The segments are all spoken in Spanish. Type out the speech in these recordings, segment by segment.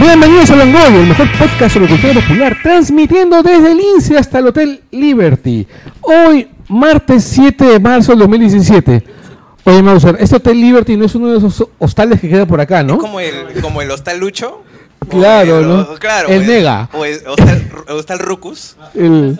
Bienvenidos a Langoy, el mejor podcast sobre cultura popular, transmitiendo desde el INSE hasta el Hotel Liberty. Hoy, martes 7 de marzo del 2017. Oye, Mauser, este Hotel Liberty no es uno de esos hostales que queda por acá, ¿no? Como el, como el hostal Lucho. o Claro, el- ¿no? o- claro, El o Nega. O el hostal, hostal Rucus. El-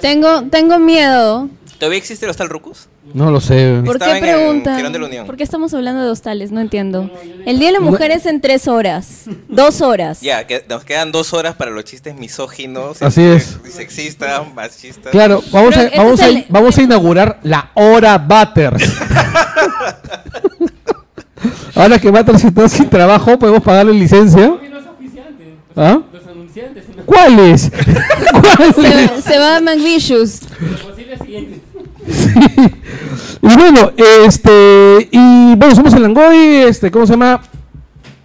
Tengo, tengo miedo. ¿Todavía existe el hostal Rucus? no lo sé. ¿Por Estaba qué en el preguntan? Jirón de la Unión. ¿Por qué estamos hablando de hostales? No entiendo. El Día de la Mujer es en tres horas. Dos horas. Ya, que- nos quedan dos horas para los chistes misóginos. Así eh, es. Sexistas, machistas. Claro, vamos Pero a, este vamos, es a, el- vamos a inaugurar la hora Butters. Ahora que Butters está sin trabajo, podemos pagarle licencia. ¿Ah? Los anunciantes, ¿no? ¿Cuáles? Se, ¿Cuáles? va- se va a McVicious. Lo posible siguiente. Y bueno, este, y bueno, somos el Langoy, este, ¿cómo se llama?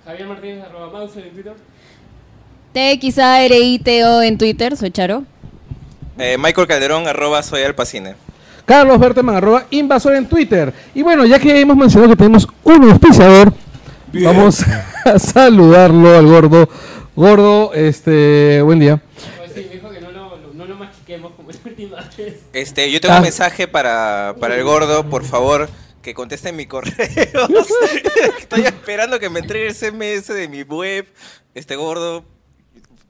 Javier Martínez, arroba mouse en Twitter. T-X-A-R-I-T-O en Twitter. Soy Charo. Eh, Michael Calderón, arroba soy Alpacine. Carlos Berteman, arroba invasor en Twitter. Y bueno, ya que hemos mencionado que tenemos un auspiciador, vamos a saludarlo al gordo. Gordo, este, buen día. Oye, sí, me dijo que no lo, lo- no lo machiquemos como la última vez. Este, yo tengo Ah. un mensaje para, para el gordo, por favor, que conteste mi correo. Estoy esperando que me entregue el CMS de mi web. Este gordo,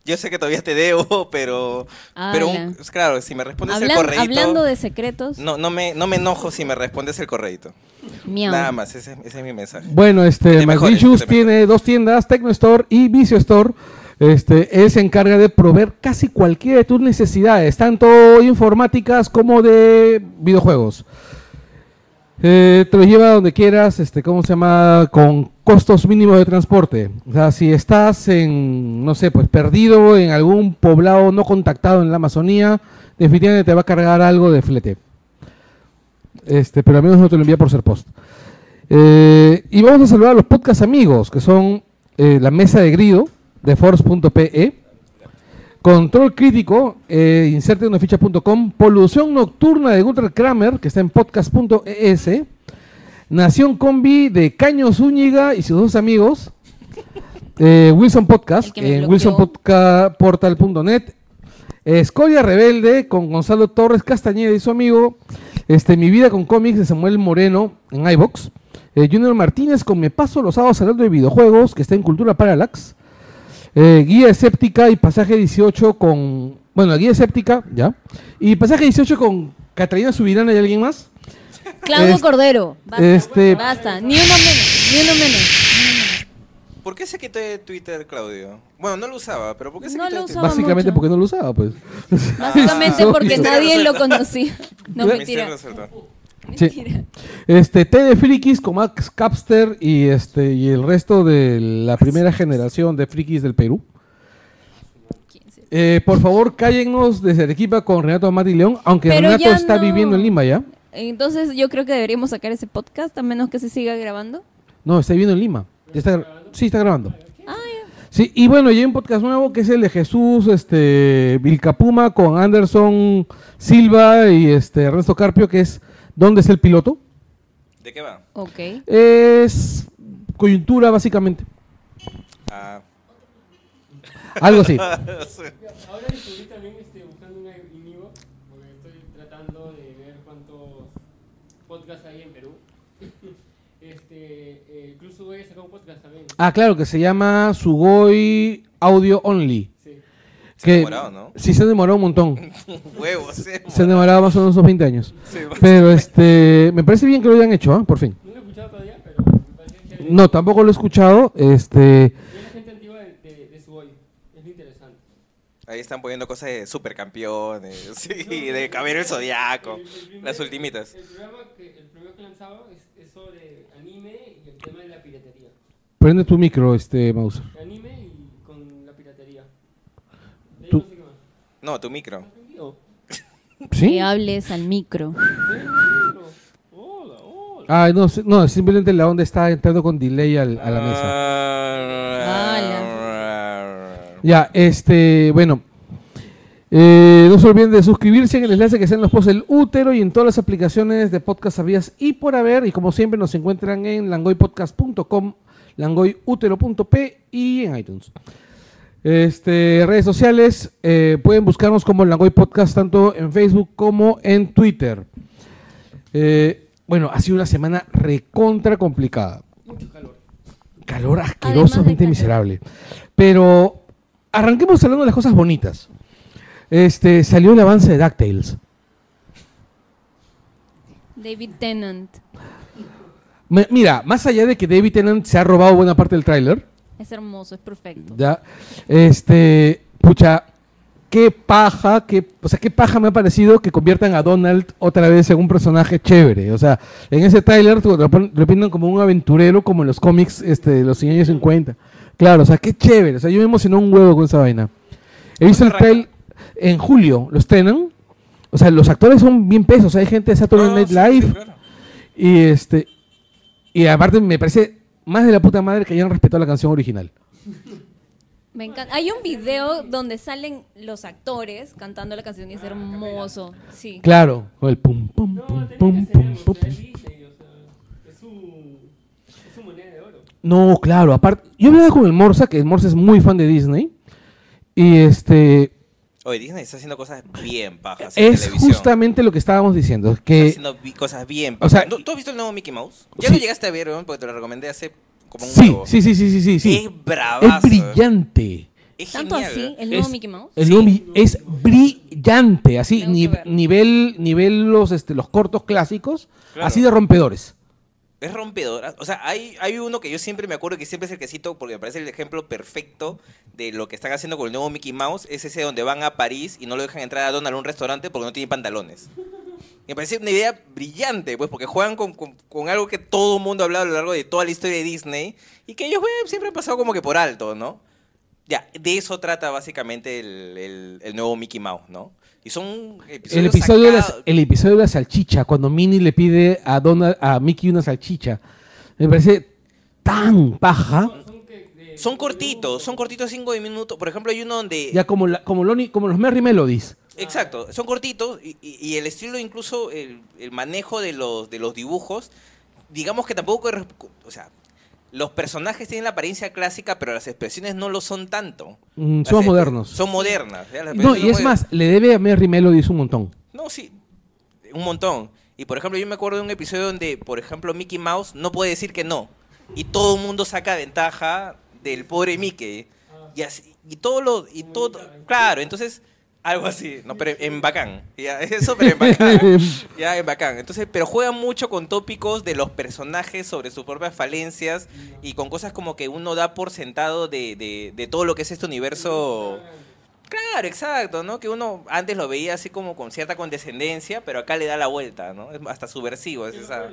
yo sé que todavía te debo, pero pero un- Ala. claro, si me respondes el Ah, Hablan- correito. hablando de secretos. No, no me, no me enojo si me respondes el correito. Miau. Nada más, ese, ese es mi mensaje. Bueno, Que este, te mejores, McVicious que te mejores. tiene dos tiendas, Tecno Store y Vicio Store. Este, él se encarga de proveer casi cualquiera de tus necesidades, tanto informáticas como de videojuegos. Eh, te lo lleva donde quieras, este, ¿cómo se llama? Con costos mínimos de transporte. O sea, si estás en, no sé, pues perdido en algún poblado no contactado en la Amazonía, definitivamente te va a cargar algo de flete. Este, pero al menos no te lo envía por ser post. Eh, y vamos a saludar a los podcast amigos, que son eh, la mesa de grido de force.pe, control crítico, eh, inserte una ficha.com, polución nocturna de Gunther Kramer, que está en podcast.es, Nación Combi de Caño Zúñiga y sus dos amigos, eh, Wilson El Podcast, que me en bloqueó. wilsonportal.net, Escoria Rebelde con Gonzalo Torres Castañeda y su amigo, este, Mi Vida con cómics de Samuel Moreno en iBox. Eh, Junior Martínez con Me Paso los sábados hablando de videojuegos, que está en Cultura Parallax. Eh, Guía Escéptica y Pasaje 18 con... Bueno, Guía Escéptica, ya. Y Pasaje 18 con Catalina Subirana y alguien más. Claudio Es- Cordero. Basta. este- basta. Ni uno menos. Ni uno menos. ¿Por qué se quitó de Twitter, Claudio? Bueno, no lo usaba, pero ¿por qué se No quitó lo de Twitter? Usaba Básicamente mucho. porque no lo usaba, pues. Básicamente Ah. porque Misterio nadie lo resuelto. conocía. No, Misterio mentira. resuelto. Sí. Mentira. Este, T de Frikis con Max Capster y, este, y el resto de la primera generación de frikis del Perú. Eh, por favor, cállennos desde Arequipa con Renato Mati León, aunque Pero Renato ya está no. viviendo en Lima ya. Entonces yo creo que deberíamos sacar ese podcast a menos que se siga grabando. No, está viviendo en Lima. Ya está gra- sí, está grabando. Sí, y bueno, y hay un podcast nuevo que es el de Jesús este, Vilcapuma con Anderson Silva y este, Ernesto Carpio, que es ¿Dónde es el piloto? ¿De qué va? Ok. Es coyuntura, básicamente. Ah, Algo así. Ahora descubrí también este, buscando un amigo, porque estoy tratando de ver cuántos podcasts hay en Perú. Este, el Club Sudé sacó un podcast también. Ah, claro, que se llama Sugoi Audio Only. Sí. Se que- ha demorado, ¿no? Sí, se han demorado un montón. huevos, sí. Se han demorado más o menos unos 20 años. Sí, Pero este, me parece bien que lo hayan hecho, ¿ah? por fin. No lo he escuchado todavía, pero me parece que No, tampoco lo he escuchado. Este, es la gente antigua de, de, de Sudé. Es lo interesante. Ahí están poniendo cosas de supercampeones, sí, de cabello el zodiaco, las ultimitas. El programa que, el primero que lanzaba es, es sobre anime y el tema de la piratería. prende tu micro, este, Mauser. Anime y con la piratería. De ahí Tú- no sé qué más. No, tu micro. Entendido. ¿Sí? Que hables al micro. Entendido. Hola, hola. Ah, no, sí- no, simplemente la onda está entrando con delay al- a la mesa. Ah, mesa. Ya, este, bueno. Eh, no se olviden de suscribirse en el enlace que está en los posts del útero y en todas las aplicaciones de podcast sabías y por haber. Y como siempre nos encuentran en langoypodcast.com, langoyútero.p y en iTunes. Este, redes sociales, eh, pueden buscarnos como Langoy Podcast tanto en Facebook como en Twitter. Eh, bueno, ha sido una semana recontra complicada. calor. Además asquerosamente de calor. miserable. Pero arranquemos hablando de las cosas bonitas. Este, salió el avance de DuckTales. David Tennant. Me- Mira, más allá de que David Tennant se ha robado buena parte del tráiler, Es hermoso, es perfecto. Ya. Este, pucha, qué paja, qué, o sea, qué paja me ha parecido que conviertan a Donald otra vez en un personaje chévere. O sea, en ese tráiler tú- lo, pon- lo pintan como un aventurero como en los cómics este, de los años 50. Claro, o sea, qué chévere. O sea, yo me emocionó un huevo con esa vaina. He visto el Otra tráiler en julio, los estrenan. O sea, los actores son bien pesos. O sea, hay gente de Saturday No, Night sí, Live. sí, claro. Y este. Y aparte me parece más de la puta madre que hayan respetado la canción original. Me encanta. Hay un video donde salen los actores cantando la canción y es hermoso. Sí. Claro, con el pum pum No, pum tenía pum que ser pum algo, pum. o sea, es Disney, o sea, es su, es su moneda de oro. No, claro, aparte, yo hablaba con el Morsa, que el Morsa es muy fan de Disney. Y este Oye, Disney está haciendo cosas bien bajas. en es televisión. justamente lo que estábamos diciendo, Está que haciendo vi- cosas bien. o sea- ¿Tú, tú has visto el nuevo Mickey Mouse? Ya Sí. lo llegaste a ver, weón, porque te lo recomendé hace como un sí, huevo. sí, sí, sí, sí, sí, sí. Es bravazo. Es brillante. Es Tanto genial. así, el nuevo Es- Mickey Mouse. El Lumi es brillante, así Tengo que ni- ver. nivel nivel los este los cortos clásicos, Claro. así de rompedores. Es rompedora. O sea, hay, hay uno que yo siempre me acuerdo que siempre es el que cito porque me parece el ejemplo perfecto de lo que están haciendo con el nuevo Mickey Mouse. Es ese donde van a París y no lo dejan entrar a Donald a un restaurante porque no tiene pantalones. Me parece una idea brillante, pues, porque juegan con, con- con algo que todo el mundo ha hablado a lo largo de toda la historia de Disney y que ellos güey, siempre han pasado como que por alto, ¿no? Ya, de eso trata básicamente el, el- el nuevo Mickey Mouse, ¿no? Y son El episodios episodio, de la, sacados- el episodio de la salchicha, cuando Minnie le pide a Donald, a Mickey una salchicha, me parece tan paja. Son que- de- Son cortitos, son cortitos 5 minutos. Por ejemplo, hay uno donde... Ya como, la- como, Loni- como los Merry Melodies. Exacto, son cortitos y, y- y el estilo, incluso el, el manejo de los, de los dibujos, digamos que tampoco, es- o sea, los personajes tienen la apariencia clásica, pero las expresiones no lo son tanto. Mm, Las son expre- modernos. Son modernas. ya, las No, expresiones y es son más, le debe a Merry Melodies un montón. no, sí, un montón. Y por ejemplo, yo me acuerdo de un episodio donde, por ejemplo, Mickey Mouse no puede decir que no. Y todo el mundo saca ventaja del pobre Mickey. Y así, y todo lo, y todo, claro, entonces, algo así, no, pero en bacán. Ya, eso, pero en bacán. Ya, es bacán. Entonces, pero juega mucho con tópicos de los personajes sobre sus propias falencias y con cosas como que uno da por sentado de, de- de todo lo que es este universo. Claro, exacto, ¿no? Que uno antes lo veía así como con cierta condescendencia, pero acá le da la vuelta, ¿no? Es hasta subversivo. Es esa-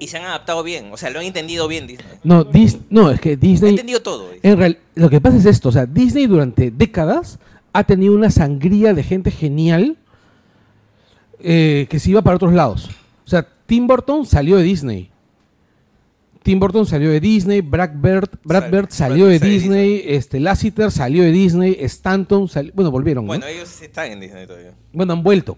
Y se han adaptado bien, o sea, lo han entendido bien, Disney. No, Dis- no, es que Han Disney. entendido todo. Disney. En real- lo que pasa es esto: o sea, Disney durante décadas ha tenido una sangría de gente genial eh, que se iba para otros lados. O sea, Tim Burton salió de Disney. Tim Burton salió de Disney, Brad Bird, Brad Sal- Bird salió de salió de Disney, este Lassiter salió de Disney, Stanton salió, bueno, volvieron, ¿no? Bueno, ellos están en Disney todavía. Bueno, han vuelto.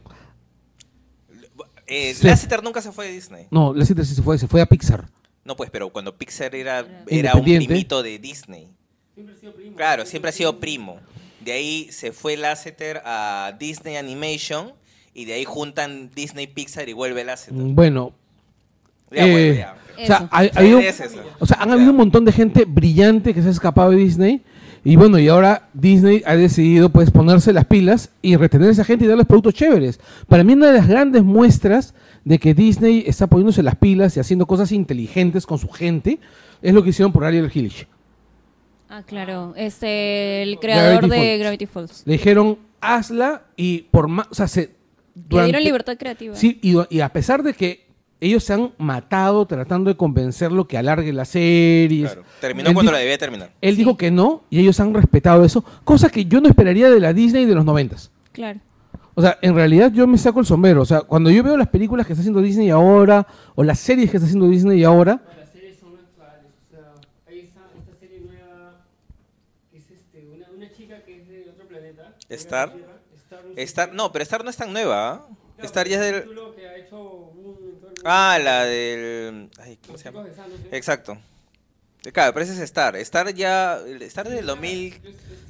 Eh, Sí. Lasseter nunca se fue de Disney. No, Lassiter sí se fue, se fue a Pixar. No, pues, pero cuando Pixar era, era un Independiente. primito de Disney. Claro, siempre ha sido primo. De ahí se fue Lasseter a Disney Animation y de ahí juntan Disney Pixar y vuelve Lasseter. Bueno, Ya, eh, bueno, ya. o sea, Eso. ha- ha Sí, habido- es eso. O sea, han Ya. habido un montón de gente brillante que se ha escapado de Disney. Y bueno, y ahora Disney ha decidido pues ponerse las pilas y retener a esa gente y darles productos chéveres. Para mí una de las grandes muestras de que Disney está poniéndose las pilas y haciendo cosas inteligentes con su gente es lo que hicieron por Ariel Hillich. Ah, claro. Este, el Gravity creador de Falls. Gravity Falls. Le dijeron, hazla y por más... O sea, se... Le dieron durante- libertad creativa. Sí, y, y a pesar de que ellos se han matado tratando de convencerlo que alargue la serie. Claro. Terminó cuando la debía terminar. Él dijo que no y ellos han respetado eso, cosa que yo no esperaría de la Disney de los noventas. Claro. O sea, en realidad yo me saco el sombrero. O sea, cuando yo veo las películas que está haciendo Disney ahora, o las series que está haciendo Disney ahora, No, las series son actuales. O sea, hay esa, esta serie nueva que es este, una, una chica que es de otro planeta. que viene a la Star. Tierra. Star. no sé Star, qué. no, pero Star no es tan nueva. ¿ah? Claro, Star ya es es un del. título que ha hecho boom en todo el mundo. Ah, la del. Ay, ¿cómo Los se llama? chicos de San, no sé. Exacto. Eh, Claro, pero ese es Star. Star ya. Star del 2000,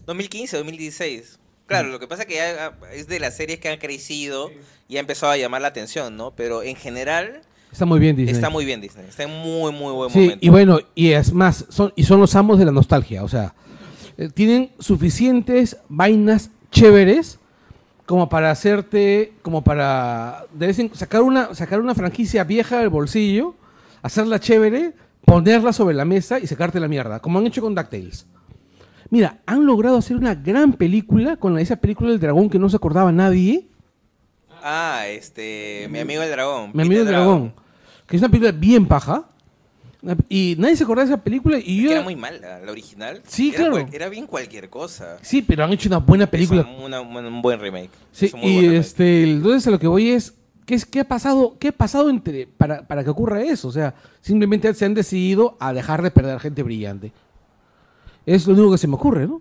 2015, 2016. Claro, lo que pasa es que ya ah, es de las series que han crecido y ha empezado a llamar la atención, ¿no? Pero en general Está muy bien, Disney. está muy bien Disney. Está en muy, muy buen Sí, momento. y bueno, y es más, son, y son los amos de la nostalgia, o sea, eh, tienen suficientes vainas chéveres como para hacerte, como para de vez en- sacar, una, sacar una franquicia vieja del bolsillo, hacerla chévere, ponerla sobre la mesa y sacarte la mierda, como han hecho con DuckTales. Mira, han logrado hacer una gran película con esa película del dragón que no se acordaba nadie, Ah, este. Mi amigo el dragón. Mi amigo el Peter dragón, que es una película bien paja, y nadie se acordaba de esa película y Que yo... era muy mala, la original. Sí, Era claro. cual- Era bien cualquier cosa. Sí, pero han hecho una buena Es película. un, una- un- un buen remake. Sí, Es un muy buen y remake. este, entonces a lo que voy es ¿qué, es, qué ha pasado, qué ha pasado entre, para, para que ocurra eso? O sea, simplemente se han decidido a dejar de perder gente brillante. Es lo único que se me ocurre, ¿no?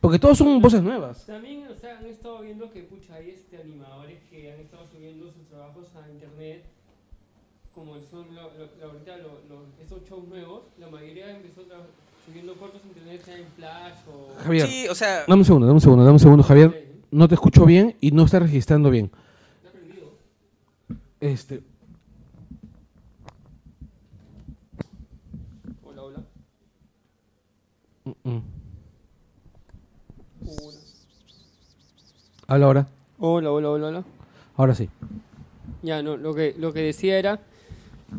Porque todos son voces nuevas. También, o sea, han estado viendo que, pucha, hay este, animadores que han estado subiendo sus trabajos a internet, como el son, lo, lo- lo- ahorita, lo, lo- esos shows nuevos, la mayoría empezó tra- subiendo cortos a internet, sea en Flash o... Javier, Sí, o sea. dame un segundo, dame un segundo, dame un segundo, Javier. No te escucho bien y no estás registrando bien. ¿Lo he aprendido? Este, Hola, hola. mm, mm. Habla ahora, Hola, hola, hola, hola. ahora sí. Ya, no, lo que, lo que decía era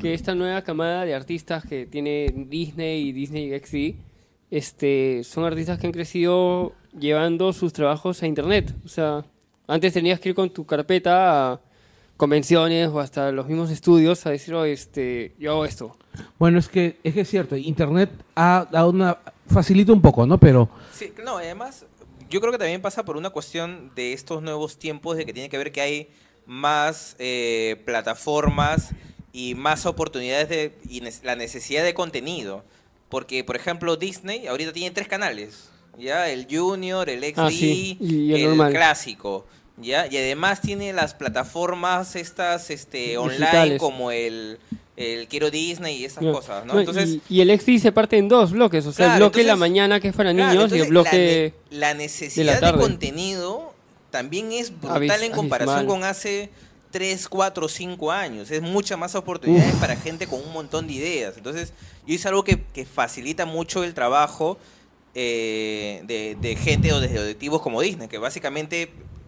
que esta nueva camada de artistas que tiene Disney y Disney XD, este, son artistas que han crecido llevando sus trabajos a internet. O sea, antes tenías que ir con tu carpeta a convenciones o hasta los mismos estudios a decir, "Oh, este, yo hago esto. Bueno, es que es que es cierto, internet ha dado una facilita un poco, ¿no? Pero Sí, no, además, yo creo que también pasa por una cuestión de estos nuevos tiempos, de que tiene que ver que hay más eh, plataformas y más oportunidades de, y ne- la necesidad de contenido. Porque, por ejemplo, Disney ahorita tiene tres canales, ¿ya? El Junior, el XD, Ah, sí, y el el, normal. Clásico, ¿ya? Y además tiene las plataformas estas este, online Digitales. como el, el Quiero Disney y esas No, cosas, ¿no? no, Entonces... y, y el XD se parte en dos bloques. O sea, el Claro, bloque de la entonces- mañana que es para niños Claro, y entonces, el bloque... la, ne- la necesidad de, tarde. contenido también es brutal Abis- en comparación abismal. con hace 3, 4, 5 años. Es mucha más oportunidades para gente con un montón de ideas. Entonces, yo es algo que, que facilita mucho el trabajo eh, de, de gente o de directivos como Disney, que básicamente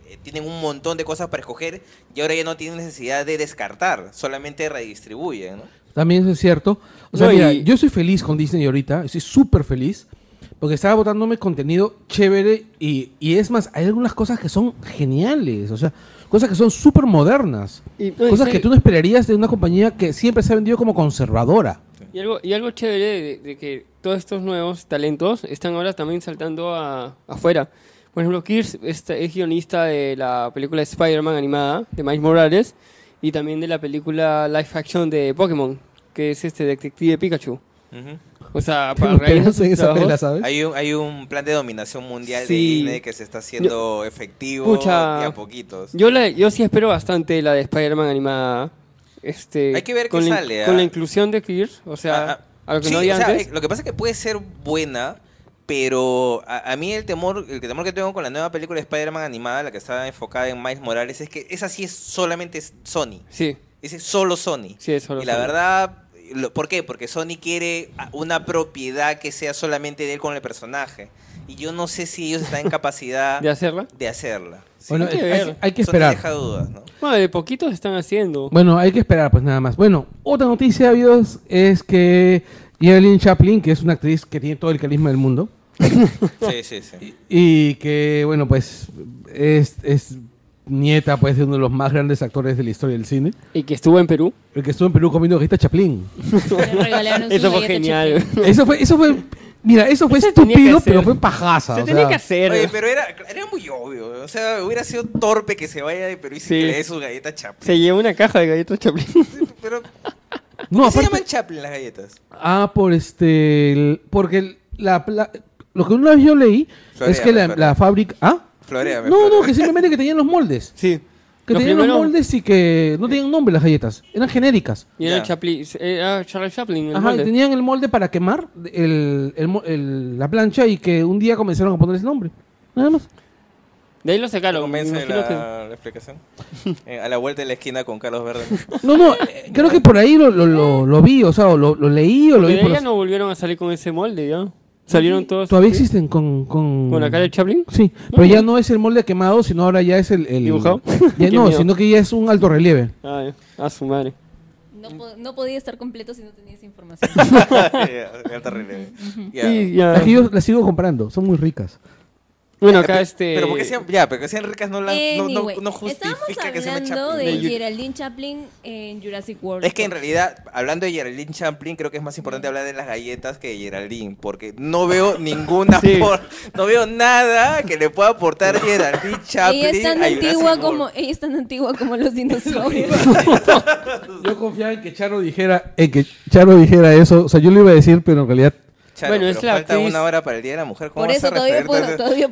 eh, tienen un montón de cosas para escoger y ahora ya no tienen necesidad de descartar, solamente redistribuyen, ¿no? también eso es cierto. O sea, No, mira, y- yo soy feliz con Disney ahorita, estoy súper feliz, porque estaba botándome contenido chévere y, y es más, hay algunas cosas que son geniales, o sea, cosas que son súper modernas, y- no, en cosas que serio. tú no esperarías de una compañía que siempre se ha vendido como conservadora. Y algo, y algo chévere de, de que todos estos nuevos talentos están ahora también saltando a, afuera. Por ejemplo, Kirsch es, es guionista de la película Spider-Man animada de Miles Morales y también de la película live action de Pokémon, que es este Detective Pikachu. Ujú. O sea, Te para reír de pegas sus en esa trabajos, vela, ¿sabes? Hay un, hay un plan de dominación mundial de Sí. Disney que se está haciendo efectivo Pucha. de a poquitos. Yo, la, yo sí espero bastante la de Spider-Man animada. Este, Hay que ver qué con la- sale, Con ah. la inclusión de Kirsch, o sea, Ah, ah. algo que Sí, no había o sea, antes. eh, lo que pasa es que puede ser buena, pero a, a mí el temor, el temor que tengo con la nueva película de Spider-Man animada, la que está enfocada en Miles Morales, es que esa sí es solamente es Sony. Sí, Ese es solo Sony. sí, eso lo y la sé. verdad, lo- ¿por qué? Porque Sony quiere a- una propiedad que sea solamente de él con el personaje. Y yo no sé si ellos están en capacidad ¿De hacerla? de hacerla. Sí. bueno, hay que hay, hay ver. hay que Sony esperar. deja dudas, ¿no? Bueno, de poquitos están haciendo. Bueno, hay que esperar, pues nada más. Bueno, otra noticia, amigos, es que Evelyn Chaplin, que es una actriz que tiene todo el carisma del mundo, Sí, sí, sí. y que, bueno, pues es, es nieta pues, de uno de los más grandes actores de la historia del cine, Y que estuvo en Perú. el que estuvo en Perú comiendo galleta Chaplin. Le regalaron su Eso fue galleta genial. Chaplin. Eso fue, eso fue, mira, eso fue Eso tenía que estúpido, hacer. pero fue pajaza. Se o tenía sea. que hacer. Oye, pero era, era muy obvio. O sea, hubiera sido torpe que se vaya de Perú y se Sí. le dé su galleta Chaplin. Se llevó una caja de galletas Chaplin. Pero, No, ¿Qué se aparte- llaman Chaplin las galletas? Ah, por este, el- porque el- la, pla- lo que una vez yo leí es que la, Floreame, floreame. la fábrica, ¿ah? Floreame, no, no, floreame. que simplemente que tenían los moldes. Sí. Que Lo tenían los primero- moldes y que no tenían nombre las galletas. Eran genéricas. Y era, Ya. Chaplin, eh, era Charles Chaplin. el Ajá, molde. y tenían el molde para quemar el- el mo- el- la plancha y que un día comenzaron a poner ese nombre. Nada más. De ahí lo sacaron. me Comience imagino la, la explicación. Eh, a la vuelta de la esquina con Carlos Verde. No, no, eh, creo que por ahí lo, lo, lo, lo vi, o sea, o lo, lo leí o que- lo vi de por ahí ya los- no volvieron a salir con ese molde, ¿ya? Salieron todos Todavía existen con... Con, con la cara de Chaplin. Sí, pero ya no es el molde quemado, sino ahora ya es el... el- ¿Dibujado? Ya Qué no, miedo. sino que ya es un alto relieve. Ah, ya. a su madre. No, po- no podía estar completo si no tenía esa información. Ya, alta relieve. Ya. Y ya. Las que yo las sigo comprando, son muy ricas. Bueno, Ya, acá pe- este. Pero porque sean, ya, pero que sean ricas no, la, no, no, Anyway, no estábamos justifica que se llame hablando Chaplin. de De Ju- Geraldine Chaplin en Jurassic World. Es que en realidad, hablando de Geraldine Champlin, creo que es más importante hablar de las galletas que de Geraldine, porque no veo ninguna, Sí. por- no veo nada que le pueda aportar Geraldine Chaplin. ella es tan a Jurassic antigua World. como ella es tan antigua como los dinosaurios. Yo confiaba en que Charo dijera, en que Charo dijera eso, o sea, yo lo iba a decir, pero en realidad... Charo, Bueno, pero es la falta actriz- una hora para el Día de la Mujer. ¿Cómo Por vas eso a todavía referirte a puedo, eso? todavía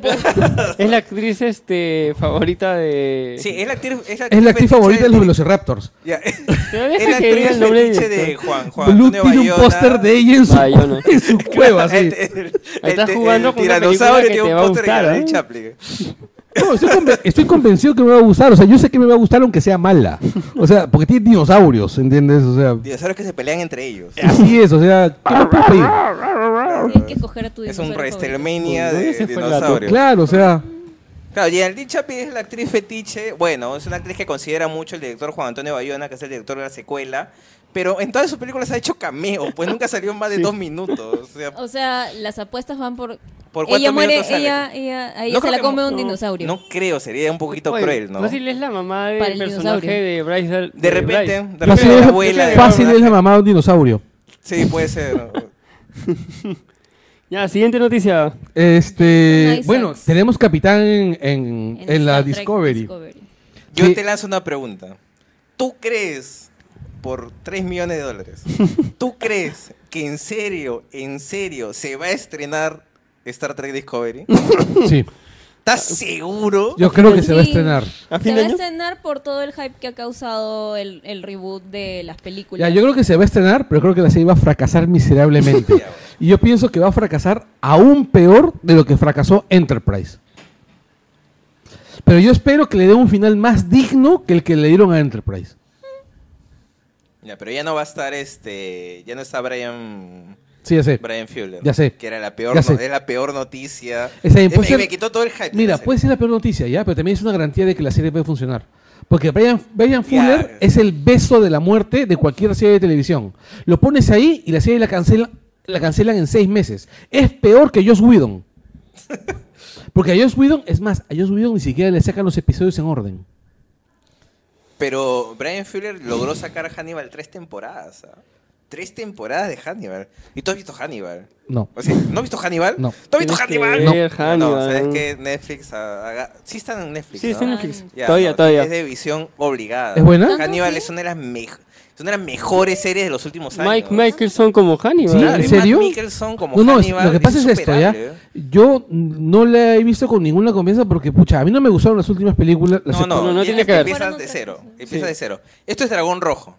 puedo. Es la actriz este, favorita de. Sí, es la actriz, es la Es la actriz fetiche favorita de los de- Velociraptors. Ya, Pero Es deja la que diga actriz el nombre fetiche directo. de Juan Juan Blue Antonio tiene un Bayona. póster de ella en su, Bayona. en su cueva, sí. El- el- el- estás Este, el jugando con una película tiranosaurio que tiene te un va a póster de gustar, Geraldine ¿eh? Chaplin. No, estoy, conven- estoy convencido que me va a gustar. O sea, yo sé que me va a gustar aunque sea mala. O sea, porque tiene dinosaurios, ¿entiendes? O sea, Dinosaurios que se pelean entre ellos. así es. O sea, ¿qué más puedes pedir? Tienes que escoger a tu Es un este, dinosaurio favorito. WrestleMania ¿Dónde de se fue el gato? dinosaurios. Claro, o sea. Claro, Geraldine Chaplin es la actriz fetiche. Bueno, es una actriz que considera mucho el director Juan Antonio Bayona, que es el director de la secuela. Pero en todas sus películas ha hecho cameo, pues nunca salió más de dos minutos. O sea, O sea, las apuestas van por, ¿Por cuántos ella muere, minutos sale? ella, ella, a ella No se creo la que come mu- un no, dinosaurio. no creo, sería un poquito Oye, cruel, ¿no? Fácil es la mamá Para del el personaje de dinosaurio. Bryce. Dal- De repente, Bryce. de Fácil, repente la es, abuela. de fácil Bernard- es la mamá de un dinosaurio. Sí, puede ser. Ya, siguiente noticia. Este, Nice bueno, sex. tenemos capitán en, en- En en la Star Trek Discovery. Yo Sí. te lanzo una pregunta. ¿Tú crees, por 3 millones de dólares, ¿tú crees que en serio, en serio, se va a estrenar Star Trek Discovery? Sí, ¿Estás seguro? yo creo que se va a Sí. estrenar. ¿A Se fin va de a año? estrenar por todo el hype que ha causado el, el reboot de las películas. Ya, yo creo que se va a estrenar, pero creo que la serie va a fracasar miserablemente. Y yo pienso que va a fracasar aún peor de lo que fracasó Enterprise. Pero yo espero que le den un final más digno que el que le dieron a Enterprise. Ya, pero ya no va a estar este, ya no está Brian Sí, ya sé. Brian Fuller. Ya sé. Que era la peor, Ya no- sé. es la peor noticia. Está bien, Eh, puede me, ser- me quitó todo el hype. de Mira, pues- la serie. puede ser la peor noticia, ya, pero también es una garantía de que la serie puede funcionar. Porque Brian, Brian Ya. Fuller es el beso de la muerte de cualquier serie de televisión. Lo pones ahí y la serie la, cancela, la cancelan en seis meses. Es peor que Joss Whedon. Porque a Joss Whedon, es más, a Joss Whedon ni siquiera le sacan los episodios en orden. Pero Brian Fuller logró sacar a Hannibal tres temporadas. ¿ah? Tres temporadas de Hannibal. ¿Y tú has visto Hannibal? No. O sea, ¿No has visto Hannibal? No. ¿Tú has visto Tienes que Hannibal? ver Hannibal. No, sabes que Netflix. ah, haga- Sí están en Netflix. Sí, ¿no? Ah, está en Netflix. Ya, todavía, no, todavía. Es de visión obligada. ¿Es buena? Hannibal ¿Tanto es una de las mej- es una de las mejores series de los últimos años. Mike Michelson como Hannibal. Sí, Claro, ¿en y es- Matt serio? Mikkelsen como No, no, es- Hannibal lo que pasa es esto, ¿ya? insuperable, ¿eh? Yo no la he visto con ninguna confianza porque, pucha, a mí no me gustaron las últimas películas. las No, secu- no, No, no tienes tiene que ver. Empiezas Fueron de otras cero. cosas. Empiezas Sí. de cero. Esto es Dragón Rojo.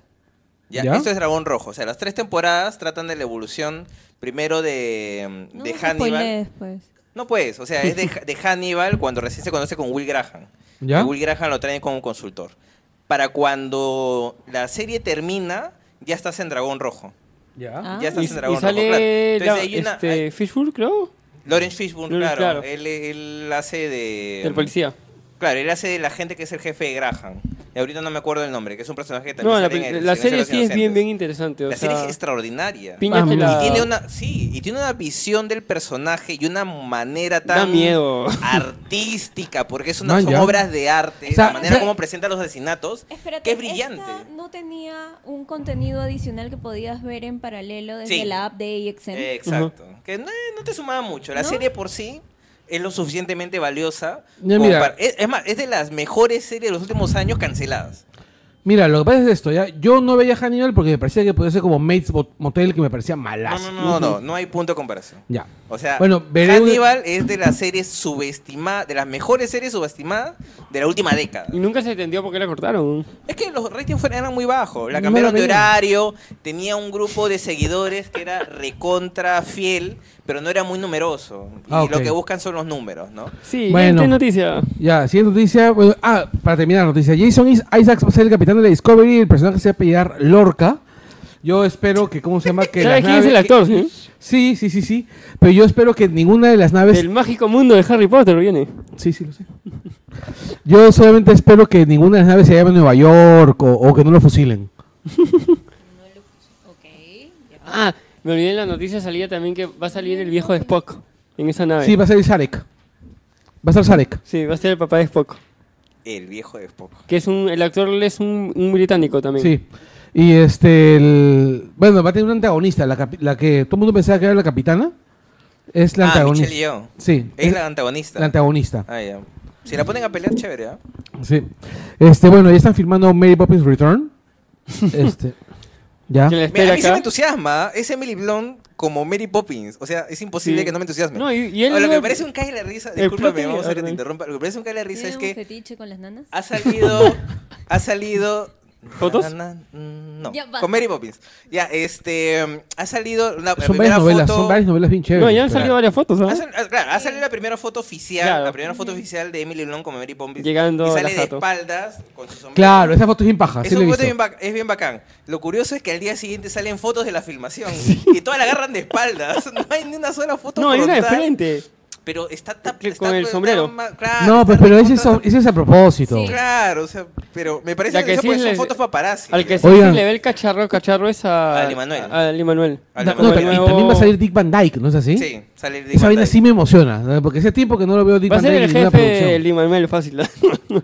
¿ya? ¿Ya? Esto es Dragón Rojo. O sea, las tres temporadas tratan de la evolución primero de, No, de no Hannibal. spoilees, pues. No pues, o sea, es de, de Hannibal cuando recién se conoce con Will Graham. ¿Ya? Y Will Graham lo traen como consultor. Para cuando la serie termina, ya estás en Dragón Rojo. Ah. Ya estás y, en Dragón y Rojo, claro. sale Entonces la- hay una- este, hay- Fishburne, creo. Lawrence Fishburne, Lawrence, claro. claro. Él, él hace de... Del policía. Claro, él hace de la gente que es el jefe de Graham. Y ahorita no me acuerdo el nombre, que es un personaje que también No, la, sale en peli- El la Silencio de serie los sí es bien, Inocentes. bien interesante. O La sea, serie es extraordinaria. piña Ah, que y la- Y tiene una, sí, y tiene una visión del personaje y una manera tan Da miedo. artística, porque es una, Man, son ya. obras de arte, O sea, la manera o sea- como presenta los asesinatos, Espérate, que es brillante. ¿esta no tenía un contenido adicional que podías ver en paralelo desde Sí. la app de AXN. Eh, Exacto. Que no, eh, no te sumaba mucho. La ¿No? serie por sí es lo suficientemente valiosa. Ya, como mira. para- es, es más, es de las mejores series de los últimos años canceladas. Mira, lo que pasa es esto, ya. Yo no veía Hannibal porque me parecía que podía ser como Mates Bot- Motel, que me parecía No, malazo. no, no, no, no hay punto de comparación. Ya. O sea, Bueno, veré una- Hannibal es de las series subestimadas, de las mejores series subestimadas de la última década. Y nunca se entendió por qué la cortaron. Es que los ratings fueron- eran muy bajos. La No cambiaron la de veía. horario, tenía un grupo de seguidores que era recontra fiel, pero no era muy numeroso. Y Ah, ok. lo que buscan son los números, ¿no? Sí, Bueno. bueno. noticia. Ya, siguiente noticia. bueno, ah, para terminar la noticia. Jason Is- Isaacs va a ser el capitán de la Discovery. El personaje se va a apellidar Lorca. Yo espero que, ¿cómo se llama? Que ¿Sabes las quién es el naves- actor? sí? Sí, sí, sí, sí. Pero yo espero que ninguna de las naves... Del mágico mundo de Harry Potter viene. Sí, sí, lo sé. Yo solamente espero que ninguna de las naves se llame Nueva York o, o que no lo fusilen. Ok. ya. Ah, me olvidé en la noticia salía también que va a salir el viejo de Spock en esa nave. Sí, va a ser Sarek. Va a ser Sarek. Sí, va a ser el papá de Spock. El viejo de Spock. Que es un, el actor es un, un británico también. Sí. Y este, el- bueno, va a tener un antagonista. La, capi- la que todo el mundo pensaba que era la capitana es la ah, antagonista. Michelle Yeoh. Sí, Es la antagonista. la antagonista. Ah, ya. Si la ponen a pelear, chévere, ¿ah? Sí. Este, bueno, ya están filmando Mary Poppins Return. Este, ya. Que la espera Mira, a mí se me acá. entusiasma. Es Emily Blunt como Mary Poppins. O sea, es imposible Sí. que no me entusiasme. No, y- y él Ahora, lo que iba- me parece un cae de la risa. El plot Discúlpame, tenía- vamos a hacer que te perdón. interrumpa. Lo que me parece un cae de la risa es ¿Tienen un que fetiche con las nanas? ha salido. ha salido. ¿Fotos? Na, na, na, mm, no, Ya basta. con Mary Poppins. Ya, este. mm, Ha salido la, la Son varias primera novelas, foto. son varias novelas bien chéveres. No, ya han Pero- salido varias fotos, ¿ah? Ha sal- ah, claro, ha salido la primera foto oficial, Claro. la primera foto oficial de Emily Blunt como Mary Poppins. Llegando y a sale la de jato. espaldas con su sombrero. Claro, esa foto es bien paja. sí Eso la he es visto. bien, bac- es bien bacán. Lo curioso es que al día siguiente salen fotos de la filmación y todas la agarran de espaldas. No hay ni una sola foto No, hay una de frontal, frente. Pero está tap- Que- está- con el está sombrero. ma- claro, No, está pues, pero ese es, recontra- ese es a propósito. Sí. Claro, o sea, pero me parece La que, que eso, sí pues, le- son fotos paparazzi. Al que sí Oigan. se le ve el cacharro, cacharro es a... Al Immanuel. a- al Immanuel. Al No, Como no, el y nuevo- también va a salir Dick Van Dyke, ¿no es así? Sí, sale de Esa vaina Bandai. sí me emociona, ¿no? porque hace tiempo que no lo veo Dick Va a Van ser Dyke en el ninguna jefe producción. del Immanuel, fácil.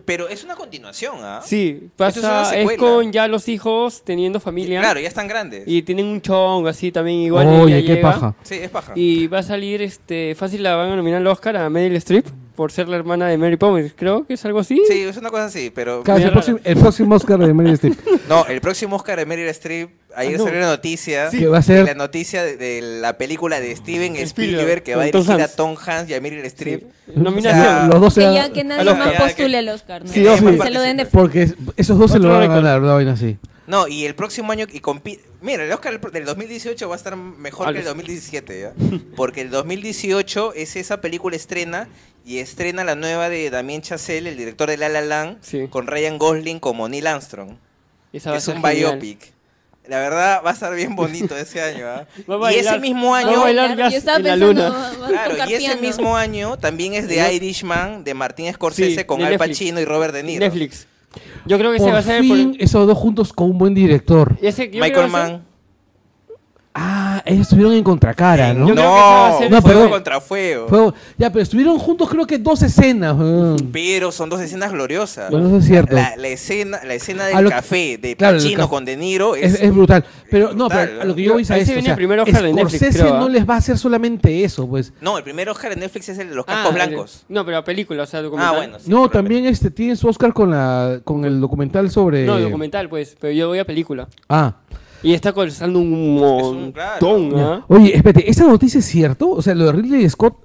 Pero es una continuación, ¿ah? sí, es una pasa... Es secuela. con ya los hijos teniendo Y- familia. Claro, ya están grandes. Y tienen un chong así también igual. Oye, ella qué llega. paja. Sí, es paja. Y va a salir, este, fácil la van a nominar al Oscar a Meryl Streep por ser la hermana de Mary Poppins. Creo que es algo así. Sí, es una cosa así, pero... Claro, es el, Mierda. próximo, el próximo Oscar de Meryl Streep. No, el próximo Oscar de Meryl Streep, ayer Ah, no. salió la noticia. Sí. Que va a ser- La noticia de, de la película de Steven Spielberg, Spielberg que va a con Tom dirigir a Hanks. Tom Hanks y a Meryl Streep. Nominación. O sea, Los dos se Que van- ya que al nadie Oscar. más Ya, postule al Oscar, ¿no? Sí, Que sí. se lo den de Porque es- esos dos se lo Otro van a récord. ganar, una vaina así. No, y el próximo año y compi- Mira, el Oscar del 2018 va a estar mejor que el 2017, ¿ya? Porque el 2018 es esa película estrena y estrena la nueva de Damien Chazelle, el director de La La Land, Sí. con Ryan Gosling como Neil Armstrong. Esa va a es ser un genial. biopic. La verdad va a estar bien bonito ese año, ¿ah? Va a Y bailar. ese mismo Va a año bailar jazz Yo estaba en la pensando, luna. va- va a Claro, tocar y ese piano. mismo año también es de Sí. Irishman de Martin Scorsese Sí, con de Al Netflix. Pacino y Robert De Niro. Netflix. Yo creo que ese va Por a ser fin, por- esos dos juntos con un buen director. ese- yo creo Michael que va a ser- Mann. Ah, ellos estuvieron en contracara, ¿no? Yo No, creo que esa va a ser- No, fuego perdón. contra fuego. Fue- ya, pero estuvieron juntos creo que dos escenas. weón. Pero son dos escenas gloriosas. Bueno, eso es cierto. La, la escena, la escena A del lo que- café de claro, el Pacino café. con De Niro es, Es, es brutal. Pero no, brutal, pero a lo que yo voy es a Ahí se esto. O viene sea, el primer Oscar de Netflix, Scorsese creo, ¿ah? no les va a hacer solamente eso, pues. No, el primer Oscar de Netflix es el de los Ah, cascos blancos. No, pero película, o sea, Ah, documental. bueno. sí, No, probablemente. también este tiene su Oscar con la con el documental sobre No, documental, pues, pero yo voy a película. Ah. Y está colzando un un- claro. montón, ¿ah? Oye, espérate, ¿esa noticia es cierto? O sea, lo de Ridley Scott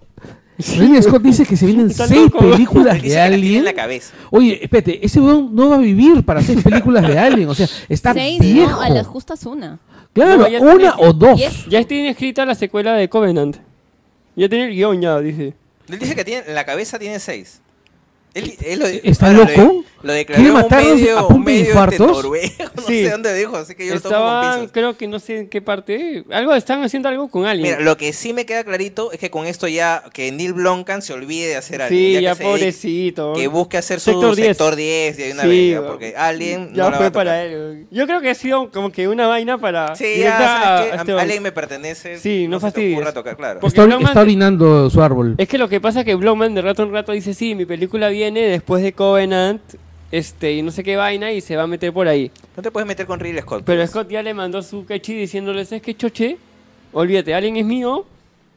Ridley Scott dice que se vienen Está seis loco. películas de Él dice que las tiene en Alien. la cabeza. Oye, espérate, ese weón no va a vivir para seis películas de Alien, o sea, está Seis, ¿no? viejo. a las justas una. Claro, No, ya una tiene- o dos. Yes. Ya tiene escrita la secuela de Covenant. Ya tiene el guión, ya, dice. Él dice que tiene, en la cabeza tiene seis. Él, él lo, ¿Está ahora, loco? Lo, de- lo declaró ¿Quiere en un matarnos medio, a un punta de medio de infartos? noruego, no Sí. sé dónde dijo, así que yo lo tomo con Estaban, pinzas. creo que no sé en qué parte. Algo están haciendo algo con alguien. Mira, lo que sí me queda clarito es que con esto ya que Neil Blomkamp se olvide de hacer Alien. sí, ya, que se dedique- pobrecito. Que busque hacer su Sector sector 10. 10, de una Sí, vez, ya, va. porque Alien ya no la va fue a tocar. para él. Yo creo que ha sido como que una vaina para. Sí, ya, directa ¿sabes qué? a A- Esteban. Alien me pertenece. este, Sí, no se te fastidies. Pues, ocurra tocar, claro. Porque Está, ori- Blauman- está orinando su árbol. Es que lo que pasa es que Blowman de rato en rato dice: Sí, mi película viene después de Covenant. Este, y no sé qué vaina, y se va a meter por ahí. No te puedes meter con Ridley Scott. Pero pues. Scott ya le mandó su cachi diciéndole, ¿sabes qué, choche? Olvídate, alguien es mío.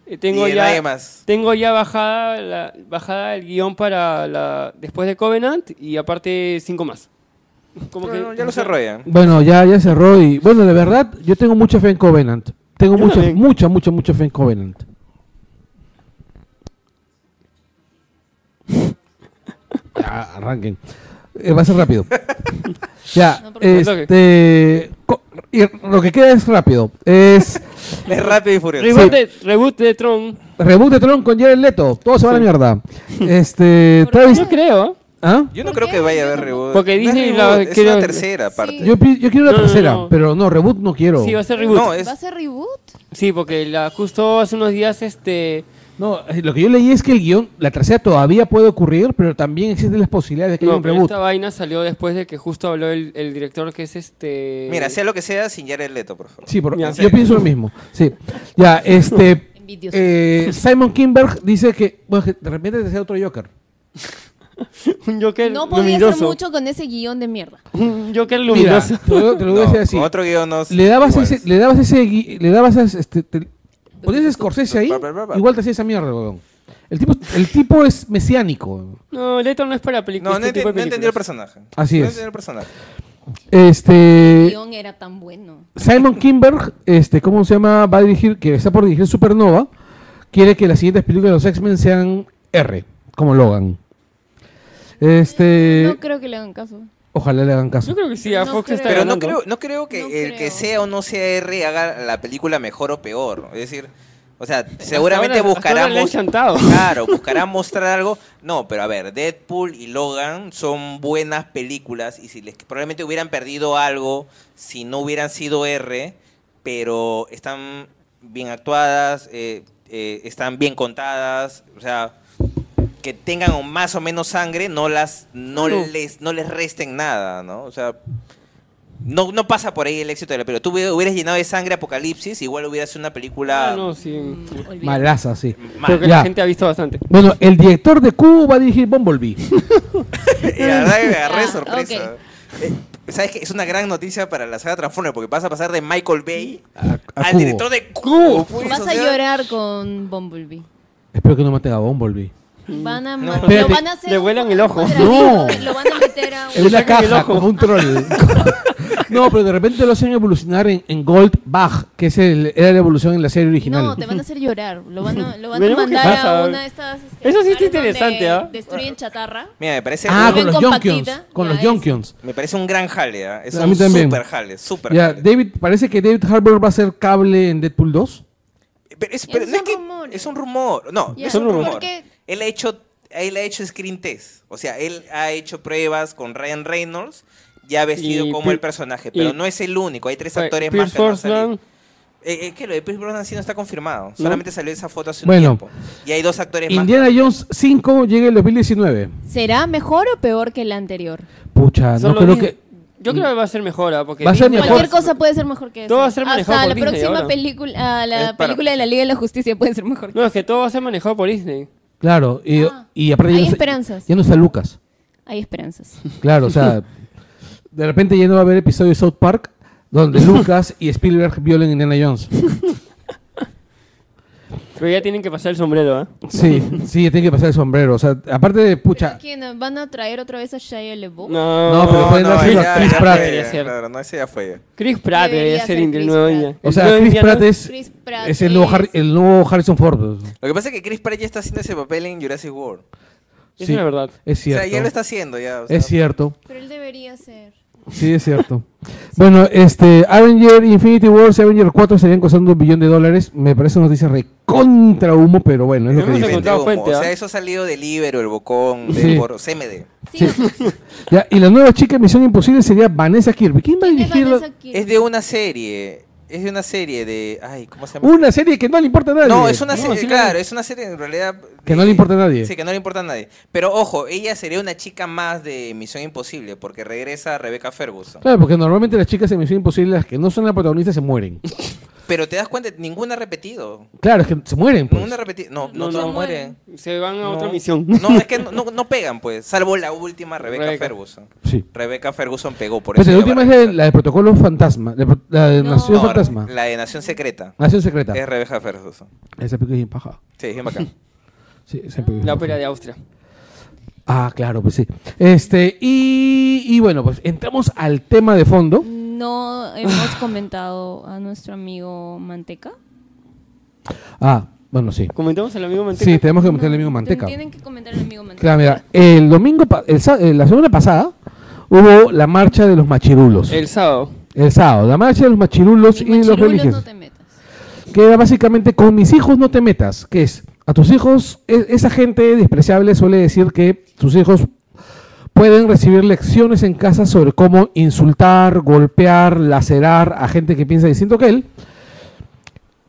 eh, Tengo Y de ya, nadie más. Tengo ya bajada, la, bajada el guión para la, después de Covenant y aparte cinco más. Como No, que, no, ya lo desarrollan. Bueno, ya, ya cerró y bueno, de verdad, yo tengo mucha fe en Covenant. Tengo Yo mucha, también. mucha, mucha, mucha fe en Covenant. Ya, arranquen. Eh, va a ser rápido. ya, No, porque- este, co- y lo que queda es rápido. Es Es rápido y furioso. Reboot, de, reboot de Tron. reboot de Tron con Jared Leto. Todo se va a la mierda. Este, ¿Por Travis, No creo. ¿ah? Yo no ¿Por creo qué? que vaya a haber reboot. Porque No es Disney reboot, la- es quiero- una tercera parte. Yo, pi- yo quiero la No, no, tercera, no. pero no, reboot no quiero. Sí, va a ser reboot. No, es ¿Va a ser reboot? Sí, porque la, justo hace unos días este No, eh, lo que yo leí es que el guión, la tercera todavía puede ocurrir, pero también existen las posibilidades de que no, haya un pero reboot. esta vaina salió después de que justo habló el, el director que es este Mira, sea lo que sea, sin Jared Leto, por favor. Sí, por- Ya. yo pienso lo mismo. Sí. Ya, este. Envidioso. eh, Simon Kinberg dice que, bueno, que de repente te sea otro Joker. un Joker No podía hacer luminoso. mucho con ese guión de mierda. Un Joker Mira, luminoso. te lo, te lo voy a No, decir con así. otro guión no Le dabas iguales. ese, le dabas ese, gui- le dabas ese- este, te- ponías Scorsese ahí, Ba, ba, ba, ba. igual te hacía esa mierda, weón. El tipo, el tipo es mesiánico. No, Leto no es para películas. No, no, este enten- tipo de no entendió el películas. personaje. Así No es. entendió el personaje. El Eh, Este. guión era tan bueno. Simon Kinberg, este, ¿cómo se llama? Va a dirigir, que está por dirigir Supernova, quiere que las siguientes películas de los X-Men sean R, como Logan. eh, Este, No creo que le hagan caso. ojalá le hagan caso. Yo creo que sí, a No Fox creo. está Pero no ganando. creo, no creo que No el que creo. sea o no sea R haga la película mejor o peor. Es decir, o sea, seguramente ahora- hasta buscará. ahora le han mos- chantado. Claro, buscará mostrar algo. No, pero a ver, Deadpool y Logan son buenas películas y si les probablemente hubieran perdido algo si no hubieran sido R, pero están bien actuadas, eh, eh, están bien contadas, o sea, que tengan o más o menos sangre no las no Claro. les no les resten nada, ¿no? O sea, no, no pasa por ahí el éxito de la película. Tú hubi- hubieras llenado de sangre Apocalipsis, igual hubieras sido una película Ah, no, sí. Mm, olvídate. Malaza, sí. mal. Creo que Ya. la gente ha visto bastante. Bueno, el director de Q va a dirigir Bumblebee. Y la verdad que me agarré de Ah, sorpresa. Eh, ¿Sabes qué? Es una gran noticia para la saga Transformers porque vas a pasar de Michael Bay A- a al Cubo. director de Cubo. pues, Vas o a sea, llorar con Bumblebee. Espero que no maten a Bumblebee. Van a No. ma- lo Espérate, van a hacer Mm. le un- vuelan el ojo. un draguito, No. Lo van a meter a En Le un... una sacan el caja, ojo. como un troll. no, pero de repente lo hacen evolucionar en, en Goldbach, que es el, era la evolución en la serie original. No, te van a hacer llorar. Lo van a, lo van a Veremos qué mandar pasa. a una de estas... este, Eso sí está lugares donde interesante, ¿ah? Destruyen chatarra. Mira, me parece, ah, un, con vuelven los con Jonkions. patita, Con ya los es. Jonkions. me parece un gran jale, ¿ah? es A un mí también. super jale, super Ya, jale. David, parece que David Harbour va a ser cable en Deadpool 2. Pero es, Ya, pero no son es que- rumores. es un rumor. No, Ya, es un ¿por rumor. qué? Él ha hecho él ha hecho screen test, o sea, él ha hecho pruebas con Ryan Reynolds ya vestido Y como Pier- el personaje, pero y- no es el único, hay tres actores más Pierce que no han salido. Brosnan, Eh, es que lo de Pierce Brosnan sí no está confirmado, solamente salió esa foto hace un Bueno. tiempo. Y hay dos actores más. Indiana Jones 5 llega en 2019. ¿Será mejor o peor que la anterior? Pucha, Ah, no solo creo Disney- que. Yo creo que va a ser mejor, ¿ah? porque Va a ser Disney- Mejor. Cualquier cosa puede ser mejor que eso. Todo va a ser manejado Hasta por la Disney próxima ahora. película, a la Es para- película de la Liga de la Justicia puede ser mejor. que No, es que todo va a ser manejado por Disney. Claro, y, Ah, y aparte. ya hay no está- esperanzas. Ya no está Lucas. Hay esperanzas. Claro, o sea. de repente ya no va a haber episodio de South Park donde Lucas y Spielberg violen a Indiana Jones. Pero ya tienen que pasar el sombrero, ¿ah? Sí, sí, ya tiene que pasar el sombrero. O sea, aparte de. Pucha. ¿Quién? ¿Van a traer otra vez a Shia LaBeouf? No, No, pero pueden ese dárselo a ya- Chris ya Pratt. fue, Debería ser. claro, no, ese ya fue. Chris Pratt Debería debería ser ser el Chris nuevo Pratt. Indiana. O sea, El nuevo Chris Indiana- Pratt es. Chris Pratt es el, nuevo es- Harry- el nuevo Harrison Ford. Lo que pasa es que Chris Pratt ya está haciendo ese papel en Jurassic World. Esa Sí, es la verdad. Es cierto. O sea, ya lo está haciendo ya. o sea, Es cierto. Pero él debería ser. Sí, es cierto. bueno, este, Avenger, Infinity Wars y Avenger 4 estarían costando un billón de dólares. Me parece una noticia recontra humo, pero bueno, es lo que Hemos dice. vende encontrado humo, fuente, O sea, ¿ah? eso ha salido del Ibero, el Bocón, Sí. del Bor- CMD. Sí, Ya, y la nueva chica de Misión Imposible sería Vanessa Kirby. ¿Quién va a ¿quién es dirigir la- Vanessa Kirby? Es de una serie. Es de una serie de. Ay, ¿cómo se llama? una serie que no le importa a nadie? No, es una No, serie, sí la- claro, es una serie en realidad. Que de- no le importa a nadie. Sí, que no le importa a nadie. Pero ojo, ella sería una chica más de Misión Imposible, porque regresa Rebecca Ferguson. Claro, porque normalmente las chicas de Misión Imposible, las que no son las protagonistas, se mueren. Pero te das cuenta, ninguna ha repetido. Claro, es que se mueren. pues. Ninguna ha repetido. No, no, No, todas no. mueren. Se van a No. otra misión. No, es que no, no- no pegan, pues. Salvo la última, Rebecca, Rebecca. Ferguson. Sí. Rebecca Ferguson pegó, por Pues eso. la ella última va a es la, de- regresar. la de Protocolo Fantasma, la de pro- la de No. Nación No, Fantasma, Ah, la de Nación Secreta. Nación Secreta. Es Rebecca Ferguson. Esa película es bien paja. Sí, es bien bacán. Sí, esa película es La bien ópera paja. de Austria. Ah, claro, pues sí. Este, y, y bueno, pues entramos al tema de fondo. No hemos comentado a nuestro amigo Manteca. Ah, bueno, sí. ¿Comentamos al amigo Manteca? Sí, tenemos que comentar el amigo Manteca. Tienen que comentar al amigo Manteca. Claro, mira, el domingo, pa- el sa- eh, la semana pasada, hubo la marcha de los machirulos. El, El sábado. sábado, la marcha de los machirulos y, Y de los machirulos religiosos. no te metas. que era básicamente con mis hijos no te metas, que es a tus hijos, e- esa gente despreciable suele decir que tus hijos pueden recibir lecciones en casa sobre cómo insultar, golpear, lacerar a gente que piensa distinto que él,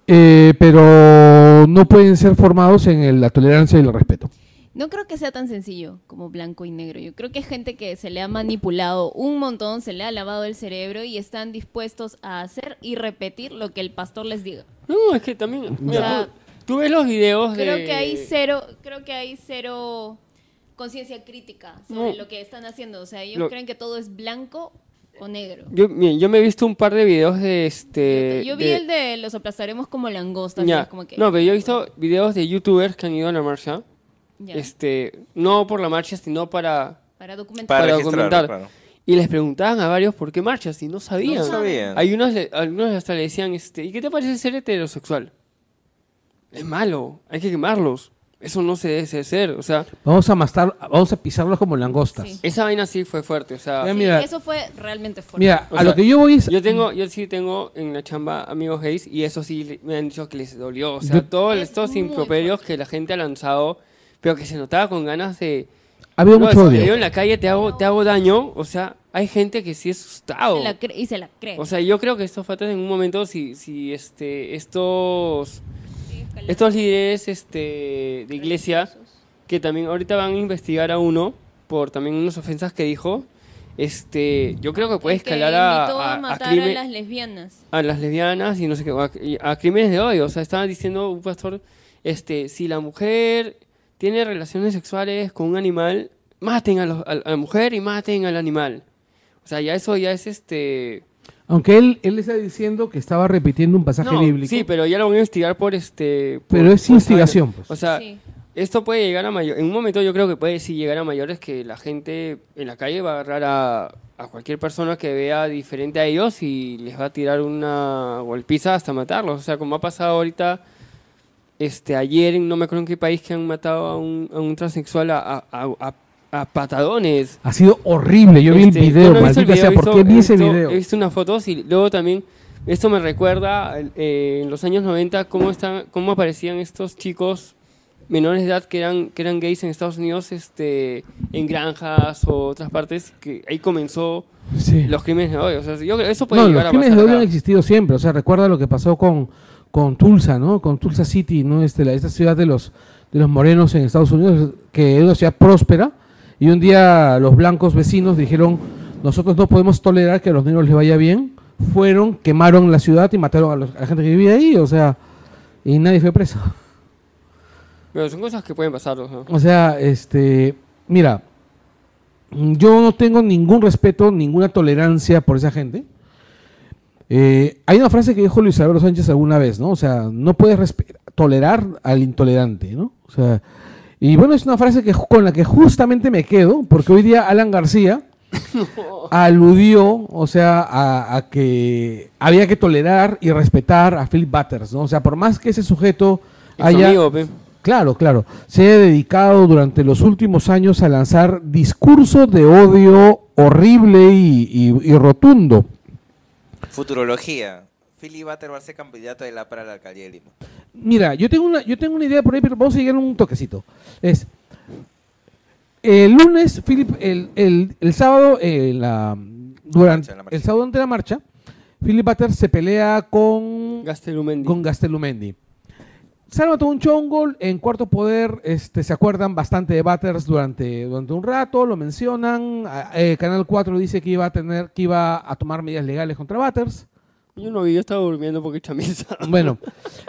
eh, pero no pueden ser formados en el- la tolerancia y el respeto. No creo que sea tan sencillo como blanco y negro. Yo creo que es gente que se le ha manipulado un montón, se le ha lavado el cerebro y están dispuestos a hacer y repetir lo que el pastor les diga. No, es que también. mira, sea, tú, tú ves los videos de. Creo que hay cero, creo que hay cero conciencia crítica sobre No. lo que están haciendo. O sea, ellos Lo- creen que todo es blanco o negro. Yo, miren, yo me he visto un par de videos de este. Yo vi el de los aplastaremos como langostas. Ya. ¿no? Como que, No, pero yo he visto videos de youtubers que han ido a la marcha. ya, Este, no por la marcha, sino para. para documentar. Para, Para registrar, documentar. claro. Y les preguntaban a varios por qué marchas y no sabían. No sabían. Hay unos, le- algunos hasta le decían, este, ¿y qué te parece ser heterosexual? Es malo, hay que quemarlos. Eso no se debe hacer. O sea, Vamos a mastar, vamos a pisarlos como langostas. Sí. esa vaina sí fue fuerte. O sea, Ya, Sí, mira. eso fue realmente fuerte. Mira, O a sea, lo que yo voy es... Yo tengo, yo sí tengo en la chamba amigos gays y eso sí le- me han dicho que les dolió. O sea, Yo- todos Es estos muy improperios que la gente ha lanzado, pero que se notaba con ganas de. ha habido No, mucho si te veo odio. en la calle te hago, te hago daño. O sea, hay gente que sí es asustado. Se la cre- y se la cree. oh. O sea, yo creo que estos fatos en un momento, si, si este, estos, estos líderes este, de iglesia, que también ahorita van a investigar a uno por también unas ofensas que dijo, este, yo creo que puede El que escalar a, invitó a- a matar a, crimen- las lesbianas. a las lesbianas y no sé qué, a, y a crímenes de odio. O sea, estaba diciendo un pastor, este, si la mujer tiene relaciones sexuales con un animal, maten a, los- a- a la mujer y maten al animal. O sea, ya eso ya es este... Aunque él, él está diciendo que estaba repitiendo un pasaje No, bíblico. Sí, pero ya lo van a investigar por este... por- Pero es por- instigación, pues. O sea, Sí. esto puede llegar a mayores... En un momento yo creo que puede sí llegar a mayores que la gente en la calle va a agarrar a, a cualquier persona que vea diferente a ellos y les va a tirar una golpiza hasta matarlos. O sea, como ha pasado ahorita... Este, ayer, en- no me acuerdo en qué país, que han matado a un, a un transexual a- a- a- a- a patadones. Ha sido horrible. Yo vi el Este, video, yo no he visto el maldita sea. video, he ¿Por visto- qué vi he ese visto- video? He visto unas fotos y luego también, esto me recuerda eh, en los años 90 cómo, están, cómo aparecían estos chicos menores de edad que eran, que eran gays en Estados Unidos, este, en granjas o otras partes, que ahí comenzó Sí. los crímenes de odio. O sea, yo creo- eso puede No, los llegar a crímenes pasar de odio han acá. existido siempre. O sea, recuerda lo que pasó con, con Tulsa, ¿no? Con Tulsa City, ¿no? Este, la, esta ciudad de los, de los morenos en Estados Unidos, que es una ciudad próspera. Y un día los blancos vecinos dijeron, nosotros no podemos tolerar que a los negros les vaya bien. Fueron, quemaron la ciudad y mataron a, los- a la gente que vivía ahí. O sea, y nadie fue preso. Pero son cosas que pueden pasar. o sea. O sea, este, mira, yo no tengo ningún respeto, ninguna tolerancia por esa gente. Eh, hay una frase que dijo Luis Alberto Sánchez alguna vez, ¿no? O sea, no puedes respe- tolerar al intolerante, ¿no? O sea, y bueno, es una frase que, ju- con la que justamente me quedo, porque hoy día Alan García aludió, o sea, a, a que había que tolerar y respetar a Philip Butters, ¿no? O sea, por más que ese sujeto Es haya... amigo, pe. Claro, claro. Se ha dedicado durante los últimos años a lanzar discursos de odio horrible y, y- y rotundo. Futurología. Philly Butter va a ser candidato de la para la alcaldía de Lima. Mira, yo tengo una, yo tengo una idea por ahí, pero vamos a llegar a un toquecito. Es el lunes, Philip, el, el- el sábado, eh, la- durante Marcha, la marcha. el sábado durante la marcha, Philip Butter se pelea con Gastelumendi. con Gastelumendi. Salva todo un chongol en Cuarto Poder, este, se acuerdan bastante de Butters durante, durante un rato, lo mencionan. a- eh, Canal 4 dice que iba a tener, que iba a tomar medidas legales contra Butters. Yo no vi, yo estaba durmiendo porque chamisa. Bueno,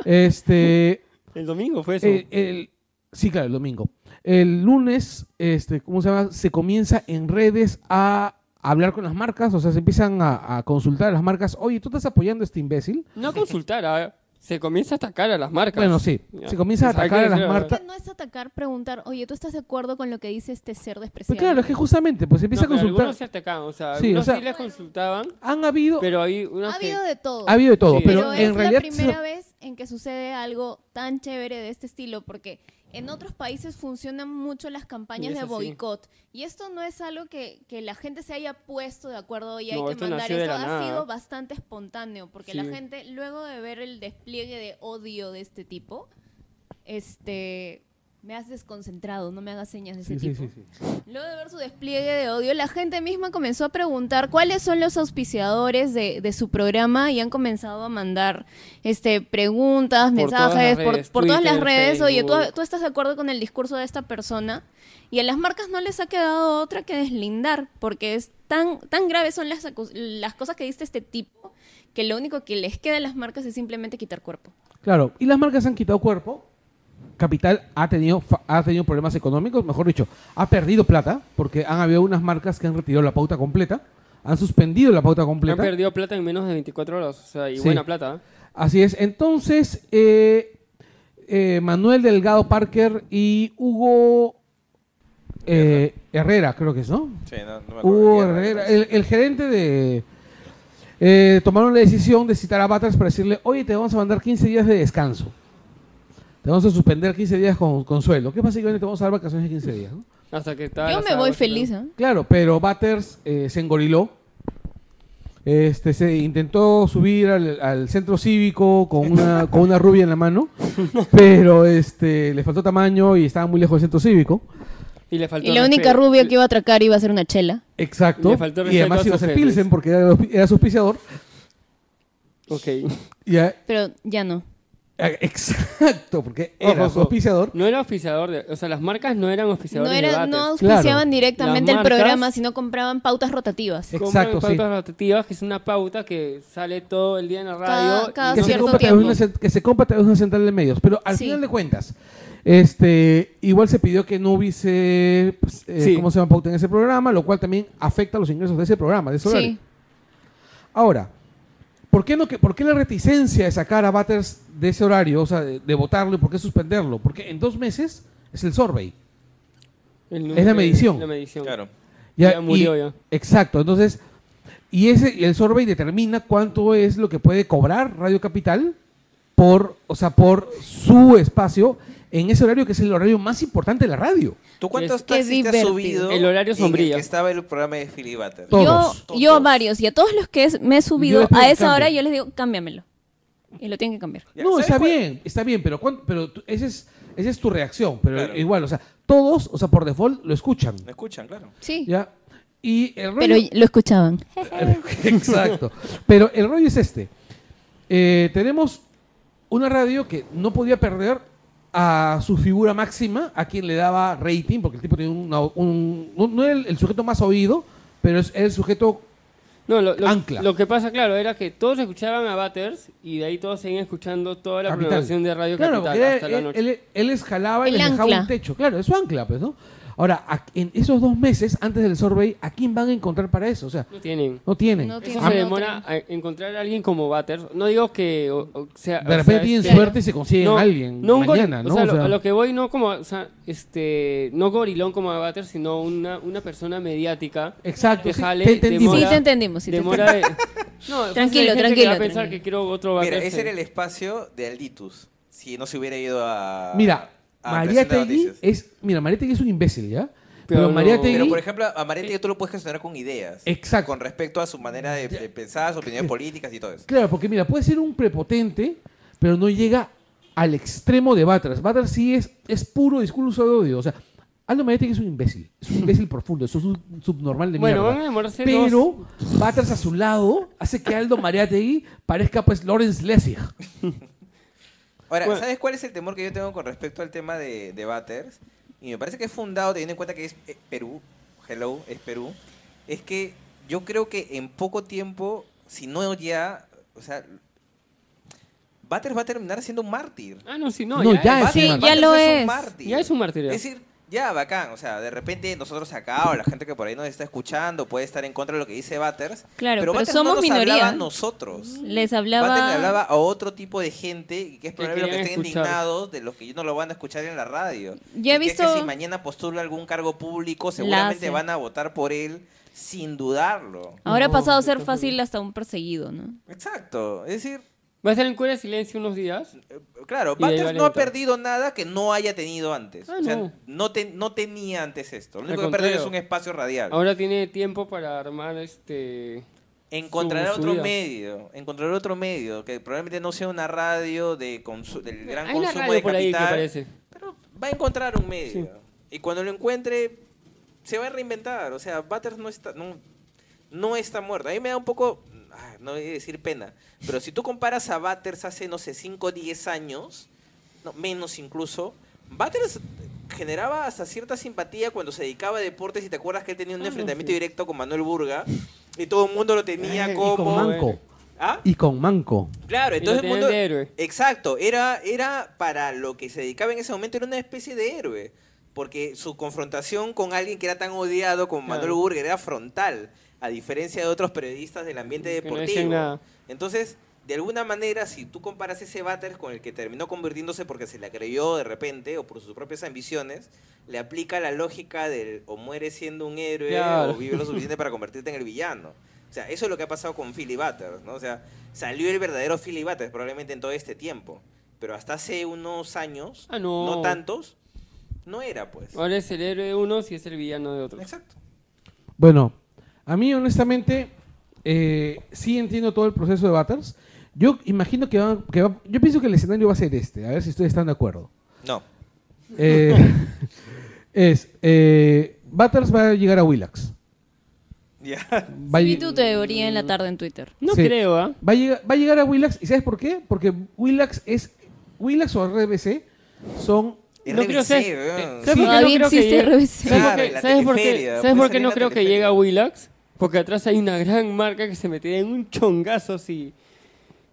este, El domingo fue eso. el, el- sí, claro, el domingo. El lunes, este, ¿cómo se llama? Se comienza en redes a hablar con las marcas, o sea, se empiezan a, a consultar a las marcas. Oye, ¿tú estás apoyando a este imbécil? No consultar, ah, Se comienza a atacar a las marcas. Bueno, sí. Ya. Se comienza a O sea, hay que atacar a las decir la verdad. marcas. No es atacar, preguntar, oye, ¿tú estás de acuerdo con lo que dice este ser Pues despreciable? claro, es que justamente, pues empieza No, pero a consultar. Algunos se atacaban, o sea, Sí, o algunos sea- sí les consultaban, Han habido, pero hay unos Ha que... habido de todo. ha habido de todo, Sí. pero, pero, es en realidad la primera vez en que sucede algo tan chévere de este estilo, porque en otros países funcionan mucho las Y campañas eso de sí. boicot. Y esto no es algo que, que la gente se haya puesto de acuerdo y hay No, que esto mandar nació de esto. Ha la nada. sido bastante espontáneo, porque la Sí. gente, luego de ver el despliegue de odio de este tipo, este me has desconcentrado, no me hagas señas de Sí, ese sí, tipo. sí, sí. Luego de ver su despliegue de odio, la gente misma comenzó a preguntar cuáles son los auspiciadores de, de su programa y han comenzado a mandar este, preguntas, Por mensajes todas las por, redes, por todas las Twitter, redes. Oye, ¿tú, Facebook. tú estás de acuerdo con el discurso de esta persona? Y a las marcas no les ha quedado otra que deslindar, porque es tan, tan grave son las, acu- las cosas que dice este tipo que lo único que les queda a las marcas es simplemente quitar cuerpo. Claro, y las marcas han quitado cuerpo. Capital ha tenido, fa- ha tenido problemas económicos, mejor dicho, ha perdido plata, porque han habido unas marcas que han retirado la pauta completa, han suspendido la pauta Han completa. perdido plata en menos de 24 horas, o sea, y Sí. buena plata. ¿eh? Así es. Entonces, eh, eh, Manuel Delgado Parker y Hugo eh, Herrera, creo que es, ¿no? Sí, no, no me acuerdo. Hugo Ya, Uh, Herrera, no, el, el gerente de... eh, tomaron la decisión de citar a Batters para decirle, oye, te vamos a mandar 15 días de descanso. Te vamos a suspender 15 días con, con sueldo. ¿Qué pasa si te vamos a dar vacaciones de 15 días? no? Hasta que está Yo la me saga voy Godzilla. feliz, ¿ah? Claro, pero Batters eh, se engoriló. Este, se intentó subir al, al centro cívico con una, con una rubia en la mano, pero este, le faltó tamaño y estaba muy lejos del centro cívico. Y, le faltó Y la única respeto. rubia que iba a atracar iba a ser una chela. Exacto. Le faltó Y respeto además a iba a sus ser jefes. Pilsen porque era, el auspi- era su auspiciador. Ok. Y a- Pero ya no. Eh, Exacto, porque era Ojo, su ojo. auspiciador. No era auspiciador, de- o sea, las marcas no eran No, auspiciadores de era, debates. no auspiciaban Claro. directamente Las el programa, marcas- sino compraban pautas rotativas. Eh, Compran Exacto, sí. pautas rotativas, que es una pauta que sale todo el día en la Cada- radio. cada y Que no- se, cierto compra a través de una, tiempo. cent- que se compra a través de una central de medios. Pero al Sí. final de cuentas, este igual se pidió que no hubiese, pues, eh, Sí. ¿cómo se llama? Pauta en ese programa, lo cual también afecta los ingresos de ese programa, de ese horario. Sí. Ahora, ¿por qué, no que, ¿por qué la reticencia de sacar a Batters de ese horario, o sea, de, de votarlo y por qué suspenderlo? Porque en dos meses es el survey. el es la medición. La medición. Claro. Ya murió y- ya. Exacto, entonces, y ese y el survey determina cuánto es lo que puede cobrar Radio Capital por, o sea, por su espacio en ese horario que es el horario más importante de la radio. ¿Tú cuántos Qué taxis te has divertido. subido? El horario en sombrío. que estaba el programa de Philly Butter. Todo. Yo, Todos. yo a varios y a todos los que es- me he Yo subido les pido a que esa hora, cambien. yo les digo, cámbiamelo. Y lo tienen que cambiar. Ya, no, ¿sabes está cuál? bien, está bien, pero, cuán- pero tú- ese es, esa es tu reacción, pero Claro. igual, o sea, todos, o sea, por default lo escuchan. Me escuchan, claro. Sí. ¿ya? Y el Pero rollo- lo escuchaban. Exacto. Pero el rollo es este. Eh, tenemos una radio que no podía perder a su figura máxima, a quien le daba rating, porque el tipo tenía una- un... No, no era el, el sujeto más oído, pero es el sujeto... No, lo, lo- Ancla. lo que pasa, claro, era que todos escuchaban a Butters y de ahí todos seguían escuchando toda la capital. programación de Radio claro, Capital porque era- hasta la él, noche. él- él les jalaba y El les dejaba ancla. un techo. Claro, es su ancla, pues, ¿no? Ahora, a- en esos dos meses, antes del survey, ¿a quién van a encontrar para eso? O sea, No tienen. no tienen. No Eso Ah, se no, demora a encontrar a alguien como Butters. No digo que o- o sea... o Ah, de repente sea, tienen este, suerte y se consiguen a alguien no un gori- mañana, ¿no? O sea, O lo- sea, a lo que voy no como, o sea, este, no gorilón como Avatar, sino una, una persona mediática. Exacto, Que sí, jale, te entendimos. demora- Sí, te entendimos, sí, te demora de- No, entonces hay Tranquilo, gente que tranquilo, va a pensar tranquilo. que quiero otro Mira, Butters, ese era eh. el espacio de Alditus. Si no se hubiera ido a. Mira, a María presentar Tegui noticias. es, mira, María Tegui es un imbécil, ¿ya? Pero, Pero María no- Tegui, Pero por ejemplo, a Maretti tú lo puedes gestionar con ideas. Exacto. Con respecto a su manera de, de pensar, sus opiniones políticas y todo eso. claro, porque mira, puede ser un prepotente, pero no llega al extremo de Batras. Batras sí es, es puro discurso de odio, o sea, Aldo María Tegui es un imbécil, es un imbécil profundo, es un sub- subnormal de Bueno, van a mierda. demorarse dos- pero Batras a su lado hace que Aldo Mariategui parezca pues Lawrence Lessig. Ahora, Bueno. ¿sabes cuál es el temor que yo tengo con respecto al tema de, de Butters? Y me parece que es fundado teniendo en cuenta que es eh, Perú, hello, es Perú. Es que yo creo que en poco tiempo, si no ya, o sea, Butters va a terminar siendo un mártir. Ah, no, sí, no, No, ya, eh. ya es- es- Butters- Sí, Ah, ya Butters lo un es. mártir. Ya es un mártir, ya. Es decir, Ya, bacán. O sea, de repente nosotros acá o la gente que por ahí nos está escuchando puede estar en contra de lo que dice Butters. Claro, pero Butters somos no nos minoría. hablaba a nosotros. Les Butters le hablaba hablaba... a otro tipo de gente y que es probable que querían estén escuchar. indignados de los que no lo van a escuchar en la radio. Yo Y he que es que visto- si mañana postula algún cargo público, seguramente hace. van a votar por él sin dudarlo. Ahora ha No, pasado a de ser todas fácil hasta un perseguido, ¿no? Exacto. Es decir, ¿Va a estar en cura de silencio unos días? eh, claro, Y de ahí Butters vale no ha votar. perdido nada que no haya tenido antes. Ah, o sea, no. no, te- no tenía antes esto. Lo Al único que perdió es contrario. un espacio radial. Ahora tiene tiempo para armar este... Encontrará su- su otro vida. medio, encontrará otro medio, que probablemente no sea una radio de consu- del gran Hay una consumo radio de por ahí que capital, parece. pero va a encontrar un medio. Sí. Y cuando lo encuentre, se va a reinventar. O sea, Butters no está, no, no está muerto. A mí me da un poco, ah, no voy a decir pena, pero si tú comparas a Butters hace, no sé, 5 o 10 años, no, menos incluso, Butters generaba hasta cierta simpatía cuando se dedicaba a deportes y te acuerdas que él tenía un Ah, no, enfrentamiento sí. directo con Manuel Burga y todo el mundo lo tenía Eh, y Y con como... Manco. ¿Ah? Y con Manco. Claro, Y lo entonces el tenían mundo... de héroe. Exacto, era, era para lo que se dedicaba en ese momento, era una especie de héroe. Porque su confrontación con alguien que era tan odiado como Claro. Manuel Burger era frontal, a diferencia de otros periodistas del ambiente Que no deportivo. decían nada. Entonces, de alguna manera, si tú comparas ese váter con el que terminó convirtiéndose porque se le creyó de repente o por sus propias ambiciones, le aplica la lógica del o mueres siendo un héroe Claro. o vive lo suficiente para convertirte en el villano. O sea, eso es lo que ha pasado con Philly Butters, ¿no? O sea, salió el verdadero Philly Butters probablemente en todo este tiempo. Pero hasta hace unos años, Ah, no. tantos, no era, pues. Ahora es el héroe de unos y es el villano de otros. Exacto. Bueno, a mí honestamente eh, sí entiendo todo el proceso de Butters. Yo imagino que, va- que va- yo pienso que el escenario va a ser este, a ver si ustedes están de acuerdo. No. Eh, es eh, Butters va a llegar a Willax. Ya. Va a Vi lle- tu teoría en la tarde en Twitter. No Sí. creo, ¿ah? Va a, llegar, va a llegar a Willax. ¿Y sabes por qué? Porque Willax es. Willax o RBC son. No creo RBC, ser- weón. ¿Sabes por qué no Todavía creo que existe llegue? RBC. ¿Sabes por Claro, qué- la ¿Sabes por qué, teleferia, sabes puede por qué salir no la creo que teleferia. llegue a Willax? Porque atrás hay una gran marca que se metía en un chongazo si,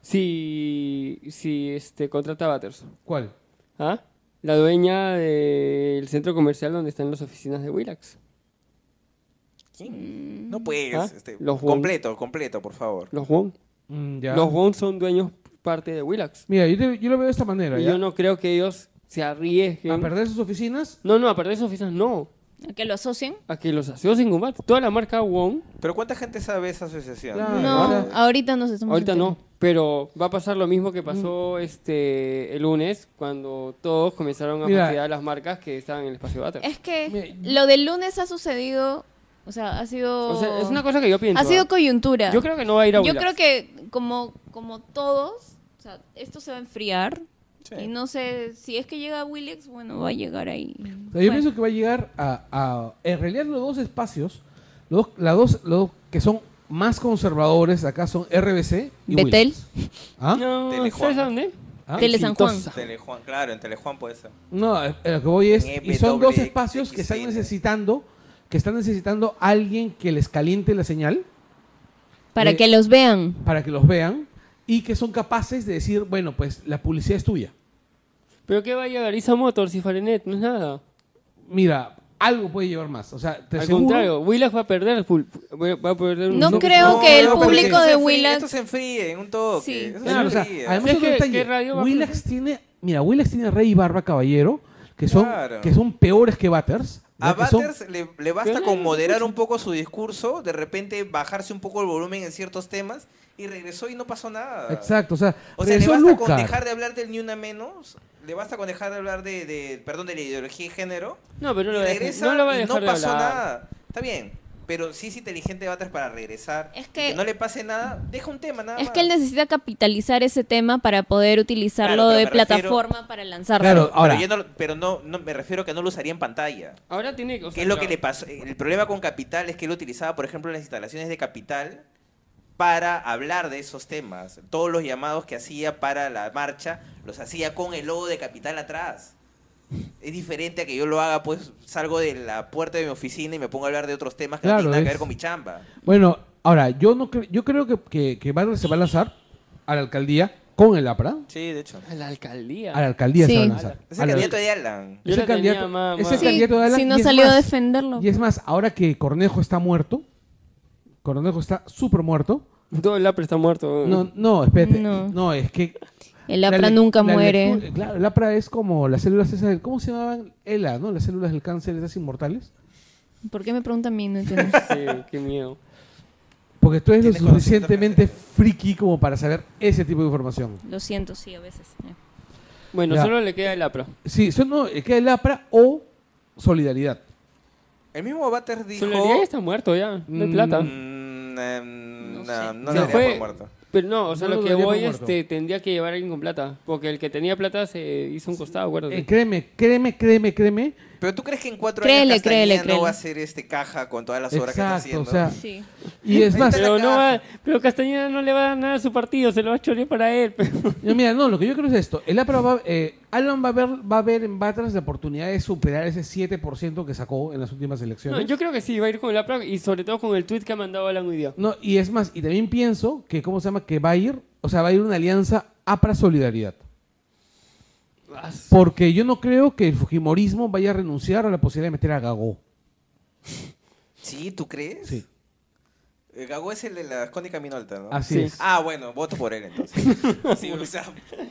si, si este, contrata a Butters. ¿Cuál? ¿Ah? La dueña del centro comercial donde están las oficinas de Willax. Mm. ¿Quién? No puedes. Ah, este, los Wong. completo, completo, por favor. Los Wong. Mm, ya. Los Wong son dueños parte de Willax. Mira, yo, te- yo lo veo de esta manera. Y ¿ya? yo no creo que ellos se arriesguen. A perder sus oficinas. No, no, a perder sus oficinas no. ¿A que lo asocien? A que los asocien con Butters. Toda la marca Wong Pero ¿cuánta gente sabe esa asociación? Claro. Ah, No, ahora- ahorita nos estamos Ahorita no, enterando. pero va a pasar lo mismo Mm. que pasó este el lunes cuando todos comenzaron a Mira. fastidiar las marcas que estaban en el espacio Butter. Es que Mira, lo del lunes ha sucedido, o sea, ha sido... O sea, es una cosa que yo pienso. Ha sido ¿ah? coyuntura. Yo creo que no va a ir a Yo Willax. creo que como, como todos, o sea, esto se va a enfriar. Sí. Y no sé, si es que llega Willax, bueno, va a llegar ahí. O sea, yo Bueno, pienso que va a llegar a, a- En realidad, los dos espacios. Los, dos- la dos, los dos que son más conservadores acá son RBC y Betel. Willax. ¿Ah? No, Telejuan. ¿sabes a dónde? ¿Ah? Tele San Juan. Exitosa. Telejuan, claro, en Telejuan puede ser. No, a a lo que voy es. En Y son dos espacios EBWXN. que están necesitando. Que están necesitando alguien que les caliente la señal. Para Eh, que los vean. para que los vean y que son capaces de decir, bueno, pues la publicidad es tuya. Pero qué va a llegar Isa Motors y Farenet, no es nada. Mira, algo puede llevar más. O sea, te Al aseguro- contrario, Willax va a perder pul- va a perder un- No creo no, que el no, porque público esto de Esto Willax... se enfríe en un toque. Sí. Eso se Claro, o sea, enfría. además ¿Sabes otro qué- detalle, qué radio va a Willax tiene, mira, Willax tiene Rey y Barba Caballero, que son, Claro. que son peores que Butters. A ya que son- Butters le, le basta Pero con no, moderar un poco su discurso, de repente bajarse un poco el volumen en ciertos temas y regresó y no pasó nada. Exacto, o sea, ah. O sea, le regresó basta con Lucar. dejar de hablar del ni una menos, le basta con dejar de hablar de, de- perdón, de la ideología de género. No, pero y no lo, va a dejar- regresa no lo va a y dejar no de pasó hablar. nada. Está bien, pero sí es inteligente Butters para regresar. Es Y que- no le pase nada, deja un tema nada Es más. que él necesita capitalizar ese tema para poder utilizarlo Claro, pero de me refiero- plataforma para lanzarse. Claro, ahora, Pero, yo no, pero no, no, me refiero a que no lo usaría en pantalla. Ahora tiene o ¿Qué sea, es lo claro. que le pasó? El problema con Capital es que él utilizaba, por ejemplo, las instalaciones de Capital para hablar de esos temas. Todos los llamados que hacía para la marcha los hacía con el logo de Capital atrás. Es diferente a que yo lo haga, pues salgo de la puerta de mi oficina y me pongo a hablar de otros temas que no Claro, tienen nada que es- ver con mi chamba. bueno, ahora, yo no cre- yo creo que, que, que Butters se va a lanzar a la alcaldía con el APRA, Sí, de hecho. A la alcaldía. a la alcaldía Sí. se van a lanzar. Ese A la- candidato de Alan. Yo ese la tenía candidato- más- ese más- Sí, candidato de Alan, si no y es salió a más, defenderlo. Y es más, ahora que Cornejo está muerto, Cornejo está súper muerto. Todo el APRA está muerto. No, no, espérate. No. No, es que. El la APRA le- nunca la muere. lectura- claro, el APRA es como las células esas. del- ¿Cómo se llamaban? ELA, ¿no? Las células del cáncer, esas inmortales. uh, ¿Por qué me preguntan a mí? No entiendo. Sí, qué miedo. Porque tú eres lo Tienes conocimiento suficientemente friki como para saber ese tipo de información. Lo siento, sí, a veces. eh. Bueno, Ya. solo le queda el APRA. Sí, son, no, eh, queda el APRA o solidaridad. El mismo Butter dijo. Solidaridad ya está muerto ya. No hay Mm, plata. Mm, eh, No no, no, sé. Se le daría fue- por muerto. Pero no, o sea, No lo lo que daría por voy, muerto. este, tendría que llevar a alguien con plata. Porque el que tenía plata se hizo un costado, acuérdate. Eh, créeme, créeme, créeme, créeme. Pero tú crees que en cuatro Créele, años créele, Castañeda no créele. va a ser este caja con todas las obras que está Exacto, haciendo. o sea. Sí. Y es más, Pero no caja. va, pero Castañeda no le va a dar nada a su partido, se lo va a chorear para él. pero- No, mira, no, lo que yo creo es esto. El APRA va, eh, Alan va a, ver, va a ver en Batras la oportunidad de superar ese 7% que sacó en las últimas No, elecciones. yo creo que sí, va a ir con el APRA y sobre todo con el tweet que ha mandado Alan hoy día. No, y es más, y también pienso que, ¿cómo se llama? Que va a ir, o sea, va a ir una alianza APRA Solidaridad. Ah, Porque yo no creo que el Fujimorismo vaya a renunciar a la posibilidad de meter a Gagó. Sí, ¿tú crees? Sí. Eh, Gago es el de la Conde Camino Alta, ¿no? Así Sí. es. Ah, bueno, voto por él entonces. Sí, o sea,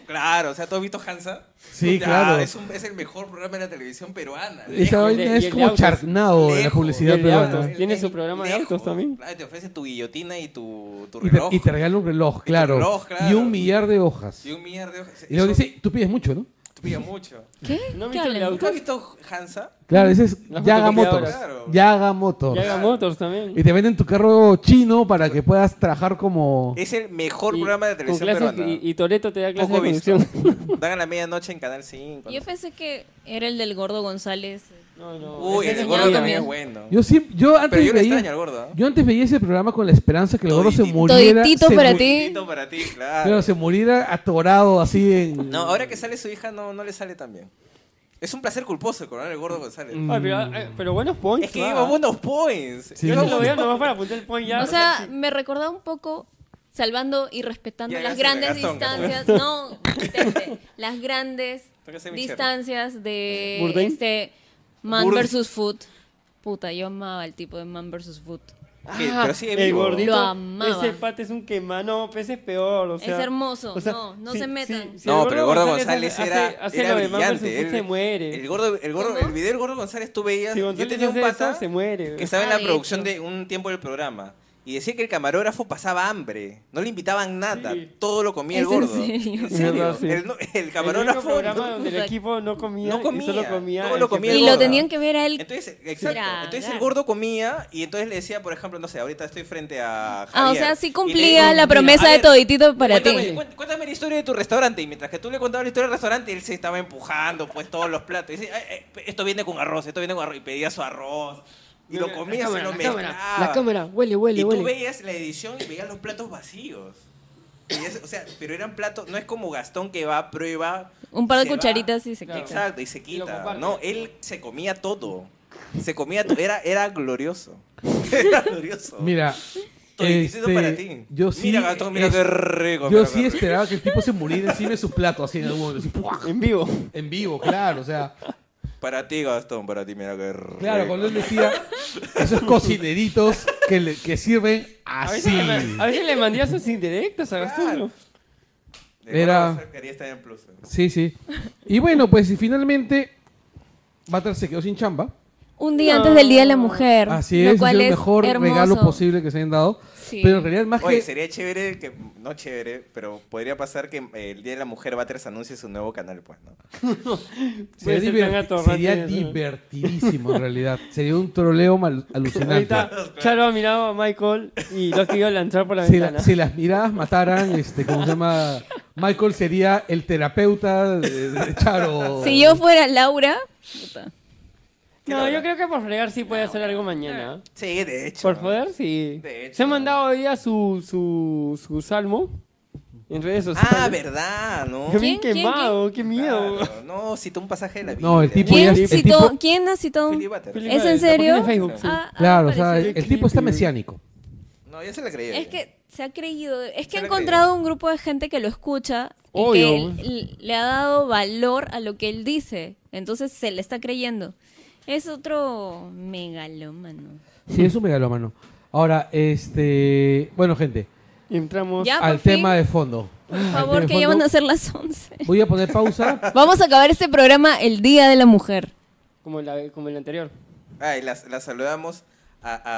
claro, o sea, ¿tú has visto Hansa? Sí, Ya, claro. Es, un- es el mejor programa de la televisión peruana. Esa Lejos, vaina y el es de como autos. charnado de la Lejos. publicidad Y el de peruana. autos. Tiene su programa de autos también. Claro, te ofrece tu guillotina y tu, tu Y te, reloj. y te regala un reloj, claro. reloj, claro. Y un millar de hojas. Y un millar de hojas. Y luego Eso dice, tú pides mucho, ¿no? te pilla mucho. ¿Qué? No me ¿Qué hizo el hablan? auto. ¿Tú has visto Hansa? Claro, ese es Las Yaga Motors. fotocopiadoras. Claro. Yaga Motors. Y haga Motors también. Y te venden tu carro chino para que puedas trabajar como... Es el mejor Y programa de con televisión clases- peruana. Y, y Toreto te da clases Poco de visto. conducción. Dan a la medianoche en Canal 5. Yo pensé que era el del gordo González. No, no. Uy, Ese el señor gordo también también. es bueno. Yo, sí, yo antes Pero yo le veía, extraño al gordo. ¿eh? yo antes veía ese programa con la esperanza que el gordo se Toditito. muriera. Toditito se para mu- ti. Tito para ti, claro. Claro, se muriera atorado así en... No, ahora que sale su hija no, no le sale tan bien. Es un placer culposo el coronel Gordo González. Ay, pero, ay, pero buenos points. Es que va. iba buenos points. Sí. Yo Iba no lo buenos- veo nomás para apuntar el point ya. O sea, me recordaba un poco salvando y respetando Ya, las ya sé, grandes Gastón, distancias. No, detente. las grandes Tengo que ser mi distancias Eh, de ¿Bourdain? este Man Bourdain. vs. Food. Puta, yo amaba el tipo de Man vs. Food. ¿Qué? Pero sigue el vivo. gordito. Lo amaba. Ese pate es un quema. No, ese es peor. O sea, Es hermoso, no, no se metan. No, pero el Gordo González, hace- era, hace- hace era lo de Mamá versus brillante. Food, él- se muere. El, gordo, el, gordo, ¿Cómo? el video del Gordo González tú veías. Si yo González tenía un hace eso, pata se muere. que estaba en Ah, la de producción hecho. de un tiempo del programa. Y decía que el camarógrafo pasaba hambre. No le invitaban nada. Sí. Todo lo comía el ¿Es en gordo. serio? En serio, Es verdad, sí. El, no- el El único camarógrafo. programa no- donde el Puta. equipo no comía, No y solo comía, comía todo el lo que comía Y el perdía. lo gordo. tenían que ver a él. Entonces, exacto. Era- Entonces el era. gordo comía y entonces le decía, por ejemplo, no sé, ahorita estoy frente a Javier. Ah, o sea, sí Y le cumplía digo, la "Mira, promesa a de ver, toditito para ti. Cuéntame, cuént- cuéntame la historia de tu restaurante. Y mientras que tú le contabas la historia del restaurante, él se estaba empujando, pues, todos los platos. Y dice, "Ay, ay, esto viene con arroz, esto viene con arroz. Y pedía su arroz. Y lo comía, se lo mezclaba. huele, Pues huele, Y tú veías la edición y veías los platos vacíos. Y es- o sea, pero eran platos, no es como Gastón que va a prueba. Un par de se va. cucharitas y se quita. Exacto, y se Y lo quita. comparte. no, él se comía todo. Se comía todo. Era, era glorioso. Era glorioso. Mira, Estoy diciendo este, para ti. yo sí, Mira, Gastón, mira es- qué yo rico. mira sí qué rico. esperaba que el tipo se muriera encima de su plato, así en algún momento, así, ¡pua! En vivo. en vivo, claro, o sea, Para ti, Gastón, para ti, mira qué rico. claro, cuando él decía esos cocineritos que, le- que sirven A veces, así. le, a veces le mandía sus indirectas a Gastón. De era- acuerdo, quería estar en plus. Sí, sí. Y bueno, pues y finalmente Butter se quedó sin chamba. Un día No. antes del Día de la Mujer. Así lo es, cual es el es mejor hermoso. regalo posible que se hayan dado. Sí. Pero en realidad más Oye, que... sería chévere que. No chévere, pero podría pasar que eh, el Día de la Mujer Batters anuncie su nuevo canal, pues, ¿no? Sería, Puede ser divert- tan atorrante sería eso. divertidísimo en realidad. Sería un troleo mal- alucinante. Ahorita Charo ha mirado a Michael y lo ha querido lanzar por la Si, la- ventana. si las miradas mataran, este, ¿cómo se llama? Michael sería el terapeuta de, de Charo. Si yo fuera Laura. puta. No, yo creo que por fregar sí puede hacer algo mañana. Ah, Sí, de hecho. Por joder, sí. De hecho. Se ha mandado hoy día su, su, su salmo en redes sociales. Ah, verdad, ¿no? Qué ¿Quién? bien ¿Quién? quemado, qué miedo. Claro, no, citó un pasaje de la Biblia. No, el tipo ¿Quién, ya- el citó, tipo- ¿Quién ha citado? Philip Butters. Philip ¿Es Butters, en la página serio? de Facebook, sí. Ah, ah, Claro, o sea, eh, parece. el tipo está mesiánico. No, ya se la creía. Es yo. que se ha creído, es que Se ha lo ha encontrado un grupo de gente que lo escucha y Obvio. que él- le ha dado valor a lo que él dice, entonces se le está creyendo. Es otro megalómano. Sí, Hmm. es un megalómano. Ahora, este. Bueno, gente, Entramos. Ya, al Ah, por fin. tema de fondo. Por favor, que ya van a ser las 11. Voy a poner pausa. Vamos a acabar este programa el Día de la Mujer. Como, la, como el anterior. Ah, y las, las saludamos a, a-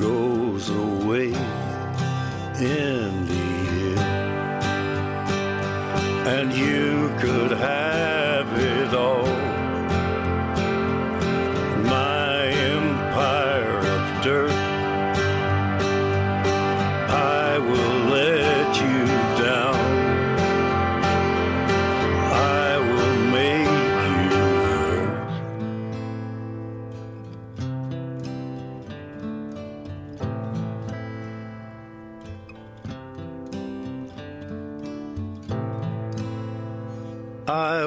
goes away in the end. And you could have it all. My empire of dirt. I will let you down. I will make you hurt. I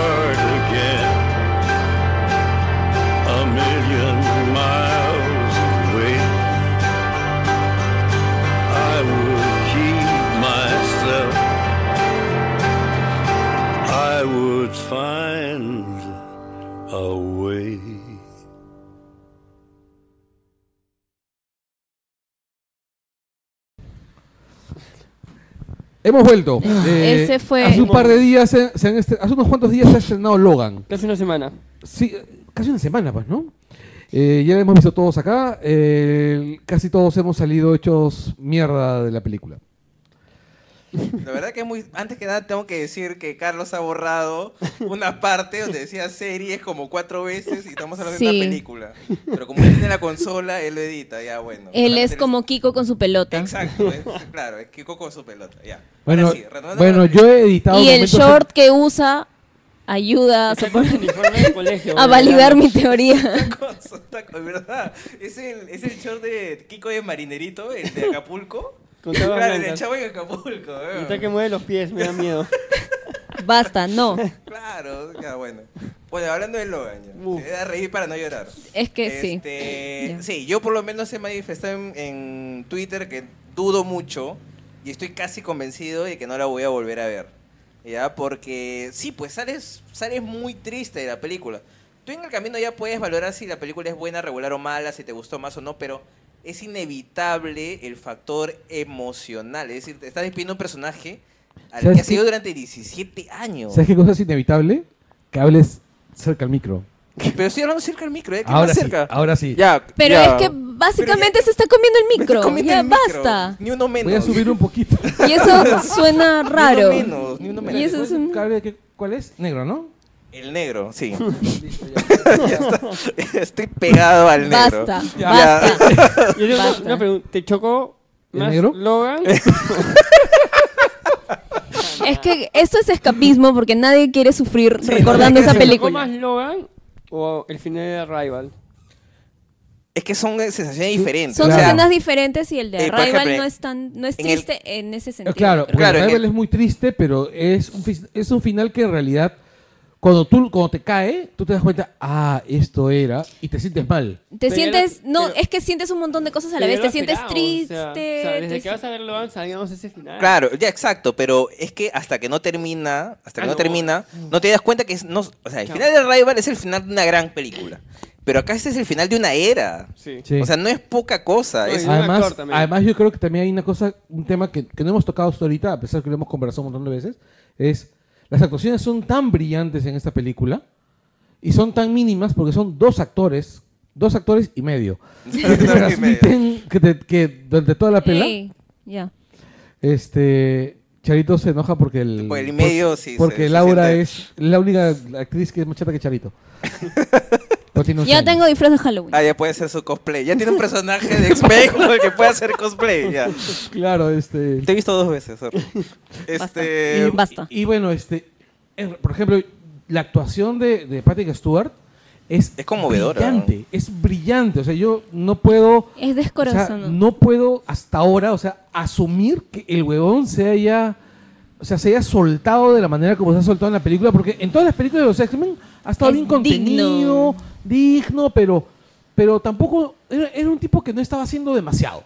again a million miles away, I would keep myself. I would find a way. Hemos vuelto. Eh, Ah, Ese fue- Hace un par de días, se, se han estre- hace unos cuantos días se ha estrenado Logan. Casi una semana. Sí, casi una semana, pues, ¿no? Eh, ya la hemos visto todos acá. eh, casi todos hemos salido hechos mierda de la película. La verdad que muy... Antes que nada tengo que decir que Carlos ha borrado una parte donde decía series como cuatro veces y estamos hablando de Sí. una película. Pero como él tiene la consola, él lo edita, ya bueno. Él Para es hacer- como Kiko con su pelota. Exacto, es- claro, es Kiko con su pelota, ya. Bueno, Ahora sí, retomando bueno la- yo he editado. Y el momentos- short que usa ayuda a, Está con el uniforme del colegio, a boludo. validar mi teoría. Con su taco, de verdad. Es el, es el short de Kiko de Marinerito, el de Acapulco. Con tabas claro, el de blancas. Chavo en Acapulco. Y weón. está que mueve los pies, me da miedo. Basta, no. Claro, ya bueno. Bueno, hablando de Logan, ya. Uf. Se da reír para no llorar. Es que sí. Este, Ya. Sí, yo por lo menos he manifestado en, en Twitter que dudo mucho y estoy casi convencido de que no la voy a volver a ver. ¿Ya? Porque sí, pues sales, sales muy triste de la película. Tú en el camino ya puedes valorar si la película es buena, regular o mala, si te gustó más o no, pero es inevitable el factor emocional. Es decir, te estás despidiendo un personaje al ¿Sabes que has qué? sido durante 17 años. ¿Sabes qué cosa es inevitable? Que hables cerca al micro. Pero estoy hablando cerca del micro, ¿eh? Que Ahora más sí, cerca. ahora sí. Ya, Pero ya. es que básicamente se está comiendo el Me estoy micro. comiendo Ya el micro. basta. Ni uno menos. Voy a subir un poquito. Y eso suena raro. menos, ni uno menos. Y eso es un... ¿Cable de qué- ¿Cuál es? Negro, ¿no? El negro, sí. Ya está. Estoy pegado al negro. Basta, Ya. basta. Yo tengo Basta. una pregunta. ¿Te chocó ¿El más negro? Logan? Es que esto es escapismo porque nadie quiere sufrir Sí, recordando nadie esa quiere ¿Chocó más película. Logan o el final de Arrival? Es que son eh, sensaciones diferentes. Son o sea, escenas diferentes y el de Eh, por Arrival ejemplo, no es, tan, no es en el- triste en, ese Eh, sentido. Claro, creo. Claro, claro en el- es muy triste, pero es un, fi- es un final que en realidad, cuando tú cuando te cae, tú te das cuenta, ah, esto era, y te sientes mal. Te Pero sientes, ya lo- no, pero- es que sientes un montón de cosas a la Pero vez, yo lo te sientes esperaba, o triste. sea, o sea, desde te que vas a ver Logan sabíamos ese final. Claro, ya exacto, pero es que hasta que no termina, hasta que Ah, no, no. termina, no te das cuenta que es no, o sea, el Chao. final de Rival es el final de una gran película, pero acá este es el final de una era. Sí. Sí. O sea, no es poca cosa, No, es y un Además, actor también. además, yo creo que también hay una cosa, un tema que, que no hemos tocado hasta ahorita, a pesar que lo hemos conversado un montón de veces, es las actuaciones son tan brillantes en esta película y son tan mínimas porque son dos actores, dos actores y medio, que te Actor y medio. transmiten que, te- que durante toda la pela, Ey, ya. este, Charito se enoja porque el, Por el y medio, por- sí, porque se- se Laura siente. es la única actriz que es más chata que Charito. Continúa, Ya Charito. tengo disfraz de Halloween. Ah, ya puede ser su cosplay. Ya tiene un personaje de X-Men con el que puede hacer cosplay. Ya. claro, este. Te he visto dos veces, sorry. Este, Y basta. Y, y bueno, este, en- por ejemplo, la actuación de, de Patrick Stewart es, Es conmovedora, ¿no? brillante, es brillante. O sea, yo no puedo, Es o sea, descorazonado. no puedo hasta ahora, o sea, asumir que el huevón se haya, o sea, se haya soltado de la manera como se ha soltado en la película, porque en todas las películas de los X-Men ha estado Es bien contenido, digno, pero, pero tampoco era, era un tipo que no estaba haciendo demasiado.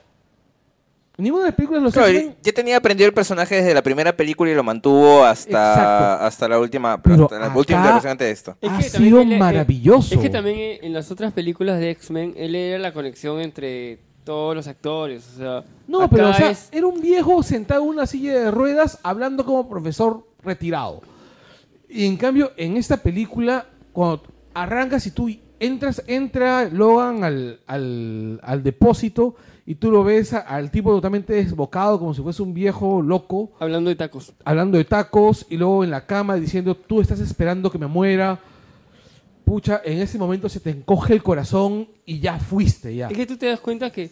En ninguna de las películas de los Claro, X-Men ya tenía aprendido el personaje desde la primera película y lo mantuvo Exacto. hasta, hasta la última, Pero hasta la acá- última versión antes de esto. Ha que también sido él- eh, maravilloso. Es que también eh, en las otras películas de X-Men, él era la conexión entre todos los actores. O sea, No, pero o acá sea, es- era un viejo sentado en una silla de ruedas hablando como profesor retirado. Y en cambio, en esta película, cuando arrancas y tú entras, entra Logan al, al, al depósito y tú lo ves a- al tipo totalmente desbocado, como si fuese un viejo loco, hablando de tacos. hablando de tacos y luego en la cama diciendo, tú estás esperando que me muera. Pucha, en ese momento se te encoge el corazón y ya fuiste, ya. Es que tú te das cuenta que,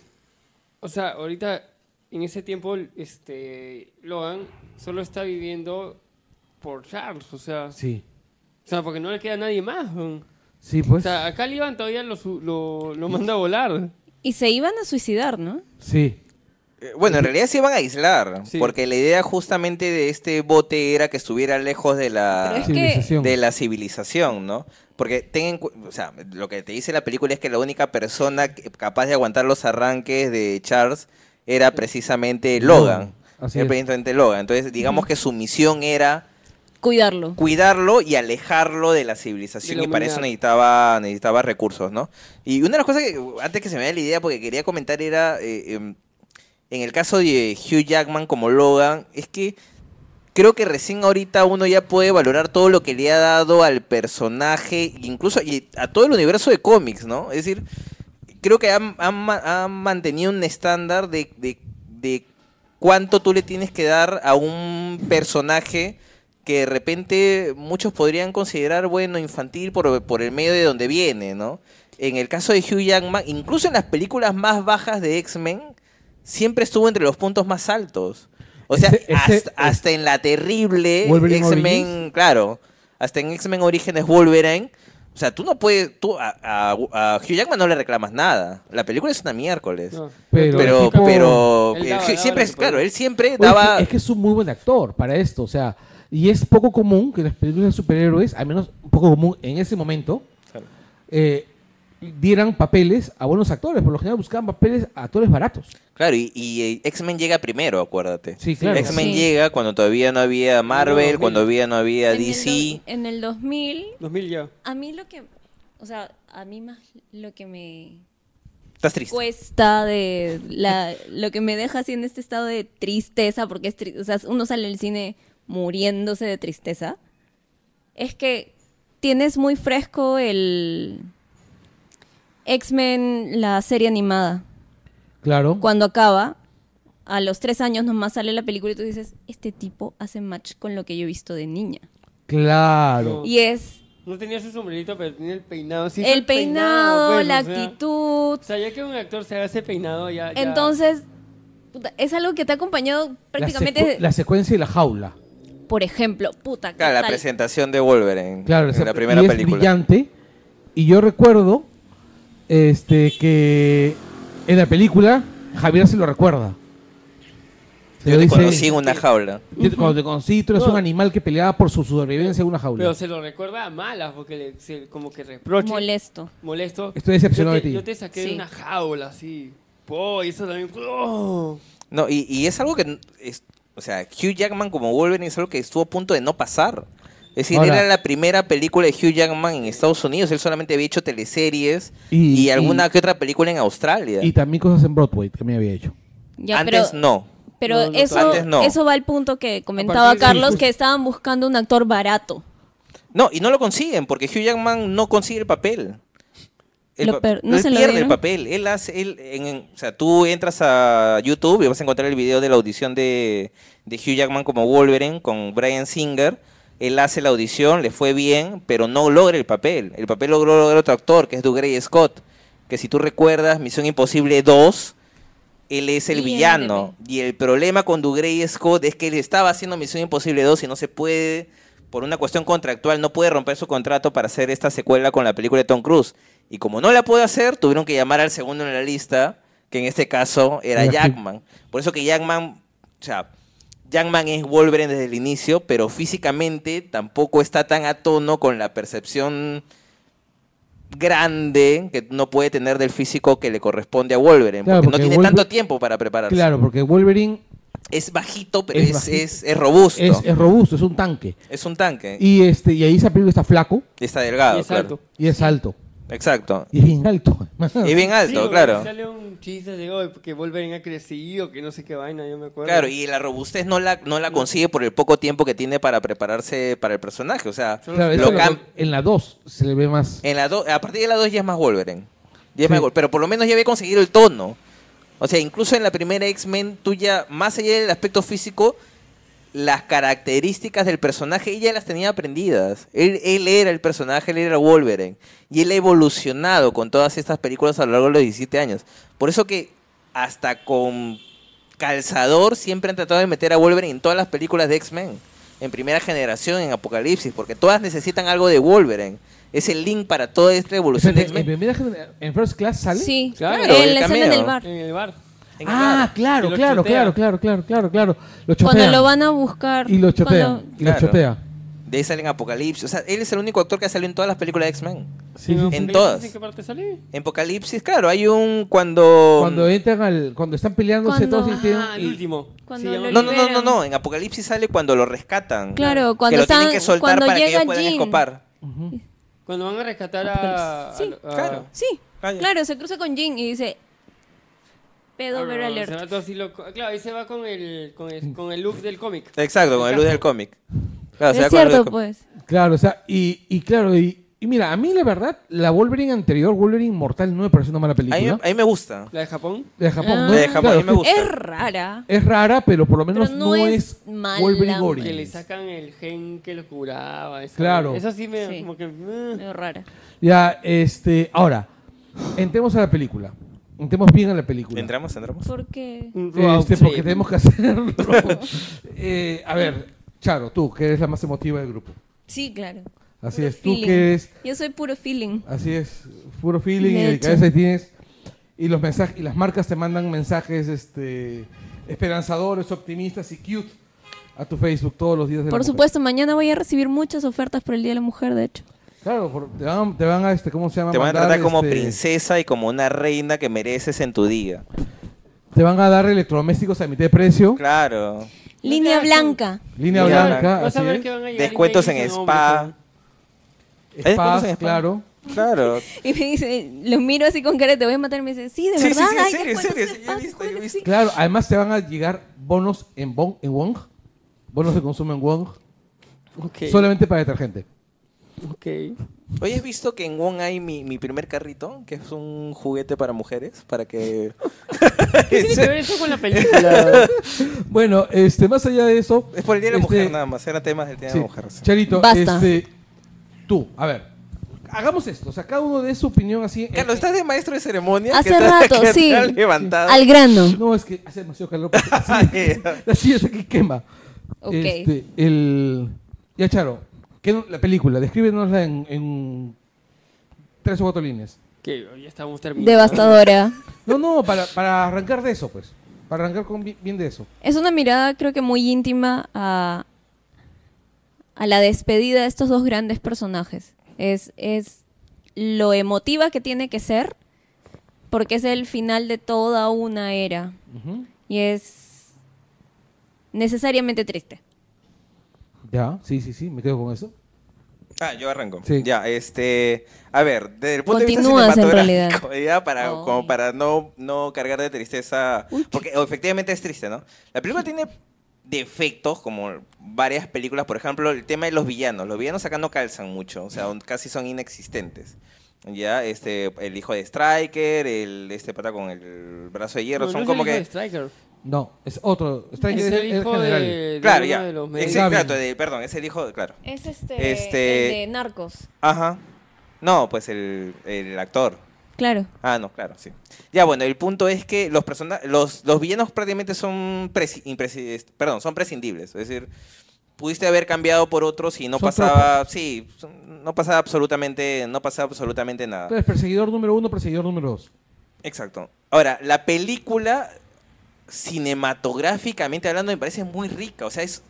o sea, ahorita en ese tiempo, este, Logan solo está viviendo por Charles, o sea, Sí, o sea porque no le queda nadie más. weón. sí, O pues. sea, acá Iván todavía lo, su- lo, lo manda a volar. Y se iban a suicidar, ¿no? Sí. Eh, Bueno, en realidad se iban a aislar, Sí. porque la idea justamente de este bote era que estuviera lejos de Pero la, es que... Civilización. de la civilización, ¿no? Porque ten en cu- o sea, lo que te dice la película es que la única persona que- capaz de aguantar los arranques de Charles era precisamente Logan. Así Era es. precisamente Logan. Entonces, digamos que su misión era Cuidarlo. cuidarlo y alejarlo de la civilización De la y para eso humanidad. necesitaba necesitaba recursos, ¿no? Y una de las cosas que antes que se me vaya la idea porque quería comentar era eh, em, en el caso de Hugh Jackman como Logan es que creo que recién ahorita uno ya puede valorar todo lo que le ha dado al personaje incluso y a todo el universo de cómics, ¿no? Es decir, creo que han, han ma- han mantenido un estándar de, de- de cuánto tú le tienes que dar a un personaje que de repente muchos podrían considerar, bueno, infantil por, por el medio de donde viene, ¿no? En el caso de Hugh Jackman, incluso en las películas más bajas de X-Men, siempre estuvo entre los puntos más altos. O sea, Ese- ese- hasta, hasta en la terrible Wolverine X-Men, claro, hasta en X-Men Orígenes Wolverine, o sea, tú no puedes, tú a, a- a Hugh Jackman no le reclamas nada. La película es una miércoles. No. Pero- Pero, tipo- pero, Él eh, daba- Hugh daba siempre, lo que claro, podía. él siempre Oye, daba... es que es un muy buen actor para esto, o sea, Y es poco común que las películas de superhéroes, al menos poco común en ese momento, Claro. eh, dieran papeles a buenos actores. Por lo general buscaban papeles a actores baratos. Claro, y, y, eh, X-Men llega primero, acuérdate. Sí, claro. X-Men Sí. llega cuando todavía no había Marvel, 2000. cuando todavía no había En el DC. do- en el 2000, 2000 ya. a mí lo que, o sea, a mí más lo que me Estás triste. Pues, cuesta de la, lo que me deja así en este estado de tristeza, porque es tri- o sea, uno sale del cine muriéndose de tristeza, es que tienes muy fresco el X-Men, la serie animada. Claro. Cuando acaba, a los tres años nomás sale la película y tú dices, este tipo hace match con lo que yo he visto de niña. Claro. Y es No tenía su sombrerito, pero tenía el peinado. Sí, fue el peinado, pues, la o sea. actitud, O sea, ya que un actor se haga ese peinado, ya. ya- Entonces, puta, es algo que te ha acompañado La, prácticamente, secu- la secuencia y la jaula. por ejemplo, puta. Claro, la tal- presentación de Wolverine Claro, en esa- la primera y es película. brillante. Y yo recuerdo este, que en la película Javier se lo recuerda. Se Yo lo te dice- conocí en una jaula. Yo te- Cuando te conocí, tú eres No. un animal que peleaba por su sobrevivencia en una jaula. Pero se lo recuerda a malas, porque le- se- como que reproche. Molesto. molesto. Estoy decepcionado Yo te- de ti. Yo te saqué de Sí. una jaula, así. Po, y eso también. ¡Oh! No, y, y es algo que. n- es- o sea, Hugh Jackman como Wolverine es algo que estuvo a punto de no pasar. Es decir, Ahora- era la primera película de Hugh Jackman en Estados Unidos. Él solamente había hecho teleseries Y- y, y- alguna que otra película en Australia. Y también cosas en Broadway que me había hecho. Ya, Antes pero, no. Pero No, no, eso, antes no. eso va al punto que A comentaba partir de ahí, Carlos, justo. que estaban buscando un actor barato. No, y no lo consiguen porque Hugh Jackman no consigue el papel. Lo per- no él se lo pierde el dieron. papel. Él hace, él, en- en- o sea, tú entras a YouTube y vas a encontrar el video de la audición de, de Hugh Jackman como Wolverine con Brian Singer. Él hace la audición, le fue bien, pero no logra el papel. El papel logró lograr otro actor, que es Dougray Scott, que si tú recuerdas, Misión Imposible 2, él es el Y el villano. Y el problema con Dougray Scott es que él estaba haciendo Misión Imposible 2 y no se puede, por una cuestión contractual, no puede romper su contrato para hacer esta secuela con la película de Tom Cruise. Y como no la puede hacer, tuvieron que llamar al segundo en la lista, que en este caso era Era Jackman. Por eso que Jackman, o sea, Jackman es Wolverine desde el inicio, pero físicamente tampoco está tan a tono con la percepción grande que no puede tener del físico que le corresponde a Wolverine, Claro, porque, porque no tiene Wolver- tanto tiempo para prepararse. Claro, porque Wolverine Es bajito, pero Es es, bajito. es- es robusto. es, Es, es robusto, es un tanque. un tanque. Y, Y este y ahí esa película está flaco está delgado, y es claro. alto. y es alto. Exacto. Y es bien alto. Y bien Sí, alto, porque claro. Sale un chiste de hoy que Wolverine ha crecido, que no sé qué vaina, yo me acuerdo. Claro, y la robustez no la, no la consigue por el poco tiempo que tiene para prepararse para el personaje. O sea, Claro, lo eso lo- cam- en la 2 se le ve más. en la do- a partir de la 2 ya es más Wolverine. Ya es Sí. más Wol- pero por lo menos ya había conseguido el tono. O sea, incluso en la primera X-Men, tú ya, más allá del aspecto físico, las características del personaje ella las tenía aprendidas. Él, él era el personaje, él era Wolverine. Y él ha evolucionado con todas estas películas a lo largo de los 17 años. Por eso que hasta con Calzador siempre han tratado de meter a Wolverine en todas las películas de X-Men. En primera generación, en Apocalipsis, porque todas necesitan algo de Wolverine. Es el link para toda esta evolución Espérate, de en, X-men. primera genera- en First Class sale. Sí, Claro, el en la escena cameo. del bar. En el bar. En Ah, Claro. claro, Y lo claro, chotea. claro, claro, claro, claro, claro. Lo Cuando chotean. lo van a buscar. y lo chotean. cuando- Y lo Claro. chotea. De ahí salen Apocalipsis. O sea, él es el único actor que ha salido en todas las películas de X-Men. Sí, sí, sí. En todas. ¿En qué parte sale? En Apocalipsis, claro, hay un cuando... Cuando entran al cuando están peleándose Cuando- todos y tienen Ah, el y- último. Cuando Sí, lo No, no, llamamos- no, no, liberan. no. En Apocalipsis sale cuando lo rescatan. Claro, cuando que lo están- tienen que soltar cuando para que ellos llega puedan Jean. escapar. Ujú. Cuando van a rescatar a. a- Sí. a- Claro. Sí, Ah, ya. claro, se cruza con Jin y dice, a- pedo ver se alert. va todo así loco. Claro, ahí se va con el, con el, con el look del cómic. Exacto, con el luz del cómic. Claro, se da Es con el luz cierto, del cómic. pues. Claro, o sea, y, y claro, y, y mira, a mí la verdad, la Wolverine anterior, Wolverine Mortal, no me pareció una mala A mí, película. a mí me gusta. La de Japón. De Japón, Ah. ¿no? La de Japón, a mí me gusta. Es rara. Es rara, pero por lo menos Pero no, no es, es mala, Wolverine Que le Origins. sacan el gen que lo curaba. esa- Claro. Eso sí me. Sí. Como que. eh. medio rara. Ya, este, ahora, entremos a la película. Entremos bien a la película. Entramos, entramos. Porque Un road Este, trip. porque tenemos que hacerlo. Eh, a ver, Charo, tú, que eres la más emotiva del grupo. sí, claro. Así Puro es, tú feeling. que eres, Yo soy puro feeling. así es, puro feeling y De de hecho. cabeza tienes. Y los mensajes, y las marcas te mandan mensajes este esperanzadores, optimistas y cute a tu Facebook todos los días de la Por mujer. supuesto, mañana voy a recibir muchas ofertas por el Día de la Mujer, de hecho. Claro, por- te, van, te van a, este, ¿cómo se llama? Te van a Mandar, tratar como este, princesa y como una reina que mereces en tu día. Te van a dar electrodomésticos a mitad de precio, Claro. Línea te- blanca. línea Mira, blanca, Vas a así ver es, que van a llegar Descuentos en imbéciles spa. spas, descuentos en spa? claro. Claro. Y me dice, lo miro así con cara, te voy a matar. Y me dice, sí, de Sí, sí, verdad. sí, en ay, serio, en descuentos serio, de sí, yo he visto, spa, yo he descuentos, visto. sí". Claro, además te van a llegar bonos en, bon, en Wong, bonos de consumo en Wong, en hombres, ¿no? solamente para detergente. Ok, ok. Hoy has visto que en Wong hay mi, mi primer carrito, que es un juguete para mujeres, para que... ¿Qué tiene que ver eso con la película? Bueno, este, más allá de eso... es por el Día de la este, Mujer nada más, era temas del Día de Sí. la Mujer. sí. Charito, Basta. este, tú, a ver, hagamos esto, o sea, cada uno dé su opinión así. Eh, en- Carlos, ¿estás de maestro de ceremonia? Eh, Hace Que estás- rato, que sí. te has levantado. Al grano. No, es que hace demasiado calor. porque así- la silla se que quema. Ok. Este, el... Ya, Charo, ¿qué no- la película, descríbenosla en, en tres o cuatro líneas. que hoy estamos terminando. Devastadora. No, no, para, para arrancar de eso, pues. Para arrancar con, bi- bien de eso. Es una mirada creo que muy íntima a, a la despedida de estos dos grandes personajes. Es, es lo emotiva que tiene que ser, porque es el final de toda una era. Ujú. Y es necesariamente triste. Ya, sí, sí, sí, me quedo con eso. Ah, yo arranco. Sí. Ya, este. A ver, desde el punto Continúas, de en vista realidad. cinematográfico, ya, para, Ay. como para no, no cargar de tristeza. Porque oh, efectivamente es triste, ¿no? La película tiene defectos, como varias películas, por ejemplo, el tema de los villanos. Los villanos acá no calzan mucho, o sea, casi son inexistentes. Ya, este, el hijo de Striker, el, este pata con el brazo de hierro, No, son no es el como hijo que. de Striker. No, es otro. Está Es el hijo de, de Claro, uno ya. de los Ex- medios. Gavin. exacto, de- perdón, es el hijo, de- claro. Es Este- el de de Narcos. Ajá. No, pues el, el actor. Claro. Ah, no, claro, sí. Ya, bueno, el punto es que los persona los, los villanos prácticamente son presi- impresi- es- perdón, son prescindibles. Es decir, pudiste haber cambiado por otros y no Son pasaba. Sí, son- no pasaba absolutamente. No pasaba absolutamente nada. Claro, es perseguidor número uno, perseguidor número dos. Exacto. Ahora, la película, cinematográficamente hablando, me parece muy rica. O sea, es.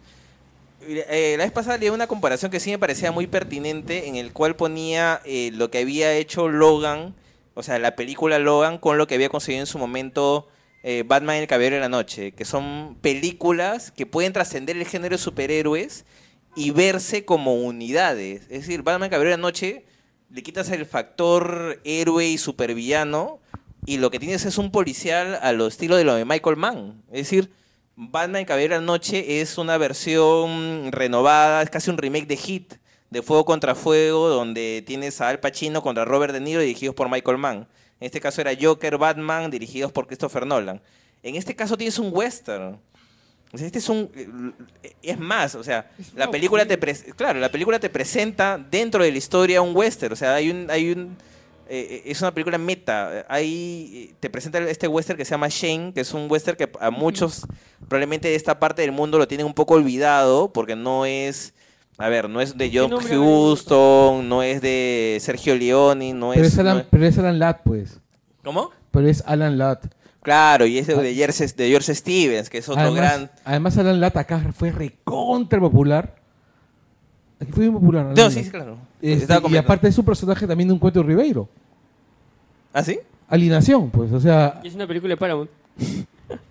eh, la vez pasada leí una comparación que sí me parecía muy pertinente, en el cual ponía eh, lo que había hecho Logan, o sea, la película Logan, con lo que había conseguido en su momento eh, Batman y el Caballero de la Noche, que son películas que pueden trascender el género de superhéroes y verse como unidades. Es decir, Batman y el Caballero de la Noche le quitas el factor héroe y supervillano y lo que tienes es un policial a lo estilo de lo de Michael Mann. Es decir, Batman Caballero de la Noche es una versión renovada, es casi un remake de Hit, de Fuego contra Fuego, donde tienes a Al Pacino contra Robert De Niro dirigidos por Michael Mann. En este caso era Joker, Batman, dirigidos por Christopher Nolan. En este caso tienes un western. O sea, Este es un eh, es más, o sea, la película te pres- claro, la película te presenta dentro de la historia un western, o sea, hay un hay un eh, eh, es una película meta. eh, Ahí eh, te presenta este western que se llama Shane, que es un western que a muchos probablemente de esta parte del mundo lo tienen un poco olvidado porque no es a ver, no es de John nombre Houston, no es de Sergio Leone, no Pero es, es, Alan, no es- pero es Alan Ladd, pues. ¿Cómo? Pero es Alan Ladd. Claro, y es de Jersey, de Jersey Stevens, que es otro Ah. además, gran además, Alan Ladd acá fue recontra popular. Aquí fue bien popular. Alan No, sí, Ladd. sí, claro. Este, Estaba y comentando. aparte es un personaje también de un cuento de Ribeiro. ¿Ah, sí? Alienación, pues, o sea, Y Es una película de Paramount.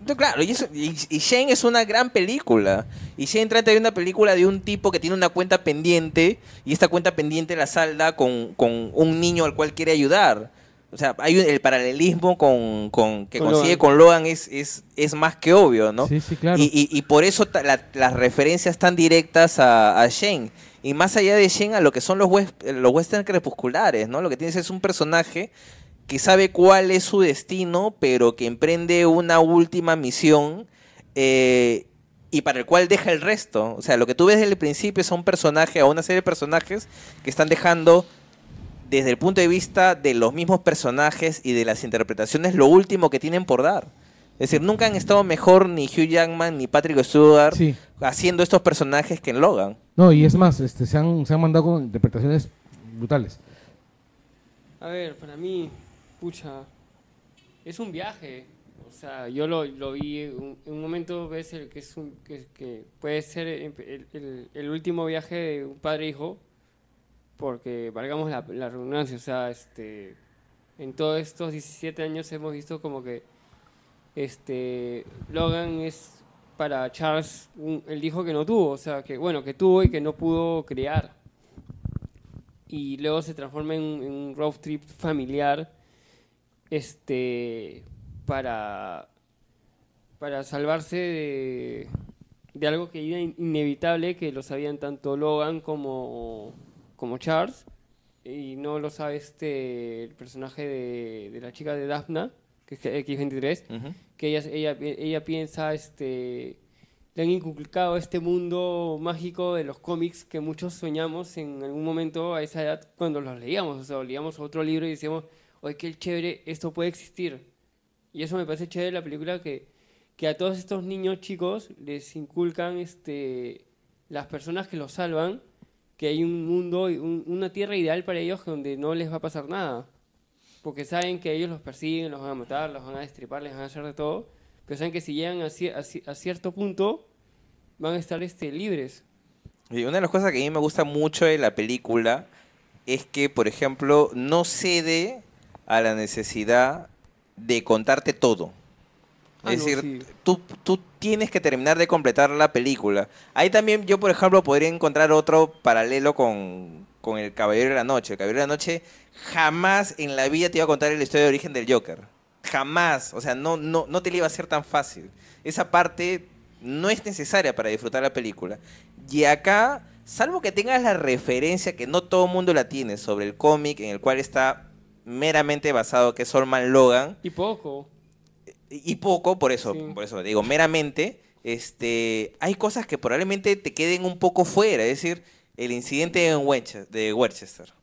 No, claro, y, eso- y- y Shane es una gran película. Y Shane trata de una película de un tipo que tiene una cuenta pendiente y esta cuenta pendiente la salda con, con un niño al cual quiere ayudar. O sea, hay un- el paralelismo con, con- que Con consigue Logan. con Logan es, es, es más que obvio, ¿no? Sí, sí, claro. Y, y- y por eso ta- la- las referencias tan directas a, a Shane. Y más allá de Shane, a lo que son los, wes- eh, los western crepusculares, ¿no? Lo que tienes es un personaje que sabe cuál es su destino, pero que emprende una última misión eh, y para el cual deja el resto. O sea, lo que tú ves desde el principio son personajes o una serie de personajes que están dejando desde el punto de vista de los mismos personajes y de las interpretaciones lo último que tienen por dar. Es decir, nunca han estado mejor ni Hugh Jackman ni Patrick Stewart Sí. haciendo estos personajes que en Logan. no, y es más, este, se, han, se han mandado con interpretaciones brutales. A ver, para mí, pucha, es un viaje. O sea, yo lo, lo vi en en un momento, ves el que, es un, que, que puede ser el, el- el último viaje de un padre e hijo, porque valgamos la, la redundancia, o sea, este, en todos estos 17 años hemos visto como que este, Logan es para Charles un- el hijo que no tuvo, o sea, que bueno, que tuvo y que no pudo criar. Y luego se transforma en, un- en un road trip familiar este, para, para salvarse de, de algo que era in- inevitable, que lo sabían tanto Logan como, como Charles, y no lo sabe este, el personaje de, de la chica de Daphne, que es X23, Ujú. que ella, ella, ella piensa, este, le han inculcado este mundo mágico de los cómics que muchos soñamos en algún momento a esa edad cuando los leíamos, o sea, o leíamos otro libro y decíamos, oye, qué chévere, esto puede existir. Y eso me parece chévere de la película que, que a todos estos niños chicos les inculcan este, las personas que los salvan, que hay un mundo, y un- una tierra ideal para ellos donde no les va a pasar nada. Porque saben que ellos los persiguen, los van a matar, los van a destripar, les van a hacer de todo. Pero saben que si llegan a, cier- a ci- a cierto punto, van a estar este, libres. Y una de las cosas que a mí me gusta mucho de la película es que, por ejemplo, no cede a la necesidad de contarte todo. Ah, es no, decir, sí. tú, tú tienes que terminar de completar la película. Ahí también yo, por ejemplo, podría encontrar otro paralelo con, con El Caballero de la Noche. El Caballero de la Noche jamás en la vida te iba a contar la historia de origen del Joker. Jamás. O sea, no, no, no te la iba a ser tan fácil. Esa parte no es necesaria para disfrutar la película. Y acá, salvo que tengas la referencia que no todo el mundo la tiene sobre el cómic en el cual está meramente basado, que es Solman Logan, Y poco. y poco, por eso, Sí. por eso te digo, meramente, este, hay cosas que probablemente te queden un poco fuera, es decir, el incidente en Wenche- de Worcester,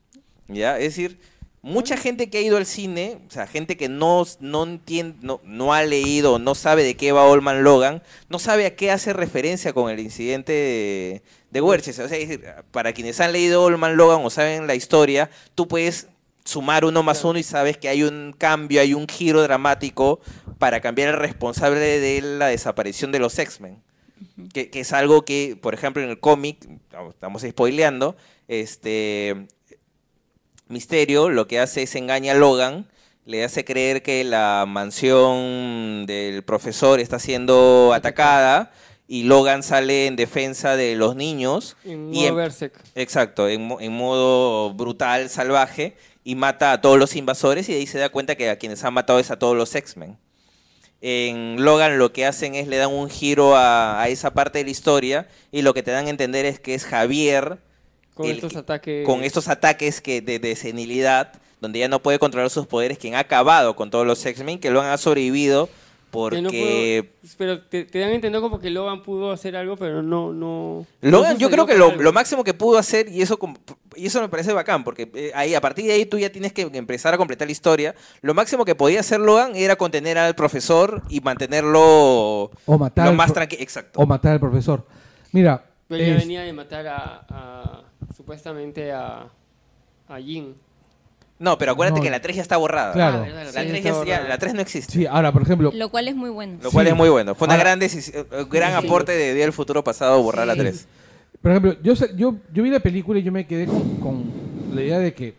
¿ya? Es decir, mucha gente que ha ido al cine, o sea, gente que no, no entiende, no, no ha leído, no sabe de qué va Olman Logan, no sabe a qué hace referencia con el incidente de, de Worcester, o sea, es decir, para quienes han leído Olman Logan o saben la historia, tú puedes sumar uno más Claro. uno y sabes que hay un cambio, hay un giro dramático para cambiar el responsable de la desaparición de los X-Men. Que, que es algo que, por ejemplo, en el cómic, estamos spoileando, este Misterio lo que hace es engaña a Logan, le hace creer que la mansión del profesor está siendo atacada y Logan sale en defensa de los niños En y modo em- Berserk. Exacto, en, mo- en modo brutal, salvaje, y mata a todos los invasores y de ahí se da cuenta que a quienes han matado es a todos los X-Men. En Logan lo que hacen es le dan un giro a, a esa parte de la historia y lo que te dan a entender es que es Javier Con el estos que- ataques. con estos ataques que de, de senilidad, donde ya no puede controlar sus poderes, quien ha acabado con todos los X-Men, que lo han sobrevivido que porque... no puedo- pero te, te dan a entender como que Logan pudo hacer algo, pero no. no Logan, no yo creo sucedió que lo, algo. lo máximo que pudo hacer, y eso, com- y eso me parece bacán, porque eh, ahí, a partir de ahí tú ya tienes que empezar a completar la historia. Lo máximo que podía hacer Logan era contener al profesor y mantenerlo O matar lo al más pro- tranquilo. Exacto. O matar al profesor. Mira, Pero ella es- venía de matar a. a- supuestamente a. A Jin. No, pero acuérdate No. que la 3 ya está borrada. Claro. Ah, verdad, La sí, 3, está ya, borrada. la 3 no existe. sí, ahora, por ejemplo, Lo cual es muy bueno. Lo cual Sí. es muy bueno. Fue una Ahora- gran decisión, eh, gran Sí. aporte de Día del Futuro Pasado borrar la 3. Por ejemplo, yo, sé- yo, yo vi la película y yo me quedé con, con la idea de que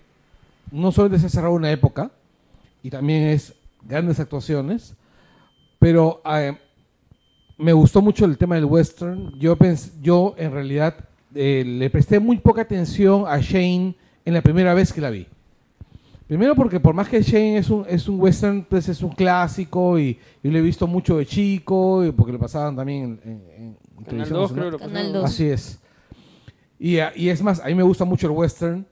no solo se ha cerrado una época, y también es grandes actuaciones, pero eh, me gustó mucho el tema del western. Yo, pens- yo en realidad eh, le presté muy poca atención a Shane en la primera vez que la vi. Primero porque por más que Shane es un, es un western, pues es un clásico y yo lo he visto mucho de chico, y porque lo pasaban también en, en- en Canal televisión 2, nacional. creo que lo Canal pasaron. dos. Así es. Y, a- y es más, a mí me gusta mucho el western,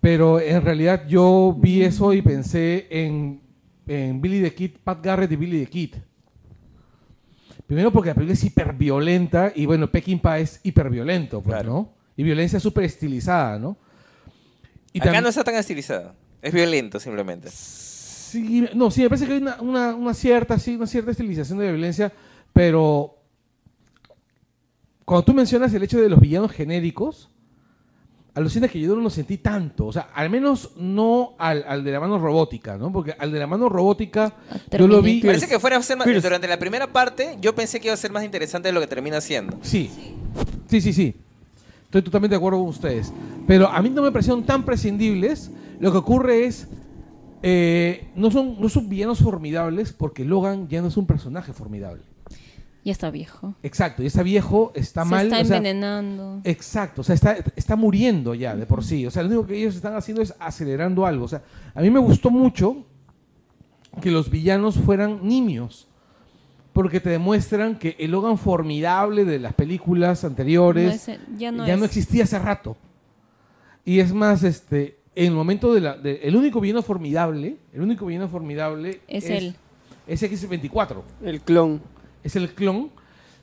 pero en realidad yo vi eso y pensé en, en Billy the Kid, Pat Garrett y Billy the Kid. Primero porque la película es hiperviolenta y bueno, Peckinpah es hiperviolento, pues, Claro. ¿no? Y violencia súper estilizada, ¿no? Y Acá tam- no está tan estilizada. Es violento simplemente. Sí, no, sí, me parece que hay una, una- una cierta, sí, una cierta estilización de la violencia, pero cuando tú mencionas el hecho de los villanos genéricos, Alucina que yo no lo sentí tanto, o sea, al menos no al, al de la mano robótica, ¿no? Porque al de la mano robótica yo lo vi... Terminator. Parece que fuera a ser más, Pierce. durante la primera parte yo pensé que iba a ser más interesante de lo que termina siendo. Sí. Sí, sí, sí. Estoy totalmente de acuerdo con ustedes. Pero a mí no me parecieron tan prescindibles. Lo que ocurre es. eh, no, son, no son villanos formidables porque Logan ya no es un personaje formidable. Ya está viejo. Exacto. Y está viejo, está Se mal. está o sea, envenenando. Exacto, o sea, está, está muriendo ya de por sí. O sea, lo único que ellos están haciendo es acelerando algo. O sea, a mí me gustó mucho que los villanos fueran niños, porque te demuestran que el Logan formidable de las películas No anteriores es el- ya no es. existía hace rato. Y es más, este, en el momento de la, de- el único villano formidable, el único villano formidable Es él. es X24 El clon. es el clon,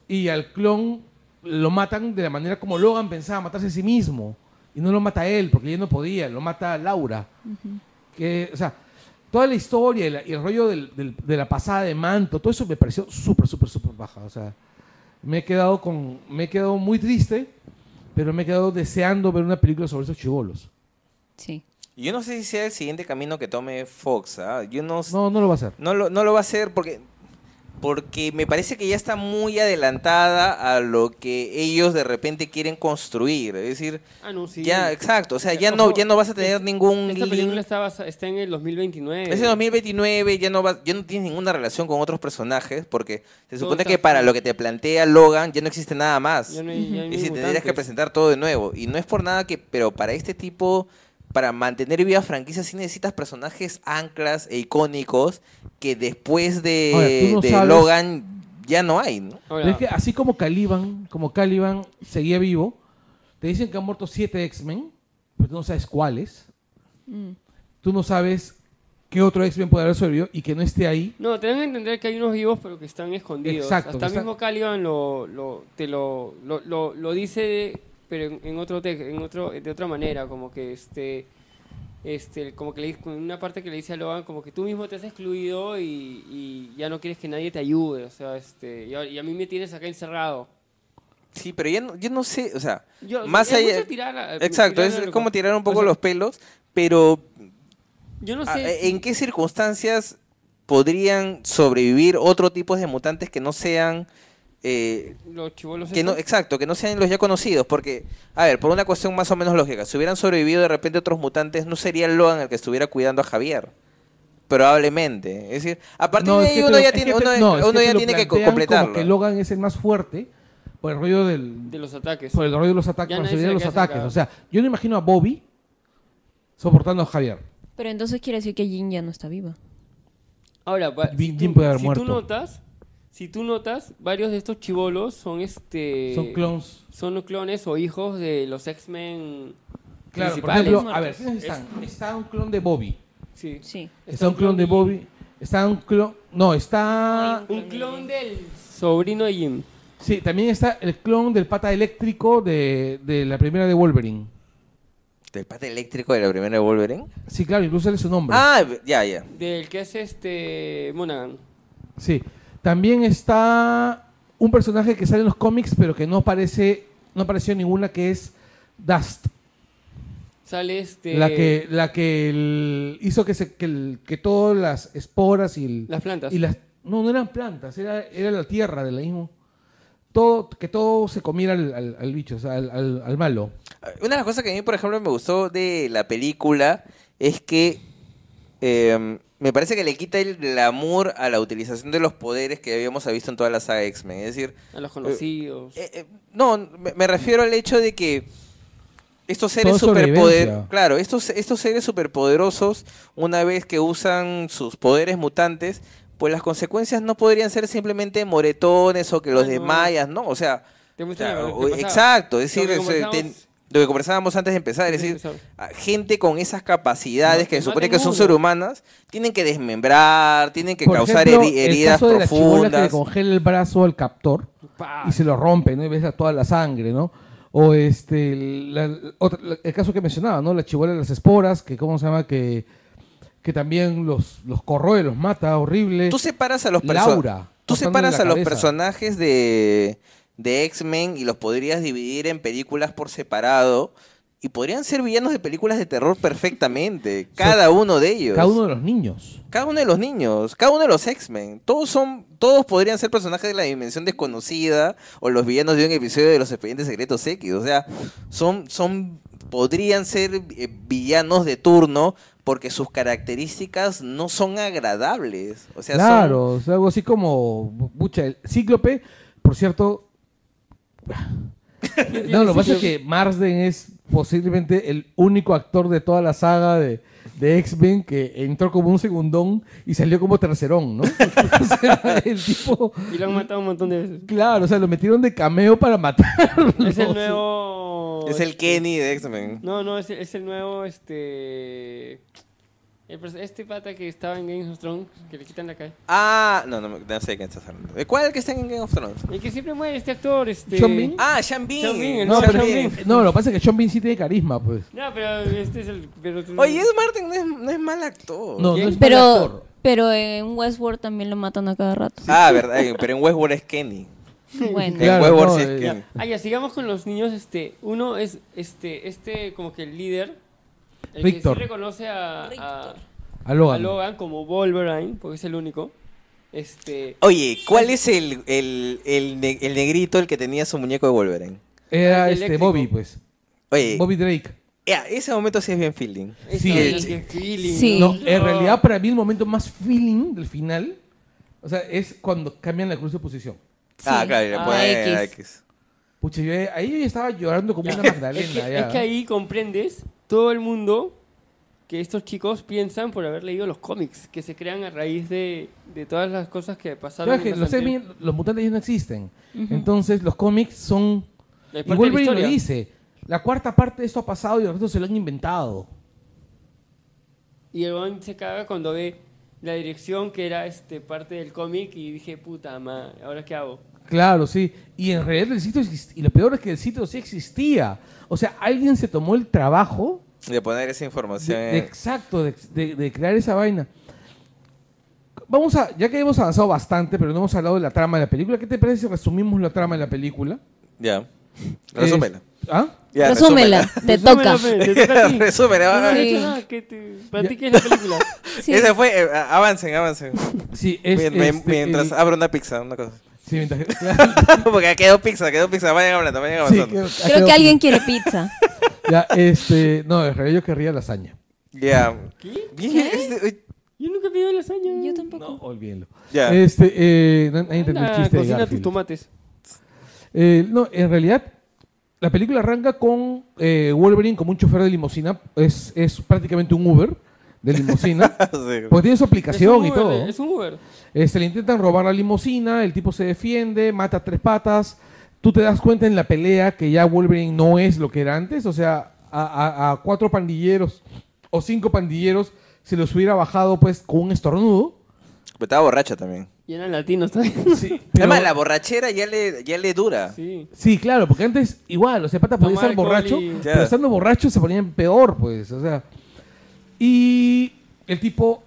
y al clon lo matan de la manera como Logan pensaba matarse a sí mismo, y no lo mata él, porque ella no podía, lo mata Laura. que, o sea, toda la historia y, la- y el rollo del- del- de la pasada de manto, todo eso me pareció súper, súper, súper baja. O sea, me he quedado con, me he quedado muy triste, pero me he quedado deseando ver una película sobre esos chivolos. Sí. Yo no sé si sea el siguiente camino que tome Fox. ¿ah? Yo no, s- No, no lo va a hacer. no lo, no lo va a hacer porque, porque me parece que ya está muy adelantada a lo que ellos de repente quieren construir. Es decir, Ah, no, sí. ya, exacto. O sea, ya no, ya no vas a tener ningún Esta link. película está, basa- está en el 2029. Ese 2029 ya no va, ya no tienes ninguna relación con otros personajes porque se Todo supone está- que para lo que te plantea Logan ya no existe nada más. Ya no hay- ya no hay y si tendrías que mutantes. presentar todo de nuevo. Y no es por nada que, pero para este tipo, para mantener viva franquicia, sí necesitas personajes anclas e icónicos que después de, Ahora, tú no de sabes- Logan ya no hay, ¿no? Ahora, Es que así como Caliban, como Caliban seguía vivo, te dicen que han muerto siete X-Men, pero tú no sabes cuáles. Mm. Tú no sabes qué otro X-Men puede haber sobrevivido y que no esté ahí. No, te dan a entender que hay unos vivos pero que están escondidos. Exacto, que Hasta el están- mismo Caliban lo, lo- te lo, lo, lo- lo dice, pero en, en otro te- en otro de otra manera, como que este este como que le dice- una parte que le dice a Logan como que tú mismo te has excluido y, y ya no quieres que nadie te ayude, o sea, este y a, y a mí me tienes acá encerrado. Sí, pero ya no, yo no sé, o sea, Yo- o más sea, es allá. mucho tirar a- eh, exacto, tirar es a lo- como tirar un poco o sea, pues los pelos, pero Yo no Ah, sé. ¿En qué circunstancias podrían sobrevivir otro tipo de mutantes que no sean... eh, los chivolos que no, exacto, que no sean los ya conocidos, porque, a ver, por una cuestión más o menos lógica, si hubieran sobrevivido de repente otros mutantes, no sería Logan el que estuviera cuidando a Javier, probablemente. Es decir, a partir No, de es ahí que uno te- ya es tiene, que te- uno, no, es uno que te ya lo tiene que co- plantean completarlo. Como que Logan es el más fuerte por el rollo del, de los ataques. por el rollo de los ataques, Ya por la nadie se seguridad de los queda ataques. cerca. O sea, yo no imagino a Bobby soportando a Javier. Pero entonces quiere decir que Jin ya no está viva. Ahora, va- Jim- si, Jim tú, puede haber si muerto. tú notas, si tú notas, varios de estos chivolos son este Son clones. son clones o hijos de los X-Men Claro, por principales. ejemplo, a ver, ¿quiénes están? Está un clon de Bobby. Sí. Sí. Está un clon de Bobby. Está un clon. No, está. Un clon del sobrino de Jim. Sí, también está el clon del pata eléctrico de, de la primera de Wolverine. ¿Del pata eléctrico de la primera de Wolverine? Sí, claro, incluso él es su nombre. Ah, ya, ya. Del que es este Monaghan. Sí. También está un personaje que sale en los cómics, pero que no aparece, no apareció en ninguna, que es Dust. Sale este La que, la que el- hizo que, se, que, el- que todas las esporas y, el- Las plantas. y las no no eran plantas era, era la tierra de la mismo todo que todo se comiera al, al- al bicho o sea, al, al- al malo Una de las cosas que a mí, por ejemplo, me gustó de la película es que eh, me parece que le quita el glamour a la utilización de los poderes que habíamos visto en toda la saga X-Men. Es decir, a los conocidos. eh, eh, no, me, me refiero al hecho de que estos seres Todo superpoderosos, sobrevivencia. claro, estos, estos seres superpoderosos, una vez que usan sus poderes mutantes, pues las consecuencias no podrían ser simplemente moretones o que los Ah, no. desmayas, ¿no? O sea, ¿Te muestran Claro, lo que pasaba? exacto, es Lo decir, que es, eh, conversamos- ten- lo que conversábamos antes de empezar, es Antes de decir, empezar. a- gente con esas capacidades No, que que se supone maten que son uno. sobrehumanas, tienen que desmembrar, tienen que Por causar ejemplo, heri- heridas el caso de la chibola que le profundas. congela el brazo al captor Pa. y se lo rompe no y ves a toda la sangre no o este el- la- otra- la- el caso que mencionaba no la chibola de las esporas que cómo se llama que que también los los corroe los mata horrible Tú separas a los personajes. Laura, Tú cortándole separas la a los cabeza. personajes de, de X-Men y los podrías dividir en películas por separado. y podrían ser villanos de películas de terror perfectamente. Cada uno de ellos. Cada uno de los niños. Cada uno de los niños, cada uno de los X-Men, todos son, todos podrían ser personajes de la dimensión desconocida o los villanos de un episodio de los expedientes secretos X. O sea, son, son, podrían ser eh, villanos de turno porque sus características no son agradables. O sea, son- claro, o sea, algo así como. Bucha, el Cíclope, por cierto. No, lo que pasa es que Marsden es posiblemente el único actor de toda la saga de, de X-Men que entró como un segundón y salió como tercerón, ¿no? O sea, el tipo. Y lo han matado un montón de veces. Claro, o sea, lo metieron de cameo para matarlo. Es el nuevo. es el Kenny de X-Men. No, no, es el, es el nuevo, este... el pers- este pata que estaba en Games of Thrones, que le quitan la cara. Ah, no, no, no sé de quién estás hablando. ¿De ¿Cuál es el que está en Game of Thrones? El que siempre muere este actor, este... ¿Sean Bean? Ah, Sean Bean. Sean Bean, el No, nuevo Sean pero- Sean Bean. Bean. no, lo que pasa es que Sean Bean sí tiene carisma, pues. No, pero este es el... Pero tú- Oye, es Martin, no es, no es mal actor. No, no es mal Pero, actor. pero en Westworld también lo matan a cada rato. Ah, verdad, eh, pero en Westworld es Kenny. Bueno. Claro, en Westworld no, sí eh, es Kenny. Ah, ya, sigamos con los niños, este... Uno es, este, este como que el líder. El Rictor. que sí reconoce a, a, A a Logan. Logan como Wolverine, porque es el único. Este... Oye, ¿cuál es el, el, el, ne- el negrito el que tenía su muñeco de Wolverine? Era El este eléctrico. Bobby, pues. Oye, Bobby Drake. ya, ese momento sí es bien feeling. Sí. esa- qué feeling, Sí. No, en realidad para mí el momento más feeling del final, o sea, es cuando cambian la cruz de posición. Ah, Sí. claro, y le Ah, ponen X. a X. Pucha, yo eh, ahí yo estaba llorando como una Es que, magdalena. ya. es que ahí comprendes todo el mundo que estos chicos piensan por haber leído los cómics, que se crean a raíz de, de todas las cosas que pasaron. Claro que en los, las anteriores- X-Men, los mutantes ya no existen. Entonces los cómics son... Y Es parte de la Wolverine lo historia. dice. La cuarta parte de esto ha pasado y el resto se lo han inventado. Y el weón se caga cuando ve la dirección que era este parte del cómic y dije, puta madre, ¿ahora qué hago? Claro, sí. Y en realidad el sitio exist- Y lo peor es que el sitio sí existía. O sea, alguien se tomó el trabajo De poner esa de- información. de- en- exacto, de, de- de crear esa vaina. Vamos a, ya que hemos avanzado bastante, pero no hemos hablado de la trama de la película, ¿qué te parece si resumimos la trama de la película? Ya. Resúmela. Es- ¿Ah? Ya, Resúmela, te toca. Resúmelo, fe, Pues te toca a ti. Resúmela, Tú no va. has Sí. hecho nada, ¿qué te- ¿Para ti qué es la película? Sí. Ese fue, eh, a- avancen, avancen. Sí, es, Mien- me- este, mientras eh, abro una pizza, una cosa. sí, mientras- claro, Porque quedó pizza, quedó pizza. Vayan hablando, vayan sí, avanzando. creo- creo Creo que alguien quiere pizza. Ya, este, no, en realidad yo querría lasaña. Ya. ¿Qué? Bien, este, uy, Yo nunca he pedido lasaña. Yo No, tampoco. olvídenlo. Ya. Este, eh, no- nadie entendió el Anda, chiste de cocina tus Garfield. tomates. Eh, no, en realidad, la película arranca con eh, Wolverine como un chofer de limusina. Es, es prácticamente un Uber de limusina. Ah, sí. pues porque Pues tiene su Es aplicación un y Uber, todo. Es un Uber. Eh, se le intentan robar la limusina, el tipo se defiende, mata tres patas. Tú te das cuenta en la pelea que ya Wolverine no es lo que era antes. O sea, a, a- a cuatro pandilleros o cinco pandilleros se los hubiera bajado pues con un estornudo. Pero estaba borracho también. Y eran latinos también. Sí, pero- Además, la borrachera ya le, ya le dura. Sí. Sí, claro, porque antes igual, o sea, pata podía Tomar estar borracho, alcohol y- Ya. pero estando borracho se ponían peor, pues, o sea. Y el tipo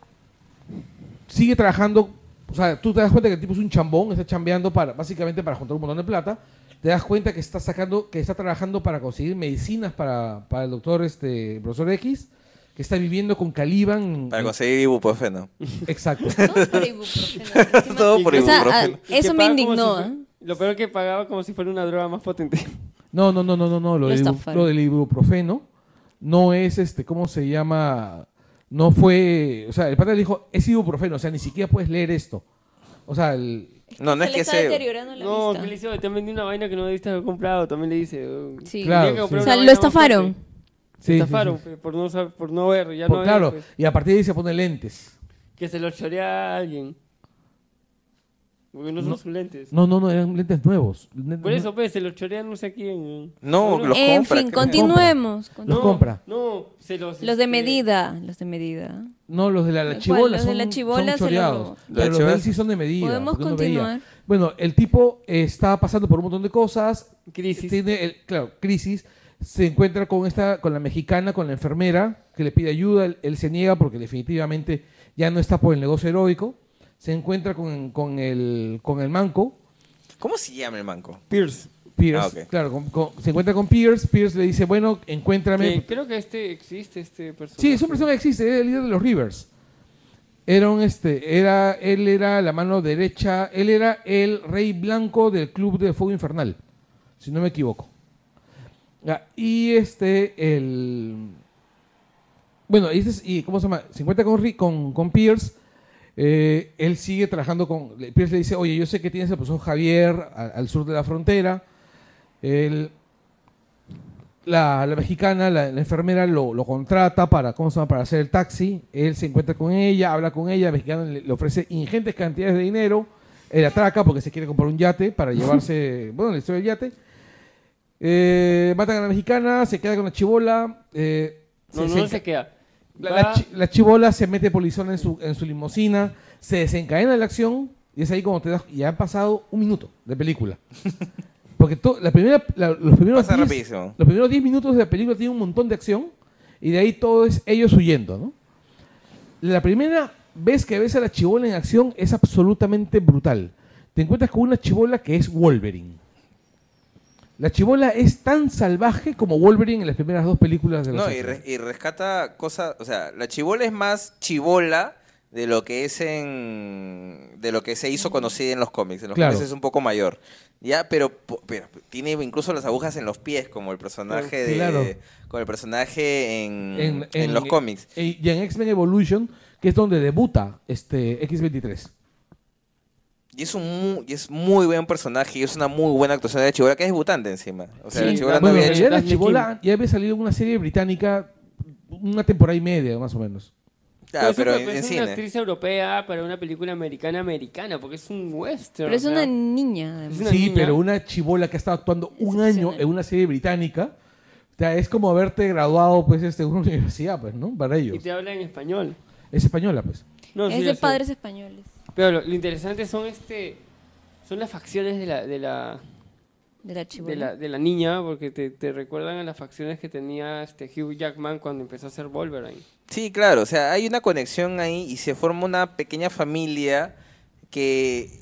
sigue trabajando, o sea, tú te das cuenta que el tipo es un chambón, está chambeando para, básicamente para juntar un montón de plata, te das cuenta que está sacando, que está trabajando para conseguir medicinas para, para el doctor, este, el profesor X, que está viviendo con Caliban. en- Para conseguir ibuprofeno. Exacto. Todo por ibuprofeno. Todo por O sea, ibuprofeno. ah, Eso Que me paga como indignó, si fue- ¿eh? lo peor que pagaba como si fuera una droga más potente. No, no, no, no, no, no. Lo, Lo del, ibu- estafaron. lo del ibuprofeno no es este, ¿cómo se llama? No fue. O sea, el padre dijo, es ibuprofeno, o sea, ni siquiera puedes leer esto. O sea, el- No, no ah, es Se le que está sea. deteriorando la No, vista. que le hizo, te han vendido una vaina que no debiste haber comprado, también le dice. oh, Sí. Claro, tenía que sí. O comprar una sea, lo vaina más estafaron. fuerte. sí, sí, estafaron sí, sí. pe, por, no, sab- por no ver, ya Por- no ver, claro, pues. y a partir de ahí se pone lentes. que se lo chorea a alguien. Porque no son sus lentes. No, no, no, eran lentes nuevos. Por eso, pues, se lo chorea no sé a quién. No, Uno- los En compra, fin, creo. continuemos. Los no, compra. No, se los... Los de este, medida. Los de medida. No, los de la, la ¿Cuál? chibola Los de son, la chibola son se lo choreados. robó. Pero La los de él chibola- sí son de medida. Podemos porque uno veía. continuar. Bueno, el tipo eh, está pasando por un montón de cosas. Crisis. Este Tiene, el- claro, crisis. Se encuentra con esta, con la mexicana, con la enfermera, que le pide ayuda. Él, él se niega porque definitivamente ya no está por el negocio heroico. Se encuentra con, con el, con el manco. ¿Cómo se llama el manco? Pierce. Pierce, Ah, ok. claro, con- con- se encuentra con Pierce, Pierce le dice, bueno, encuéntrame. Que creo que este existe, este personaje. Sí, es un personaje que existe, es el líder de los Rivers. Era un este, era, él era la mano derecha, él era el rey blanco del club de fuego infernal, si no me equivoco. Ya, Y este, el. Bueno, y, este es- y ¿cómo se llama? Se encuentra con, Ri- con, con Pierce. eh, él sigue trabajando con. le- Pierce le dice: Oye, yo sé que tienes el profesor Javier a- al sur de la frontera. Él la, la mexicana, la, la enfermera, lo, lo contrata para, ¿cómo se llama? para hacer el taxi. Él se encuentra con ella, habla con ella, la mexicana le, le ofrece ingentes cantidades de dinero. Él atraca porque se quiere comprar un yate para llevarse, bueno, le historia el yate. Eh, matan a la mexicana, se queda con la chibola. eh, se- No, no, se no enca- se queda. la, Va- la chi- la chibola se mete polizona en su, en su limusina, se desencadena la acción y es ahí como te das. Ya han pasado un minuto de película. Porque to- la primera, la- los primeros Pasa 10 rapidísimo. los primeros 10 minutos de la película tienen un montón de acción y de ahí todo es ellos huyendo, ¿no? La primera vez que ves a la chibola en acción es absolutamente brutal. Te encuentras con una chibola que es Wolverine. La chibola es tan salvaje como Wolverine en las primeras dos películas de la No, saga. y, re- y rescata cosas, o sea, la chibola es más chibola de lo que es en de lo que se hizo conocida en los cómics, en los Claro. cómics es un poco mayor. Ya, pero, po- pero tiene incluso las agujas en los pies como el personaje de Claro. como el personaje en, en, Mm, en en- los cómics. e- Y en X-Men Evolution, que es donde debuta este X-23. Y es un mu- y es muy buen personaje y es una muy buena actuación de la chibola que es debutante encima. O sea, Sí, la chibola no Bueno, en Bueno, había eh, hecho realidad la Daphne chibola ya había salido en una serie británica una temporada y media, más o menos. Claro, Pues es Ah, pero eh, una- en, en es una cine. actriz europea para una película americana americana, porque es un western. Pero es o una sea, niña. además. Es una sí, niña. pero una chibola que ha estado actuando un año Excepcional. en una serie británica. O sea, es como haberte graduado, pues, este, de una universidad, pues, ¿no? Para Y ellos. te habla en español. Es española, pues. No, sí, es yo de sé. padres españoles. Pero lo, lo interesante son este son las facciones de la de la, De la de chibola. la, de la niña, porque te, te recuerdan a las facciones que tenía este Hugh Jackman cuando empezó a hacer Wolverine. Sí, claro, o sea, hay una conexión ahí y se forma una pequeña familia que,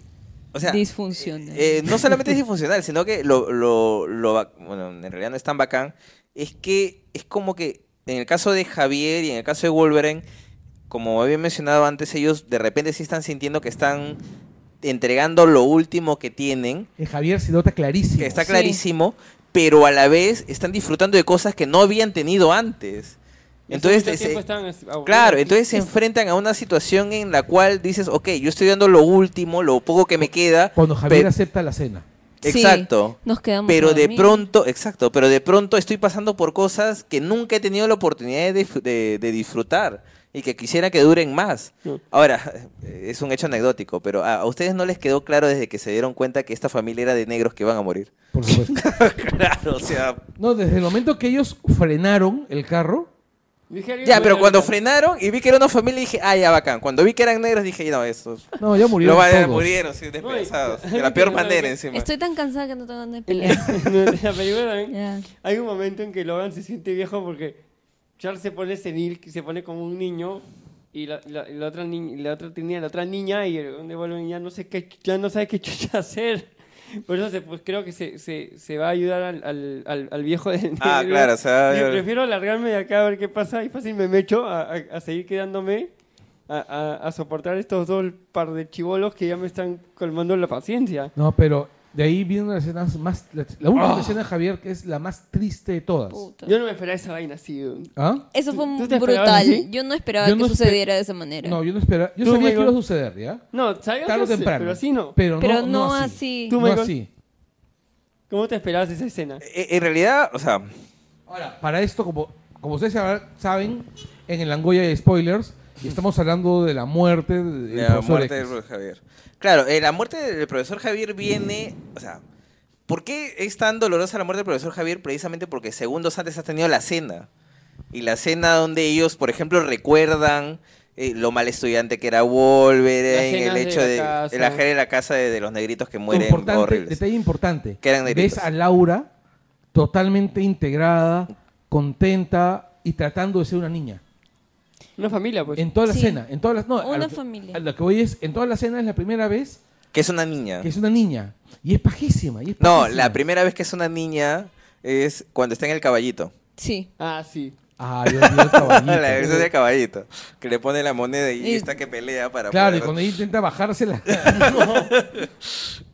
o sea, Disfuncional. eh, no solamente es disfuncional, sino que lo, lo, lo ba- bueno, en realidad no es tan bacán, es que es como que en el caso de Javier y en el caso de Wolverine, como había mencionado antes, ellos de repente sí están sintiendo que están entregando lo último que tienen, En Eh, Javier se nota clarísimo. que está Sí. clarísimo, pero a la vez están disfrutando de cosas que no habían tenido antes. Entonces, eh, Hace mucho tiempo ese- estaban as- aburridos. Claro, entonces se enfrentan a una situación en la cual dices, ok, yo estoy dando lo último, lo poco que me queda. Cuando Javier pe- acepta la cena. Sí, Exacto. nos quedamos a Pero de dormir. pronto, exacto, pero de pronto estoy pasando por cosas que nunca he tenido la oportunidad de, disfr- de- de disfrutar y que quisiera que duren más. Sí. Ahora, es un hecho anecdótico, pero a, a ustedes no les quedó claro desde que se dieron cuenta que esta familia era de negros que van a morir. Por supuesto. claro, o sea... no, desde el momento que ellos frenaron el carro, Dije algo Ya, que pero me cuando encanta. frenaron y vi que era una familia dije, ah, ya, bacán. Cuando vi que eran negros dije, no, eso... no, ya Lo murieron van a todos. murieron, sí, despedazados. Oye, De la peor pero- manera encima. Estoy tan cansada que no tengo ganas de En la, pelear. en la película ¿eh? también Ya. hay un momento en que Logan se siente viejo porque Charles se pone senil, que se pone como un niño y la, la- y la otra niña, la otra tenía la otra niña y el- donde vuelve ya no sé qué, ya no sabe qué chucha hacer. Por eso se- pues, creo que se, se- se va a ayudar al, al- al- al viejo de Ah, claro, se va a Yo ayudar. prefiero alargarme de acá a ver qué pasa y fácil me mecho a, a- a seguir quedándome a, a- a soportar estos dos par de chivolos que ya me están colmando la paciencia. No, pero de ahí vienen las escenas más. La, la última Ah. escena, Javier, que es la más triste de todas. Puta. Yo no me esperaba esa vaina así. dude. ¿Ah? Eso ¿Tú- fue tú te esperabas brutal. así? Yo no esperaba Yo que no espe- sucediera de esa manera. No, yo no esperaba. Yo Tú, sabía que Michael. iba a suceder, ¿ya? No, sabía Tarde o que sí, temprano. pero así no. Pero, Pero no, no así. Tú, No Michael. así. ¿Cómo te esperabas esa escena? Eh, En realidad, o sea, Ahora, para esto, como, como ustedes sab- saben, en el Angoya hay spoilers. Y estamos hablando de la muerte de del la profesor muerte X. del profesor Javier. Claro, eh, la muerte del profesor Javier viene, o sea, ¿por qué es tan dolorosa la muerte del profesor Javier? Precisamente porque segundos antes has tenido la cena. Y la cena donde ellos, por ejemplo, recuerdan eh, lo mal estudiante que era Wolverine, Las el cenas hecho de de, la casa. el ajer de la casa de, de los negritos que mueren importante, horribles. Detalle importante. Que eran negritos. Ves a Laura totalmente integrada, contenta y tratando de ser una niña. Una familia, pues. En toda la Sí. cena, en todas las no, a Una lo que- familia. A lo que voy es, en todas las cenas es la primera vez Que es una Ah. niña. que es una niña. Y es pajísima. y es No, pajísima. la primera vez que es una niña es cuando está en el caballito. Sí. Ah, sí. Ah, Dios mío, el caballito. la vez del caballito. Que le pone la moneda y, Y- está que pelea para Claro, y poder- cuando ella intenta bajársela.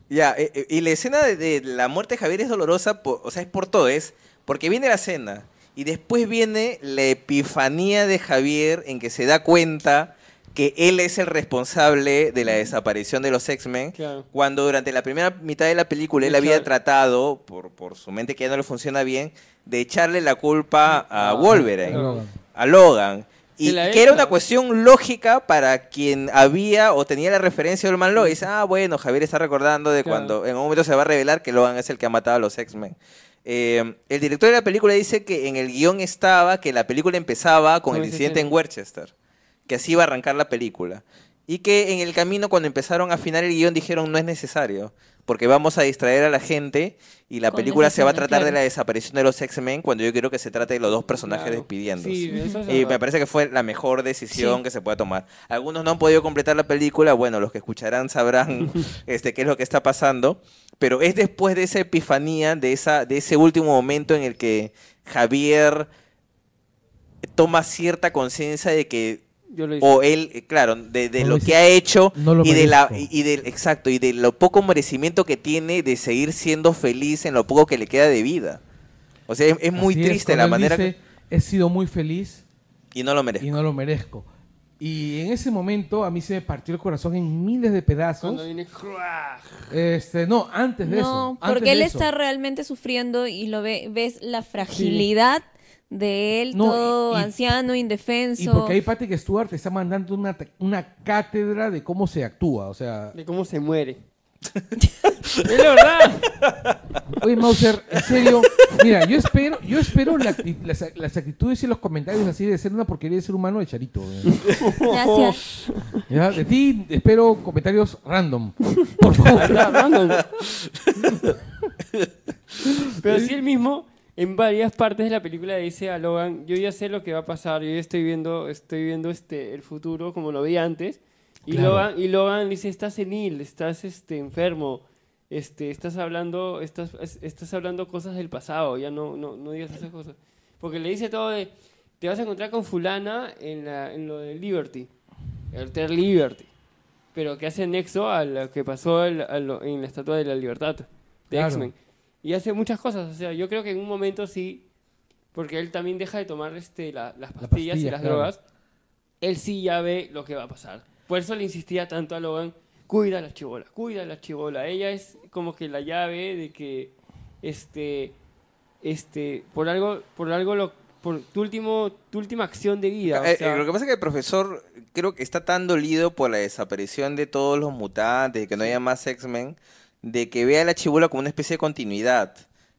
Ya, eh, eh, y la escena de, de la muerte de Javier es dolorosa, po- o sea, es por todo, es porque viene la cena y después viene la epifanía de Javier en que se da cuenta que él es el responsable de la desaparición de los X-Men, Claro. cuando durante la primera mitad de la película él De había echar- tratado, por, por su mente que ya no le funciona bien, de echarle la culpa a Wolverine Logan. a Logan. Se Y la que era echa. una cuestión lógica para quien había o tenía la referencia del Man Logan. Y dice, ah, bueno, Javier está recordando de Claro. cuando en un momento se va a revelar que Logan es el que ha matado a los X-Men. Eh, el director de la película dice que en el guión estaba que la película empezaba con Con el ese incidente en tema. Worcester, que así iba a arrancar la película. Y que en el camino, cuando empezaron a afinar el guión, dijeron no es necesario, porque vamos a distraer a la gente y la Con película esa se va a escena, tratar de claro. la desaparición de los X-Men cuando yo quiero que se trate de los dos personajes Claro. despidiéndose. Sí, eso es Y verdad. me parece que fue la mejor decisión Sí. que se pueda tomar. Algunos no han podido completar la película, bueno, los que escucharán sabrán este, qué es lo que está pasando, pero es después de esa epifanía, de, esa, de ese último momento en el que Javier toma cierta conciencia de que, Yo lo hice. o él, eh, claro, de, de No lo lo que ha hecho no lo y, de la, y merezco. y del, exacto, y de lo poco merecimiento que tiene de seguir siendo feliz en lo poco que le queda de vida. O sea, es, es muy Así es, triste la cuando él manera dice, He sido muy feliz que... Y no lo merece. y no lo merezco. Y en ese momento a mí se me partió el corazón en miles de pedazos. Cuando viene. ¡cruaj! Este, no, antes de eso. No, antes porque él de eso. está realmente sufriendo y lo ve, ves la fragilidad de él, No, y- todo y- anciano, indefenso. Y porque ahí Patrick Stewart te está mandando una, una cátedra de cómo se actúa. O sea, De cómo se muere. es la verdad. oye, Mauser, en serio, mira, yo espero, yo espero la acti- las, las actitudes y los comentarios así de ser una porquería de ser humano de Charito. ¿eh? Gracias. ¿Ya? De ti espero comentarios random. Por favor. Está hablando. Pero sí, él mismo, en varias partes de la película, dice a Logan: Yo ya sé lo que va a pasar, yo ya estoy viendo, estoy viendo este, el futuro como lo vi antes. Y, Claro. Logan, y Logan dice: Estás senil, estás este, enfermo. Este, estás hablando estás, es- estás hablando cosas del pasado ya no, no, no digas esas cosas porque le dice todo de te vas a encontrar con fulana en, la, en lo de Liberty Alter Liberty pero que hace nexo a lo que pasó el- a lo- en la Estatua de la Libertad de Claro. X-Men. Y hace muchas cosas, o sea, yo creo que en un momento sí, porque él también deja de tomar este, la- las pastillas y pastilla, las claro. drogas, él sí ya ve lo que va a pasar. Por eso le insistía tanto a Logan, cuida a la chibola, cuida a la chibola. Ella es como que la llave de que, este, este, por algo, por algo, lo, por tu, último, tu última acción de vida. o Eh, eh, sea, lo que pasa es que el profesor creo que está tan dolido por la desaparición de todos los mutantes, de que no haya más X-Men, de que ve a la chibula como una especie de continuidad.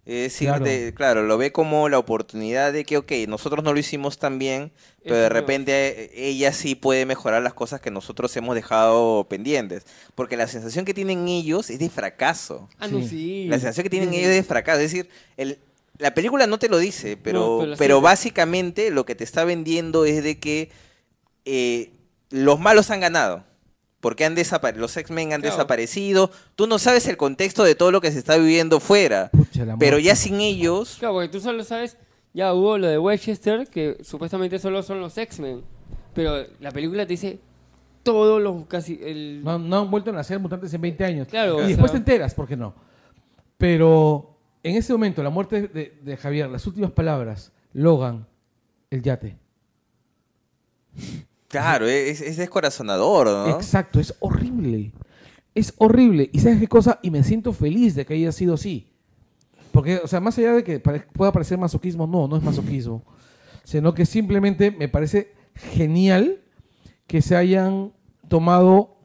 Es decir, Claro. de- claro, lo ve como la oportunidad de que, ok, nosotros no lo hicimos tan bien, pero Eso de es. repente eh, ella sí puede mejorar las cosas que nosotros hemos dejado pendientes. Porque la sensación que tienen ellos es de fracaso. ah, no, Sí. sí. La sensación que tienen ellos de fracaso. Es decir, el- la película no te lo dice, pero, No, pero pero, la sientes. básicamente lo que te está vendiendo es de que eh, los malos han ganado. Porque han desapare- los X-Men han Claro. desaparecido. Tú no sabes el contexto de todo lo que se está viviendo fuera. Pucha, la Pero muerte. ya sin ellos. Claro, porque tú solo sabes, ya hubo lo de Westchester, que supuestamente solo son los X-Men, pero la película te dice todos los casi... El... No, no han vuelto a nacer mutantes en 20 años. Claro, o y después sea- te enteras, ¿por qué no? Pero en ese momento, la muerte de, de Javier, las últimas palabras, Logan, el yate. Claro, e, es, es descorazonador, ¿Ah? ¿no? Exacto, es horrible. Es horrible. ¿Y sabes qué cosa? Y me siento feliz de que haya sido así. Porque, o sea, más allá de que pare- pueda parecer masoquismo, no, no es masoquismo. Sino que simplemente me parece genial que se hayan tomado,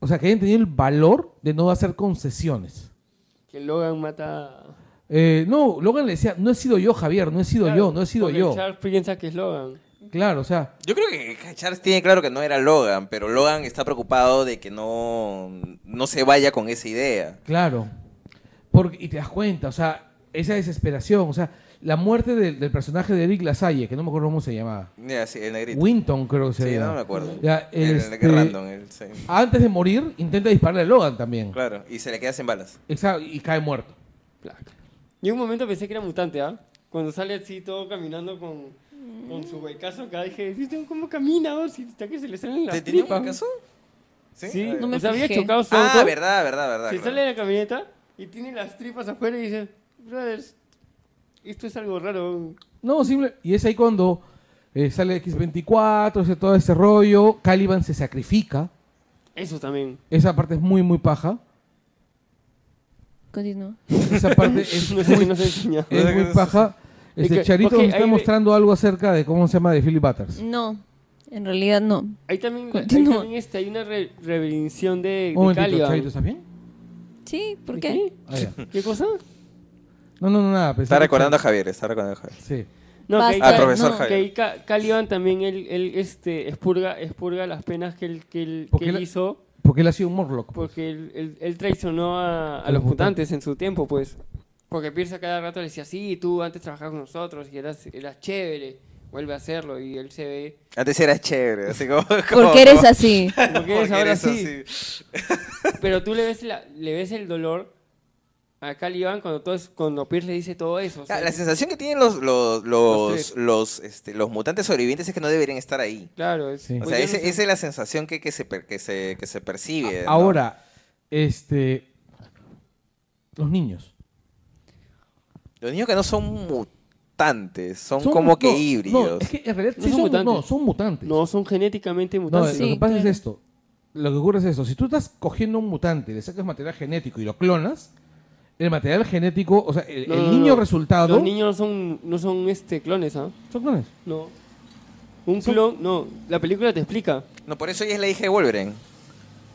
o sea, que hayan tenido el valor de no hacer concesiones. Que Logan mata... Eh, no, Logan le decía, no he sido yo, Javier, no he sido Claro, yo, no he sido porque yo. Charles piensa que es Logan. Claro, o sea, Yo creo que Charles tiene claro que no era Logan, pero Logan está preocupado de que no, no se vaya con esa idea. claro. Porque, y te das cuenta, o sea, esa desesperación. O sea, la muerte del, del personaje de Eric Lasalle, que no me acuerdo cómo se llamaba. Ya, sí, el negrito. Winton, creo que se sí, llama. no me acuerdo. Ya, El- el este, que random, el- sí. Antes de morir, intenta dispararle a Logan también. Claro, y se le queda sin balas. Exacto, y cae muerto. Placa. Yo en un momento pensé que era mutante, ¿ah? Cuando sale así todo caminando con, con su huecazo acá, dije, "Dios, ¿cómo camina? oh? Si está que se le salen las ¿Te tenía tripas". un caso? Sí. Sí, A ver. No me o sea, había fijé. chocado su Ah, auto, verdad, verdad, verdad. Se claro. sale de la camioneta y tiene las tripas afuera y dice, brothers, esto es algo raro. No, simple. Y es ahí cuando eh, sale X24, hace todo ese rollo. Caliban se sacrifica. Eso también. Esa parte es muy, muy paja. Continúa. Esa parte es No sé si muy, nos enseñó. es muy paja. Es Este que- Charito ok, Mm, nos está ahí- mostrando algo acerca de cómo se llama de Philip Butters. No, en realidad no. Ahí también, ahí Continúa. también está, hay una re- reverención Un de, de momentito, Caliban. Charito, ¿estás bien? Sí, ¿por ¿De qué? Ah, ya. ¿Qué cosa? No, no, no, nada. pues, pensé Está que- recordando a Javier, está recordando a Javier. Sí. No, que Basta, ahí Ca- Ah, profesor no. Javier. Que ahí Ca- Caliban también él, él, este, expurga, expurga las penas que él, que él, Porque que él él- hizo Porque él ha sido un Morlock. Pues, porque él, él- él traicionó a, a A los los mutantes en su tiempo, pues. Porque Pierce a cada rato le decía, sí, tú antes trabajabas con nosotros y eras, eras chévere, vuelve a hacerlo. Y él se ve, Antes era chévere, así como. como- Porque eres como- así. ¿por qué eres porque ahora eres así? Pero tú le ves, la- le ves el dolor a Caliban cuando, todo es- cuando Pierce le dice todo eso. o sea, Ah, La sensación que tienen los los los, tres. los, este, los mutantes sobrevivientes es que no deberían estar ahí. Claro, es, Sí. O pues sea, yo ese- no sé. esa es la sensación que, que, se, per- que, se, que se percibe. ¿no? Ahora, este. Los niños. Los niños que no son mutantes, son, Son- como que no, híbridos. No, es que en realidad No sí son son, mutantes. no, son mutantes. No, son genéticamente No, mutantes. lo que Sí, pasa claro. es esto. Lo que ocurre es esto. Si tú estás cogiendo un mutante, le sacas material genético y lo clonas, el material genético, o sea, el, No, el no, niño no. resultado. Los niños no son, no son este, clones, ¿ah? Son clones. No. Un clon, no. La película te explica. No, por eso ella es la hija de Wolverine.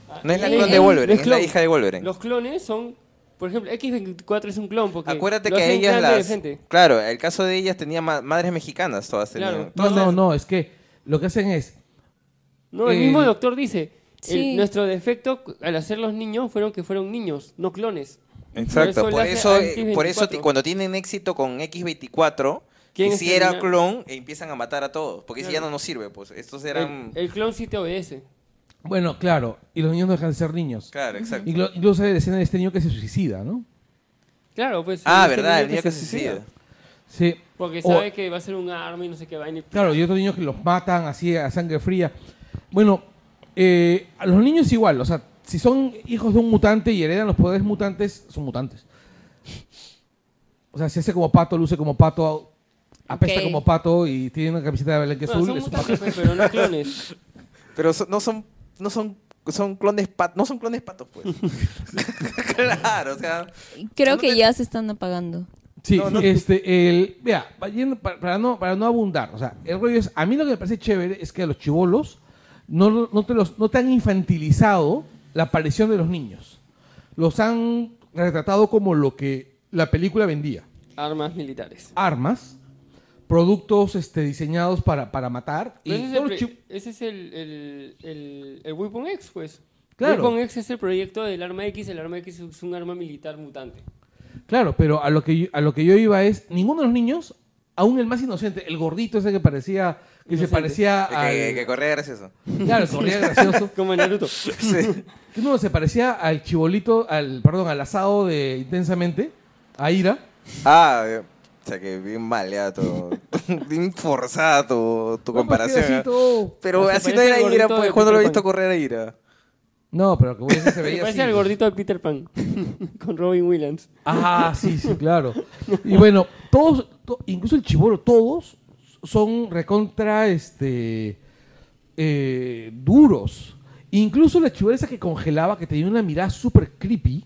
Ah, No es la Sí, clon de es- Wolverine, es es la clon. hija de Wolverine. eh, Los clones son. Por ejemplo, X24 es un clon porque. Acuérdate lo que hacen ellas grande de las... frente. Claro, el caso de ellas tenía ma- madres mexicanas, todas tenían. Claro. No, Entonces- no, no, es que lo que hacen es. No, el Eh, mismo doctor dice. el- Sí. nuestro defecto al hacer los niños fueron que fueron niños, no clones. Exacto, por le hace eso, a eh, por eso ti- X24. cuando tienen éxito con X24, ¿Quién que es si el era niño? clon, e empiezan a matar a todos, porque si ya Claro. no nos sirve, pues estos El- eran... el, clon sí te obedece. Bueno, claro, y los niños no dejan de ser niños. Claro, exacto. Inclu- Incluso hay la escena de este niño que se suicida, ¿no? Claro, pues. Ah, este verdad, niño el niño que se suicida. Sí. Porque O- sabe que va a ser un arma y no sé qué va a Claro, y otros niños que los matan así a sangre fría. Bueno, eh, a los niños igual, o sea, si son hijos de un mutante y heredan los poderes mutantes, son mutantes. O sea, si hace como pato, luce como pato, apesta Ok. como pato y tiene una camiseta de blanque azul, son es un mutantes, pato. pues, pero no clones. Pero so- no son... No son son clones patos, no son clones patos, pues. claro, o sea, Creo que ya se están apagando. Sí, este, el, vea, va yendo pa- para, no, para no abundar, o sea, el rollo es, a mí lo que me parece chévere es que a los chivolos no, no, te los, no te han infantilizado la aparición de los niños. Los han retratado como lo que la película vendía. Armas militares. Armas, productos este, diseñados para, para matar. Y Pero ese, es todos el, los pre- chi- ese es el, el, el, el Weapon X, pues. Claro. Weapon X es el proyecto del arma X. El arma X es un arma militar mutante. claro, pero a lo, que yo, a lo que yo iba es, ninguno de los niños, aún el más inocente, el gordito ese que parecía, que se Inocente. parecía que, al... que, que correa era eso. Claro, corría gracioso. Como en Naruto. Sí. Que uno se parecía al chibolito, al, perdón, al asado de Intensamente, a Ira. Ah, eh, o sea que bien maleado, todo. bien forzada tu, tu No, pues, que comparación. era ¿eh? así todo- Pero Pues se así no parece era al Ira, gordito pues de cuando lo he Peter visto Pan. correr a Ira. No, pero que bueno, se Me veía parece así. al gordito de Peter Pan. con Robin Williams. Ah, sí, sí, claro. Y bueno, todos, to- incluso el chibolo, todos son recontra, este, eh, duros. Incluso la chibola esa que congelaba, que tenía una mirada súper creepy.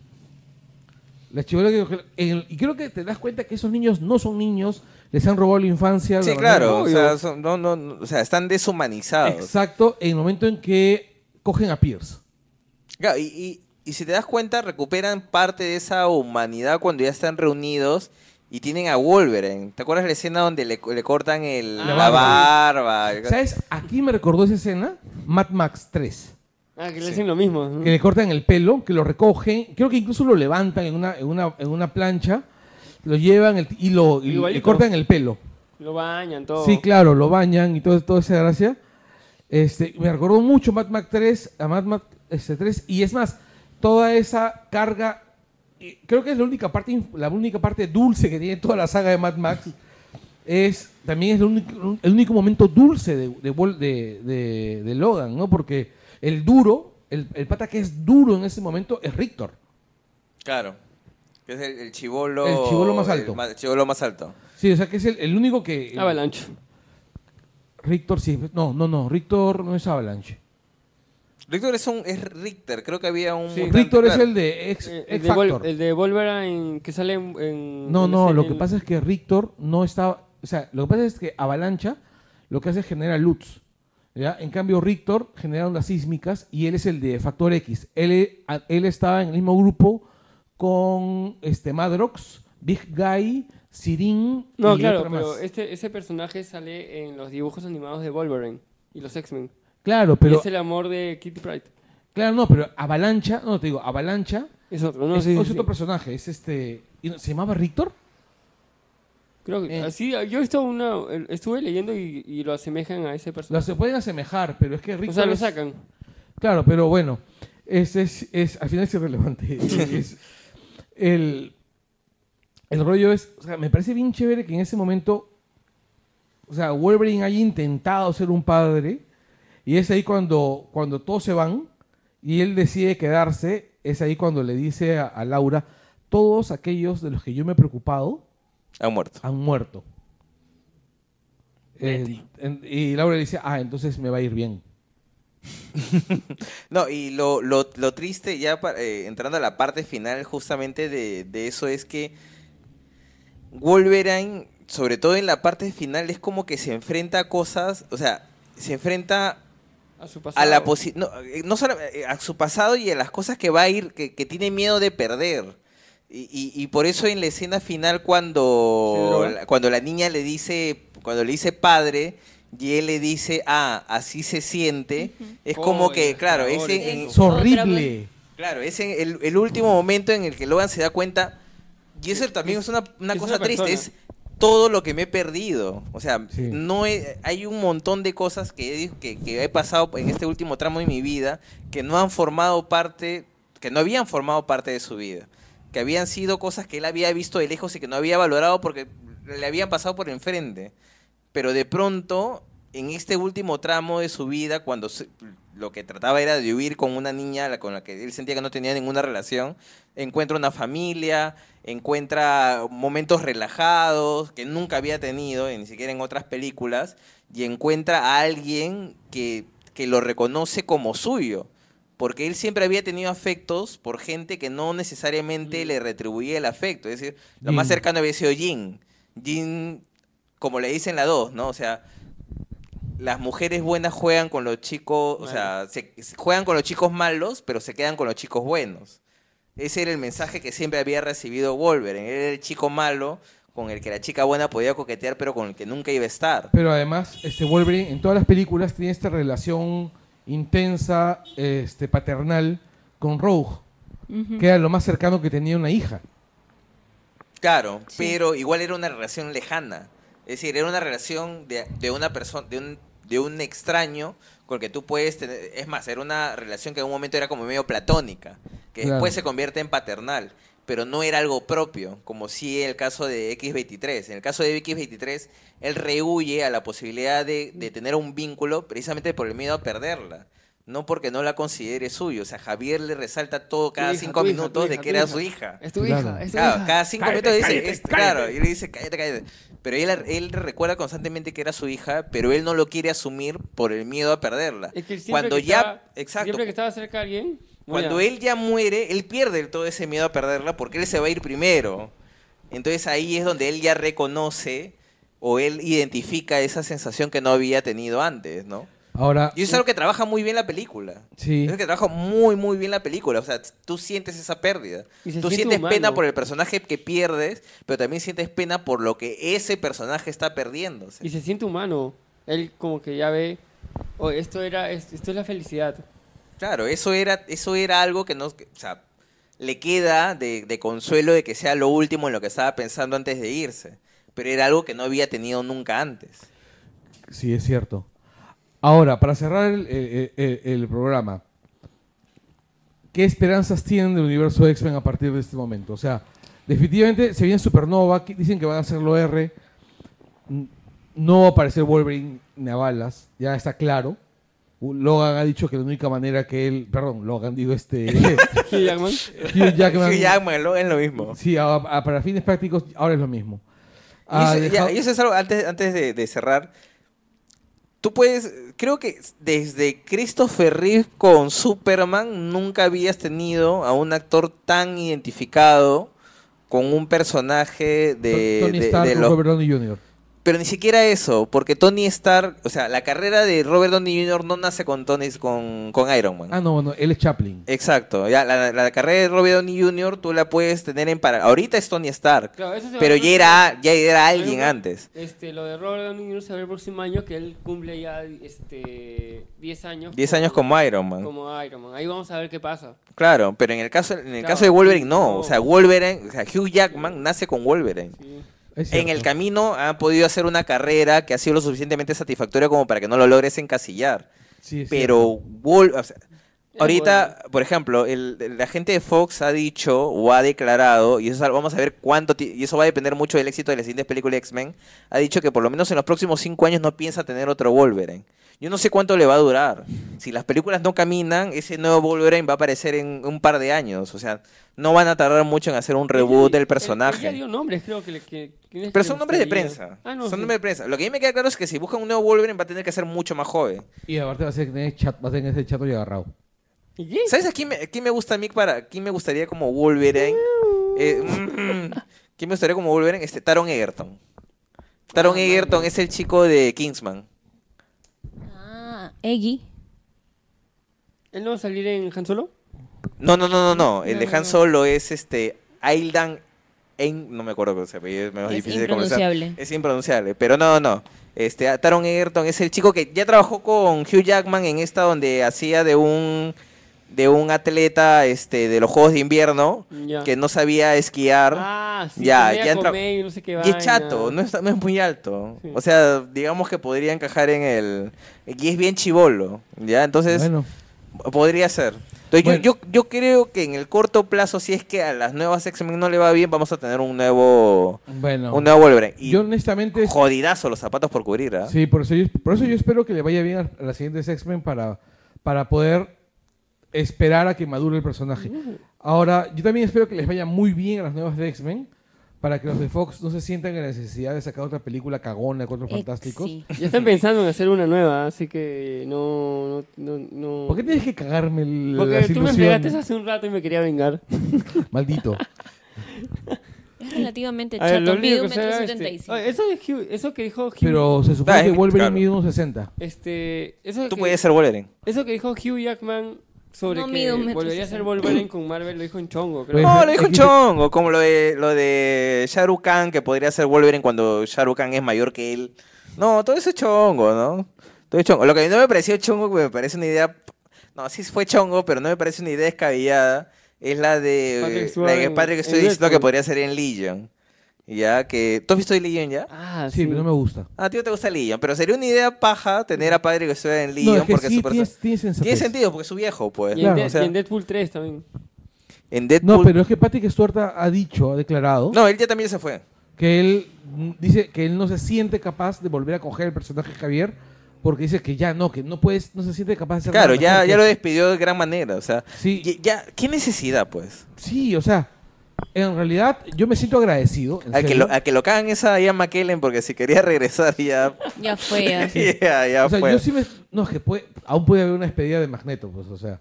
La chibola que congela- el- y creo que te das cuenta que esos niños no son niños, les han robado la infancia. Sí, la manera- claro, o Obvio. sea, son- no, no, no, o sea, están deshumanizados. Exacto, en el momento en que cogen a Pierce. Claro, y, y- y si te das cuenta, recuperan parte de esa humanidad cuando ya están reunidos y tienen a Wolverine. ¿Te acuerdas la escena donde le, le cortan el, Ah, la, la barba? El- ¿Sabes? Aquí me recordó esa escena, Mad Max 3, Ah, que le Sí. hacen lo mismo. ¿no? que le cortan el pelo, que lo recogen, creo que incluso lo levantan en una, en una, en una plancha lo llevan el- y lo y- y Igualito. cortan el pelo. Lo bañan, todo. Sí, claro, lo bañan y todo, toda esa gracia. Este, me recordó mucho Mad Max 3, a Mad Max este, 3, y es más, toda esa carga, eh, creo que es la única parte, inf- la única parte dulce que tiene toda la saga de Mad Max, es, también es el único, el único momento dulce de, de, Wol- de- de- de Logan, ¿no? Porque el duro, el, el pata que es duro en ese momento es Richter. Claro. Que es el, el chivolo. El chibolo más alto. El, ma- el chibolo más alto. Sí, o sea que es el, el único que... Avalanche. Richter sí, no, no, no, Richter no es Avalanche. Richter es un. Es Richter, creo que había un. Sí, mutante, Richter es claro. el de X, Eh, El X de, Vol- Factor. el de Wolverine que sale en... en- No, en no, ese- lo que en- pasa es que Rictor no estaba. O sea, lo que pasa es que Avalancha lo que hace es genera Lutz. ¿ya? En cambio, Rictor genera ondas sísmicas y él es el de Factor X. Él, a- él estaba en el mismo grupo con este Madrox, Big Guy, Sirin. No, y claro, otra más. pero este, ese personaje sale en los dibujos animados de Wolverine y los X-Men. Claro, Y pero. es el amor de Kitty Pryde. Claro, no, pero Avalancha, no te digo, Avalancha Es otro, ¿no? es, Sí, es sí, otro sí. personaje. Es este. ¿y no- ¿Se llamaba Rictor? Creo que Eh. así, ah, yo he visto una, el- estuve leyendo y, y lo asemejan a ese Lo personaje. se pueden asemejar, pero es que Rictor. o sea, lo es- sacan. Claro, pero bueno, es, es, es- al final es irrelevante. Es- el, el rollo es, o sea, me parece bien chévere que en ese momento, o sea, Wolverine haya intentado ser un padre y es ahí cuando, cuando todos se van y él decide quedarse, es ahí cuando le dice a, a Laura, todos aquellos de los que yo me he preocupado Ha muerto. han muerto. Eh, en- y Laura le dice, ah, entonces me va a ir bien. No, y lo, lo, lo triste, ya pa- eh, entrando a la parte final justamente de, de eso, es que Wolverine, sobre todo en la parte final, es como que se enfrenta a cosas, o sea, se enfrenta A su pasado. a la posi- no, eh, no solo eh, a su pasado y a las cosas que va a ir, que, que tiene miedo de perder. Y, y- y por eso en la escena final ¿Se cuando, droga? la- cuando la niña le dice, cuando le dice padre, y él le dice, ah, así se siente, es como Oye, que, hasta claro, ahora ese, es en- Es horrible. Claro, es en el, el último momento en el que Logan se da cuenta. Y eso también es una, una es cosa una triste, es persona. todo lo que me he perdido. O sea, Sí. no he- hay un montón de cosas que he, que, que he pasado en este último tramo de mi vida que no han formado parte, que no habían formado parte de su vida. Que habían sido cosas que él había visto de lejos y que no había valorado porque le habían pasado por enfrente pero de pronto, en este último tramo de su vida, cuando se- lo que trataba era de huir con una niña la- con la que él sentía que no tenía ninguna relación, encuentra una familia, encuentra momentos relajados que nunca había tenido, ni siquiera en otras películas, y encuentra a alguien que, que lo reconoce como suyo. Porque él siempre había tenido afectos por gente que no necesariamente le retribuía el afecto. Es decir, lo más Jin. cercano había sido Jin. Jin como le dicen la dos, ¿no? O sea, las mujeres buenas juegan con los chicos, o sea, se, se- juegan con los chicos malos, pero se quedan con los chicos buenos. Ese era el mensaje que siempre había recibido Wolverine. Él era el chico malo con el que la chica buena podía coquetear, pero con el que nunca iba a estar. Pero además, este Wolverine en todas las películas tiene esta relación intensa, este paternal con Rogue, que era lo más cercano que tenía una hija. Claro, pero igual era una relación lejana. Es decir, era una relación de, de una persona, de un, de un extraño con el que tú puedes tener. Es más, era una relación que en un momento era como medio platónica, que Claro. después se convierte en paternal, pero no era algo propio, como si en el caso de X23. En el caso de X23, él rehuye a la posibilidad de, de tener un vínculo precisamente por el miedo a perderla. No porque no la considere suyo. O sea, Javier le resalta todo Tu cada hija, cinco tu hija, tu minutos hija, de tu que era su hija. Es tu Claro. hija, es tu Claro, hija. cada cinco Cállate, minutos dice, cállate, es- cállate. claro, y le dice, cállate, cállate. Pero él, él recuerda constantemente que era su hija, pero él no lo quiere asumir por el miedo a perderla. Es que siempre cuando que ya, estaba- exacto, Siempre que estaba cerca de alguien. cuando moría. él ya muere, él pierde todo ese miedo a perderla porque él se va a ir primero. Entonces ahí es donde él ya reconoce o él identifica esa sensación que no había tenido antes, ¿no? Ahora, Y eso es algo que trabaja muy bien la película. Sí. Es algo que trabaja muy, muy bien la película. O sea, t- tú sientes esa pérdida. Y se Tú siente sientes humano. pena por el personaje que pierdes, pero también sientes pena por lo que ese personaje está perdiéndose. Y se siente humano. Él como que ya ve, oh, esto, era, es- esto es la felicidad. Claro, eso era, eso era algo que no... que- o sea, le queda de, de consuelo de que sea lo último en lo que estaba pensando antes de irse. Pero era algo que no había tenido nunca antes. Sí, es cierto. Ahora, para cerrar el, el- el- el programa, ¿qué esperanzas tienen del universo X-Men a partir de este momento? O sea, definitivamente se viene Supernova, que- dicen que van a hacerlo R, n- no va a aparecer Wolverine ni a balas, ya está claro. U- Logan ha dicho que la única manera que él, perdón, Logan, digo este, Hugh Hugh Jackman. Jackman, Hugh Jackman, lo- es lo mismo. sí, a- a- para fines prácticos ahora es lo mismo. Ah, Ha Y eso, ya, dejado- y eso es algo, antes, antes de, de cerrar, tú puedes, creo que desde Christopher Reeve con Superman nunca habías tenido a un actor tan identificado con un personaje de, Tony de- Stark de con los- Robert Downey Jr. Pero ni siquiera eso, porque Tony Stark, o sea, la carrera de Robert Downey Jr. no nace con, Tony, con, con Iron Man. Ah, no, bueno, él es Chaplin. Exacto, ya, la, la carrera de Robert Downey Jr. tú la puedes tener en para Ahorita es Tony Stark, Claro, eso se va pero a ver ya era, próximo- ya era alguien Algo- antes. Este, lo de Robert Downey Jr. se va a ver el próximo año, que él cumple ya este, 10 años. 10 años como Iron Man. como Iron Man. Ahí vamos a ver qué pasa. Claro, pero en el caso en el Claro, caso de Wolverine no, no. o sea, Wolverine, o sea, Hugh Jackman nace con Wolverine. Sí. Es En cierto. el camino ha podido hacer una carrera que ha sido lo suficientemente satisfactoria como para que no lo logres encasillar. Sí, es Pero cierto. Wol- o sea, Es ahorita, por ejemplo, el, el agente de Fox ha dicho o ha declarado, y eso es algo- vamos a ver cuánto, ti- y eso va a depender mucho del éxito de las siguientes películas de X-Men, ha dicho que por lo menos en los próximos cinco años no piensa tener otro Wolverine. Yo no sé cuánto le va a durar. Si las películas no caminan, ese nuevo Wolverine va a aparecer en un par de años. O sea, no van a tardar mucho en hacer un reboot Él- él- del él pues ya dio personaje. nombres, creo que. le- que- que- Pero son nombres de gustaría. prensa. Ah, no, Son sí. nombres de prensa. Lo que a mí me queda claro es que si buscan un nuevo Wolverine va a tener que ser mucho más joven. Y aparte va a ser que tenés chat, va a tener ese chato y agarrado. ¿Y qué? ¿Sabes a quién me, quién me gusta a mí para quién me gustaría como Wolverine? Eh, mm, ¿Quién me gustaría como Wolverine? Este Taron Egerton. Taron Ah, Egerton mano. es el chico de Kingsman. Ah, Eggy. ¿Él no va a salir en Han Solo? No, no, no, no, no. El de No, no, Han no. Solo es este Aildan En, no me acuerdo cómo se apellida, es menos Es difícil de comenzar. impronunciable. Es impronunciable, pero no, no, no. Este, a- Taron Egerton es el chico que ya trabajó con Hugh Jackman en esta donde hacía de un de un atleta este de los juegos de invierno Ya. que no sabía esquiar. Ah, sí. Ya, pelea ya con entra- May, no sé qué Y vaina. es chato, no es, no es muy alto. Sí. O sea, digamos que podría encajar en el... Y es bien chivolo, ¿ya? Entonces, Bueno, podría ser. Entonces, yo- Bueno. yo, yo, creo que en el corto plazo, si es que a las nuevas X-Men no le va bien, vamos a tener un nuevo... bueno. Un nuevo Wolverine. Y yo honestamente. jodidazo los zapatos por cubrir, ¿ah? Sí, por eso, yo, por eso yo espero que le vaya bien a, a las siguientes X-Men para, para poder esperar a que madure el personaje. Ahora, yo también espero que les vaya muy bien a las nuevas de X-Men para que los de Fox no se sientan en la necesidad de sacar otra película cagona con los fantásticos. Eggsy. Ya están pensando en hacer una nueva, así que no. no, no, no- ¿Por qué tienes que cagarme el, Porque las tú me pegaste ilusiones? hace un rato y me quería vengar. Maldito. Es relativamente A ver, lo chato. Mide único un que sé metro era, setenta y este- cinco. Oye, eso, de Hugh- eso que dijo Hugh. Pero se supone Claro, que es- Wolverine claro. mide unos 60. Este, eso Tú que- podías ser Wolverine. Eso que dijo Hugh Jackman sobre No que mido un metro volvería a ser sesenta. Wolverine con Marvel, lo dijo en chongo, creo. Pues, No, lo dijo es que- Chongo, como lo de, lo de Shah Rukh Khan, que podría ser Wolverine cuando Shah Rukh Khan es mayor que él. No, todo eso es Chongo, ¿no? Todo es Chongo. Lo que no me pareció Chongo, que me parece una idea... No, sí fue Chongo, pero no me parece una idea descabellada. Es la de Patrick la Stewart de en- Patrick en Stewart diciendo que Deadpool. podría ser en Legion. Ya que... ¿Tú has visto Legion ya? Ah, Sí, pero no me gusta. Ah, a ti no te gusta Legion, pero sería una idea paja tener a Patrick Stewart en Legion No, es que porque sí, su perso- tiene, tiene sensatez. Tiene sentido porque es su viejo, pues. Y, Eh, Claro, en Dead- o sea, y en Deadpool 3 también. en Deadpool... No, pero es que Patrick Stewart ha ha dicho, ha declarado, No, él ya también se fue. que él mm, dice que él no se siente capaz de volver a coger el personaje de Javier, porque dice que ya no, que no puedes, no se siente capaz de hacer Claro, nada ya, mejor ya que- lo despidió de gran manera, o sea, Sí. y- ya, ¿qué necesidad, pues? Sí, o sea, en realidad yo me siento agradecido. en Al que, serio. lo, al que lo cagan es a Ian McKellen, porque si quería regresar ya, Ya fue. ya, ya. ya o sea, fue. yo sí me... No, es que puede- aún puede haber una despedida de Magneto, pues, o sea.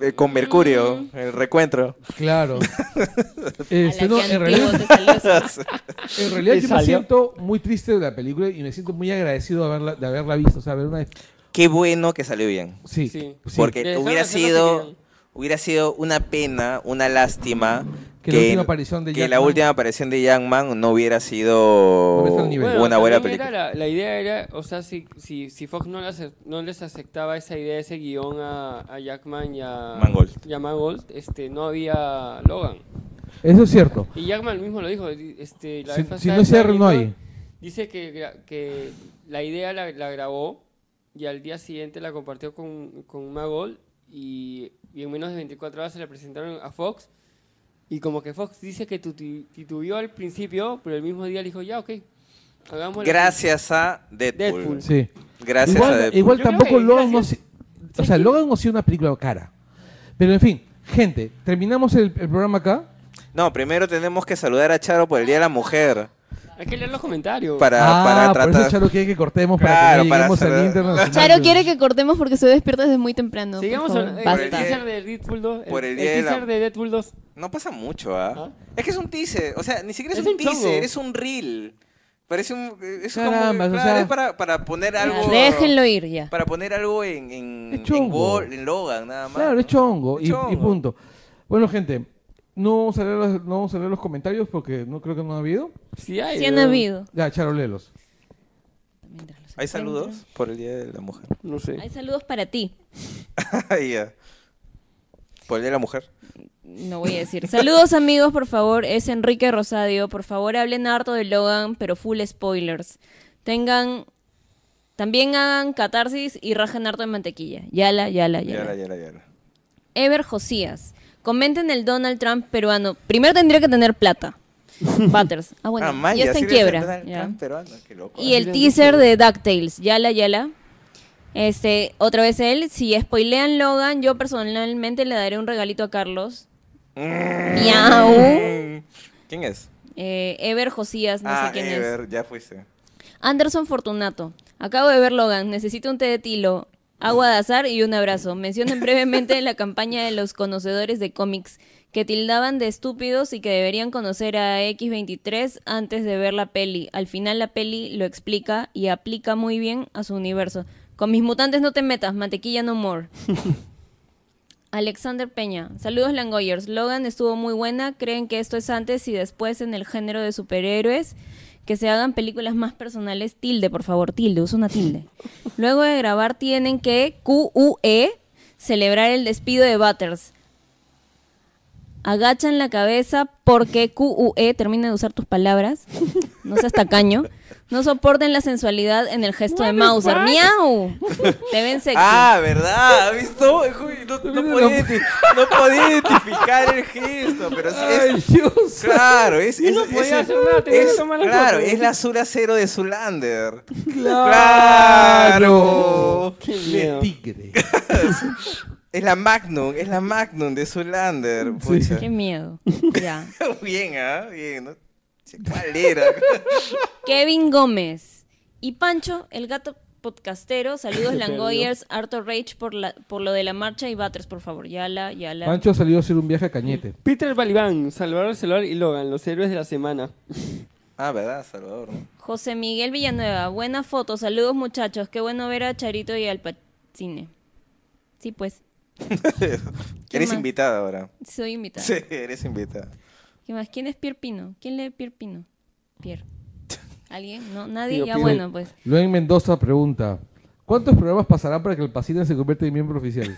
Eh, Con Mercurio, Mm. el recuentro. Claro. A Este, la no, que en antiguo realidad, te salió eso. en realidad Y yo me salió. siento muy triste de la película y me siento muy agradecido de haberla, de haberla visto, o sea, ver una... Qué bueno que salió bien, Sí, Sí. sí. porque Regresaron a hubiera hacer lo que sido, querían. hubiera sido una pena, una lástima Que la última aparición de que Jack la Man- última aparición de Youngman no hubiera No sido hubiera estado al nivel. una buena también película. era la, la idea era, o sea, si, si, si Fox no, le ace- no les aceptaba esa idea, ese guión a, a Jackman y a Mangold. y a Mangold, este, no había Logan. Eso es cierto. Y Jackman mismo lo dijo. di- Este, la Si- vez si pasada no estaba cierra, no hay. viendo, Dice que, gra- que la idea la, la grabó y al día siguiente la compartió con, con Magol y, y en menos de 24 horas se la presentaron a Fox. Y como que Fox dice que tuti- titubeó al principio, pero el mismo día le dijo, ya, ok, hagamos Gracias a Deadpool. Deadpool. Sí. Gracias a igual Deadpool. igual Yo creo tampoco que Logan no gracias- ha si- O sea, Logan no ha sido una película cara. Pero en fin, gente, terminamos el, el programa acá. No, primero tenemos que saludar a Charo por el Día de la Mujer. Hay que leer los comentarios. Para, ah, para por eso tratar. Charo quiere que cortemos para Claro, que no para lleguemos al cerrar. internacional. Charo quiere que cortemos porque se despierta desde muy temprano. por Sigamos favor. el, Por el el Basta. día- teaser de Deadpool 2. El, por el el día de la- teaser de Deadpool 2. No pasa mucho, ¿ah? ¿Ah? Es que es un teaser. O sea, ni siquiera es, Es un, un chongo. teaser, es un reel. Parece un. Es Caramba, o como, claro, sea- es para, para poner Ya, algo. Déjenlo ir ya. Para poner algo en, en, Es en chongo. Wall- en Logan, nada más. Claro, ¿no? es chongo. Es Y, chongo. y punto. Bueno, gente, no vamos, a leer los, no vamos a leer los comentarios porque no creo que no ha habido. Sí, hay. Si han pero- habido. Ya, Charo, léelos. ¿Hay saludos por el Día de la Mujer? No sé. Hay saludos para ti. Ahí ya. Por el Día de la Mujer. No voy a decir. Saludos amigos, por favor. Es Enrique Rosadio. Por favor, hablen harto de Logan, pero full spoilers. Tengan... También hagan catarsis y rajen harto de mantequilla. Yala, yala, Ya yala. la, ya la, ya la. Ever Josías. Comenten el Donald Trump peruano. Primero tendría que tener plata. Butters. Ah, bueno. Ah, man, ya está sí en le quiebra. saldrá el ya. plan peruano, ah, qué loco. Y el Mira, teaser de DuckTales. Yala, yala. Este, otra vez él. Si spoilean Logan, yo personalmente le daré un regalito a Carlos. Miau. Mm. ¿Quién es? Eh, Ever Josías, no sé ah, quién es. Ever, ya fuiste. Anderson Fortunato. Acabo de ver Logan. Necesito un té de tilo, agua de azar y un abrazo. Mencionen brevemente la campaña de los conocedores de cómics que tildaban de estúpidos y que deberían conocer a X23 antes de ver la peli. Al final la peli lo explica y aplica muy bien a su universo. Con mis mutantes no te metas, mantequilla no more. Alexander Peña, saludos Langoyers. Logan estuvo muy buena. ¿Creen que esto es antes y después en el género de superhéroes? Que se hagan películas más personales. Tilde, por favor, tilde, usa una tilde. Luego de grabar tienen que QUE celebrar el despido de Butters. Agachan la cabeza porque QUE, termina de usar tus palabras, no seas tacaño. No soporten la sensualidad en el gesto de Mauser. ¡Miau! Te ven sexy. Ah, ¿verdad? ¿Has visto? Uy, No, no Mira, podía, la- identi- no podía identificar el gesto, pero sí Ay, es. Dios. Claro, es. Yo no es- podía es- hacer nada, tenía es- que tomar la Claro, foto. es la Azul Acero de Zulander. Claro. Claro. Qué De miedo. tigre. Es la Magnum, es la Magnum de Zulander. Pucha. ¡Qué miedo! Ya. Bien, ¿ah? Bien, ¿no? ¿Cuál era? Kevin Gómez y Pancho, el gato podcastero. Saludos, Se Langoyers, Arthur Rage por, la, por lo de la marcha y Butters, por favor. Yala, yala. Pancho ha salido a hacer un viaje a Cañete. Peter Balibán, Salvador Celular y Logan, los héroes de la semana. Ah, ¿verdad? Salvador, ¿no? José Miguel Villanueva, buena foto. Saludos, muchachos. Qué bueno ver a Charito y al Pacine. Sí, pues, Eres más? invitada ahora. soy invitada. Sí, eres invitada. ¿Qué más? ¿Quién es Pierre Pino? ¿Quién lee Pierre Pino? Pierre. ¿Alguien? ¿No? ¿Nadie? Pino, ya Pino. bueno, pues. Luen Mendoza pregunta: ¿Cuántos programas pasarán para que el Pacina se convierta en miembro oficial?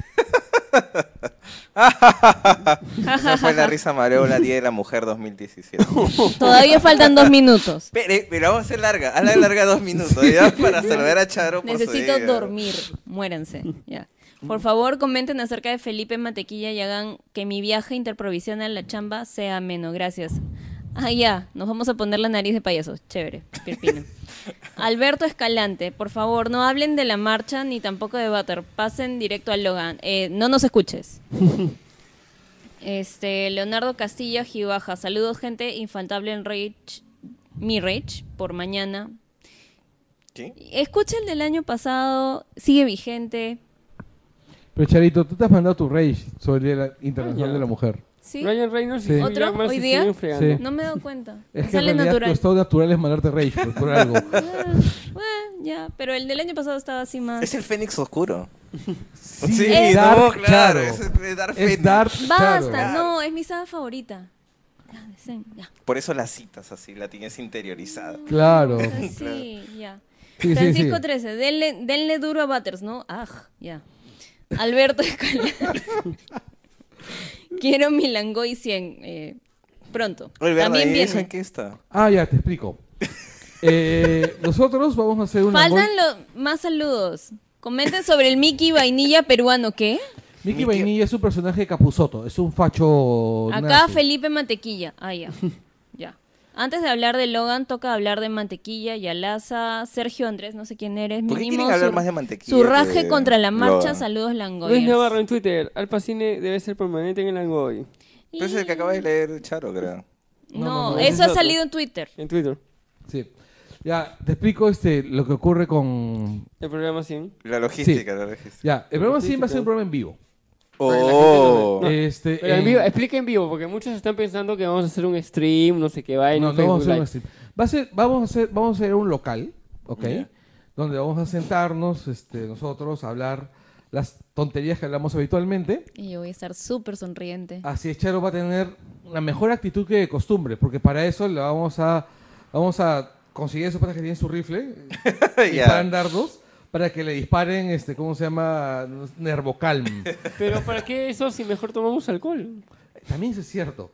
Esa fue la risa mareola Día de la Mujer 2017. Todavía faltan dos minutos. Pero, pero vamos a hacer larga, hazla larga dos minutos, ¿ya? Para saludar a Charo por su Necesito día. dormir. Muéranse. Ya. Por favor, comenten acerca de Felipe Matequilla y hagan que mi viaje interprovisional a la chamba sea ameno. Gracias. Ah, ya. Nos vamos a poner la nariz de payasos. Chévere. Pirpino. Alberto Escalante, por favor, no hablen de la marcha ni tampoco de Butter. Pasen directo al Logan. Eh, no nos escuches. Este, Leonardo Castillo Gibaja. Saludos, gente. Infantable en Rage. Mi Rage, por mañana. ¿Sí? Escucha el del año pasado, sigue vigente. Pero Charito, tú te has mandado tu rage sobre el Día de la- Internacional Ah, ya. de la Mujer. ¿Sí? Ryan Reynolds Sí. y ¿Otro? Jackman ¿Hoy se día? siguen fregando. Sí. No me he dado cuenta. Es que en Sale realidad tu natural. estado natural es mandarte rage por, por algo. Ah, bueno, ya, pero el del año pasado estaba así más. Es el Fénix Oscuro. Sí, es- dar no, charo. claro. Es, es dar fe. Es dar Basta, charo. no, es mi saga favorita. Ya, deseen, ya. Por eso las citas así, la tienes interiorizada. Oh, Claro. O sea, sí, ya. Sí, sí, Francisco sí. 13, denle, denle duro a Butters, ¿no? Aj, ya. Alberto Escalera. Quiero mi Langoy 100 eh, pronto. Oye, ¿verdad? También ¿Y eso viene. en qué está? Ah, ya, te explico. Eh, nosotros vamos a hacer una... Faltan los más saludos. Comenten sobre el Mickey vainilla peruano, ¿qué? Mickey Mickey- Vainilla es un personaje de Capuzoto, es un facho... Acá nazi. Felipe Mantequilla. Ah, ya. ya. Antes de hablar de Logan, toca hablar de Mantequilla, Yalaza, Sergio Andrés, no sé quién eres. ¿Por qué mínimo quieren hablar su- más de Mantequilla Su que raje de contra la marcha, Logan? saludos Langoy. Luis Navarro en Twitter. Al Pacine debe ser permanente en el Angoy. Pero es el que acaba de leer Charo, creo. No, No, no, no, eso ese ha es otro. salido en Twitter. En Twitter. Sí. Ya, te explico este, lo que ocurre con... El programa 100. La logística, la logística. Ya, el programa sí va a ser un programa en vivo. Oh, Este, Pero en eh, vivo, explica en vivo, porque muchos están pensando que vamos a hacer un stream, no sé qué va en No, un no vamos a Facebook hacer un Live. stream. Va a ser, vamos a hacer, vamos a hacer un local, ¿ok? Ya. Donde vamos a sentarnos, este, nosotros, a hablar las tonterías que hablamos habitualmente. Y yo voy a estar súper sonriente. Ah. Así es, Charo va a tener la mejor actitud que de costumbre, porque para eso le vamos a, vamos a conseguir esos patas que tienen su rifle, Eh, y ya. disparan dardos, para que le disparen, este, ¿cómo se llama? Nervocalm. Pero ¿para qué eso si mejor tomamos alcohol? También eso es cierto.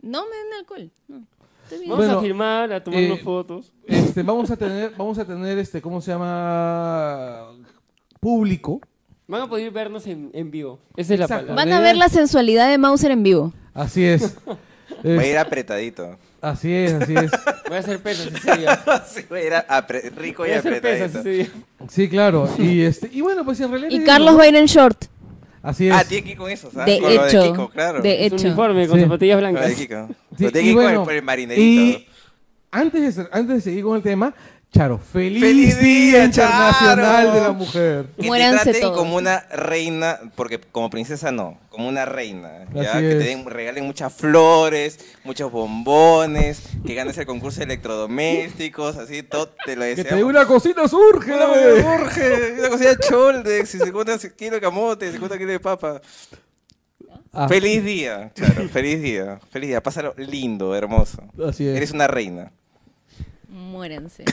No me den alcohol. No. Estoy bien. Vamos Bueno, a filmar, a tomarnos eh, fotos. Este, vamos a tener, vamos a tener, este, ¿cómo se llama? Público. Van a poder vernos en, en vivo. Esa es la Exacto. palabra. Van a ver la sensualidad de Mauser en vivo. Así es. Va a Es- ir apretadito. así es, así es. Voy a hacer pesas ese día. Sí, va a ir apre- rico Voy y a hacer pesas apretadito. ese día. Sí, claro. Y este, y bueno, pues en realidad. Y es Carlos eso. va a ir en short. Así es. Ah, tiene que ir con eso, ¿sabes? De con hecho. lo de Kiko, claro. De Es un hecho. uniforme con Sí. zapatillas Con lo de blancas. Kiko. Sí, lo de y Kiko bueno, por el marinerito. y antes de, ser- antes de seguir con el tema, Charo, feliz, ¡Feliz Día día, Internacional Charo! de la Mujer. Que Muéranse te traten todos. como una reina, porque como princesa no, como una reina. ¿ya? Así Que te es. den- regalen muchas flores, muchos bombones, que ganes el concurso de electrodomésticos, así, todo te lo Que deseamos. te dé una cocina surge. Una media Jorge, una cosilla Choldex, y 50 kilos de camote, 50 kilos de papa. Ah, Feliz día, claro, feliz día, feliz día, pásalo lindo, hermoso. Así es. Eres una reina. Muéranse.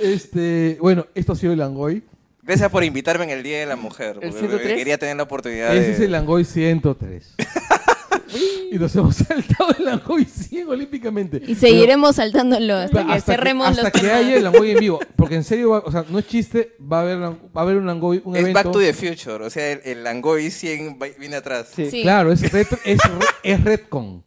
Este, bueno, esto ha sido el Angoy. Gracias por invitarme en el Día de la Mujer. ¿El porque 103? Quería tener la oportunidad Ese es de... el Angoy 103. y nos hemos saltado el Angoy 100 olímpicamente. Y seguiremos saltándolo hasta que Hasta cerremos hasta los que temas. haya el Angoy en vivo. Porque en serio, va- o sea, no es chiste, va a haber, va a haber un Angoy, un Es evento. Back to the Future, o sea, el, el Langoy 100 va- viene atrás. Sí. Sí. Claro, es, retro- es, re- es Redcon.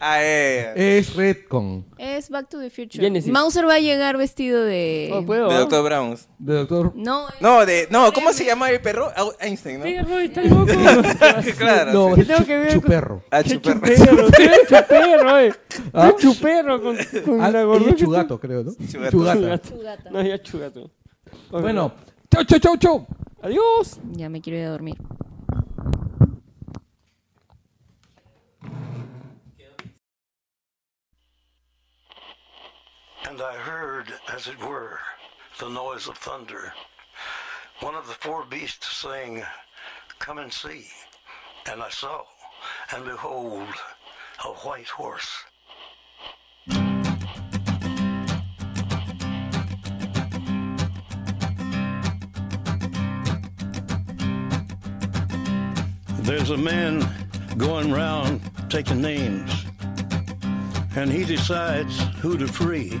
Ah, eh. Es Redcon. Es Back to the Future. Genesis. Mauser va a llegar vestido de. pues. Oh, ¿puedo? De Dr. Browns. De doctor. No, es- No, de. No, ¿cómo se llama el perro? Au- Einstein, Sí, ¿no? Roy, está loco. claro. No, sí. es tengo chu- que ver con- chuperro. Ah, Qué chuperro. chuperro, qué chuperro, eh. Qué chuperro con, con Ah, la ella gordura. es chugato, creo, ¿no? Chugato. Chugata. Chugata. Chugata. No, ya chugato. Ok. Bueno, chau, chau, chau, chau. Adiós. Ya me quiero ir a dormir. And I heard, as it were, the noise of thunder. One of the four beasts saying, Come and see. And I saw, and behold, a white horse. There's a man going round taking names, and he decides who to free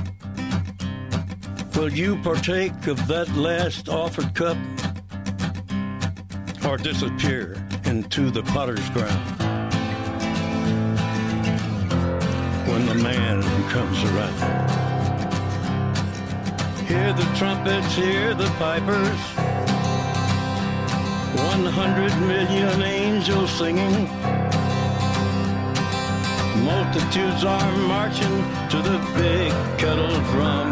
Will you partake of that last offered cup or disappear into the potter's ground when the man comes around? Hear the trumpets, hear the pipers. 100 million angels singing. Multitudes are marching to the big kettle drum.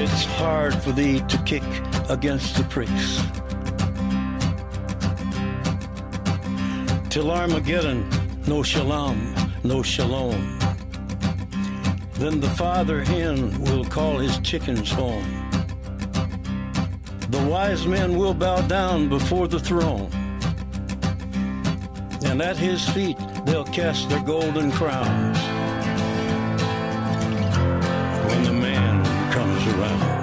It's hard for thee to kick against the pricks. Till Armageddon, no shalom, no shalom. Then the father hen will call his chickens home. The wise men will bow down before the throne. And at his feet they'll cast their golden crowns. When the man comes around.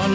One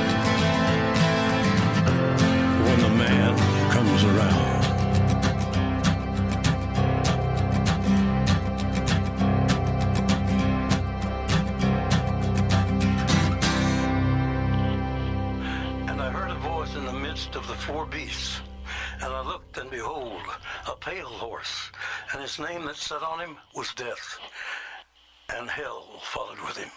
When the man comes around, And I heard a voice in the midst of the four beasts. And I looked, and behold, a pale horse, and his name that sat on him was Death, and hell followed with him.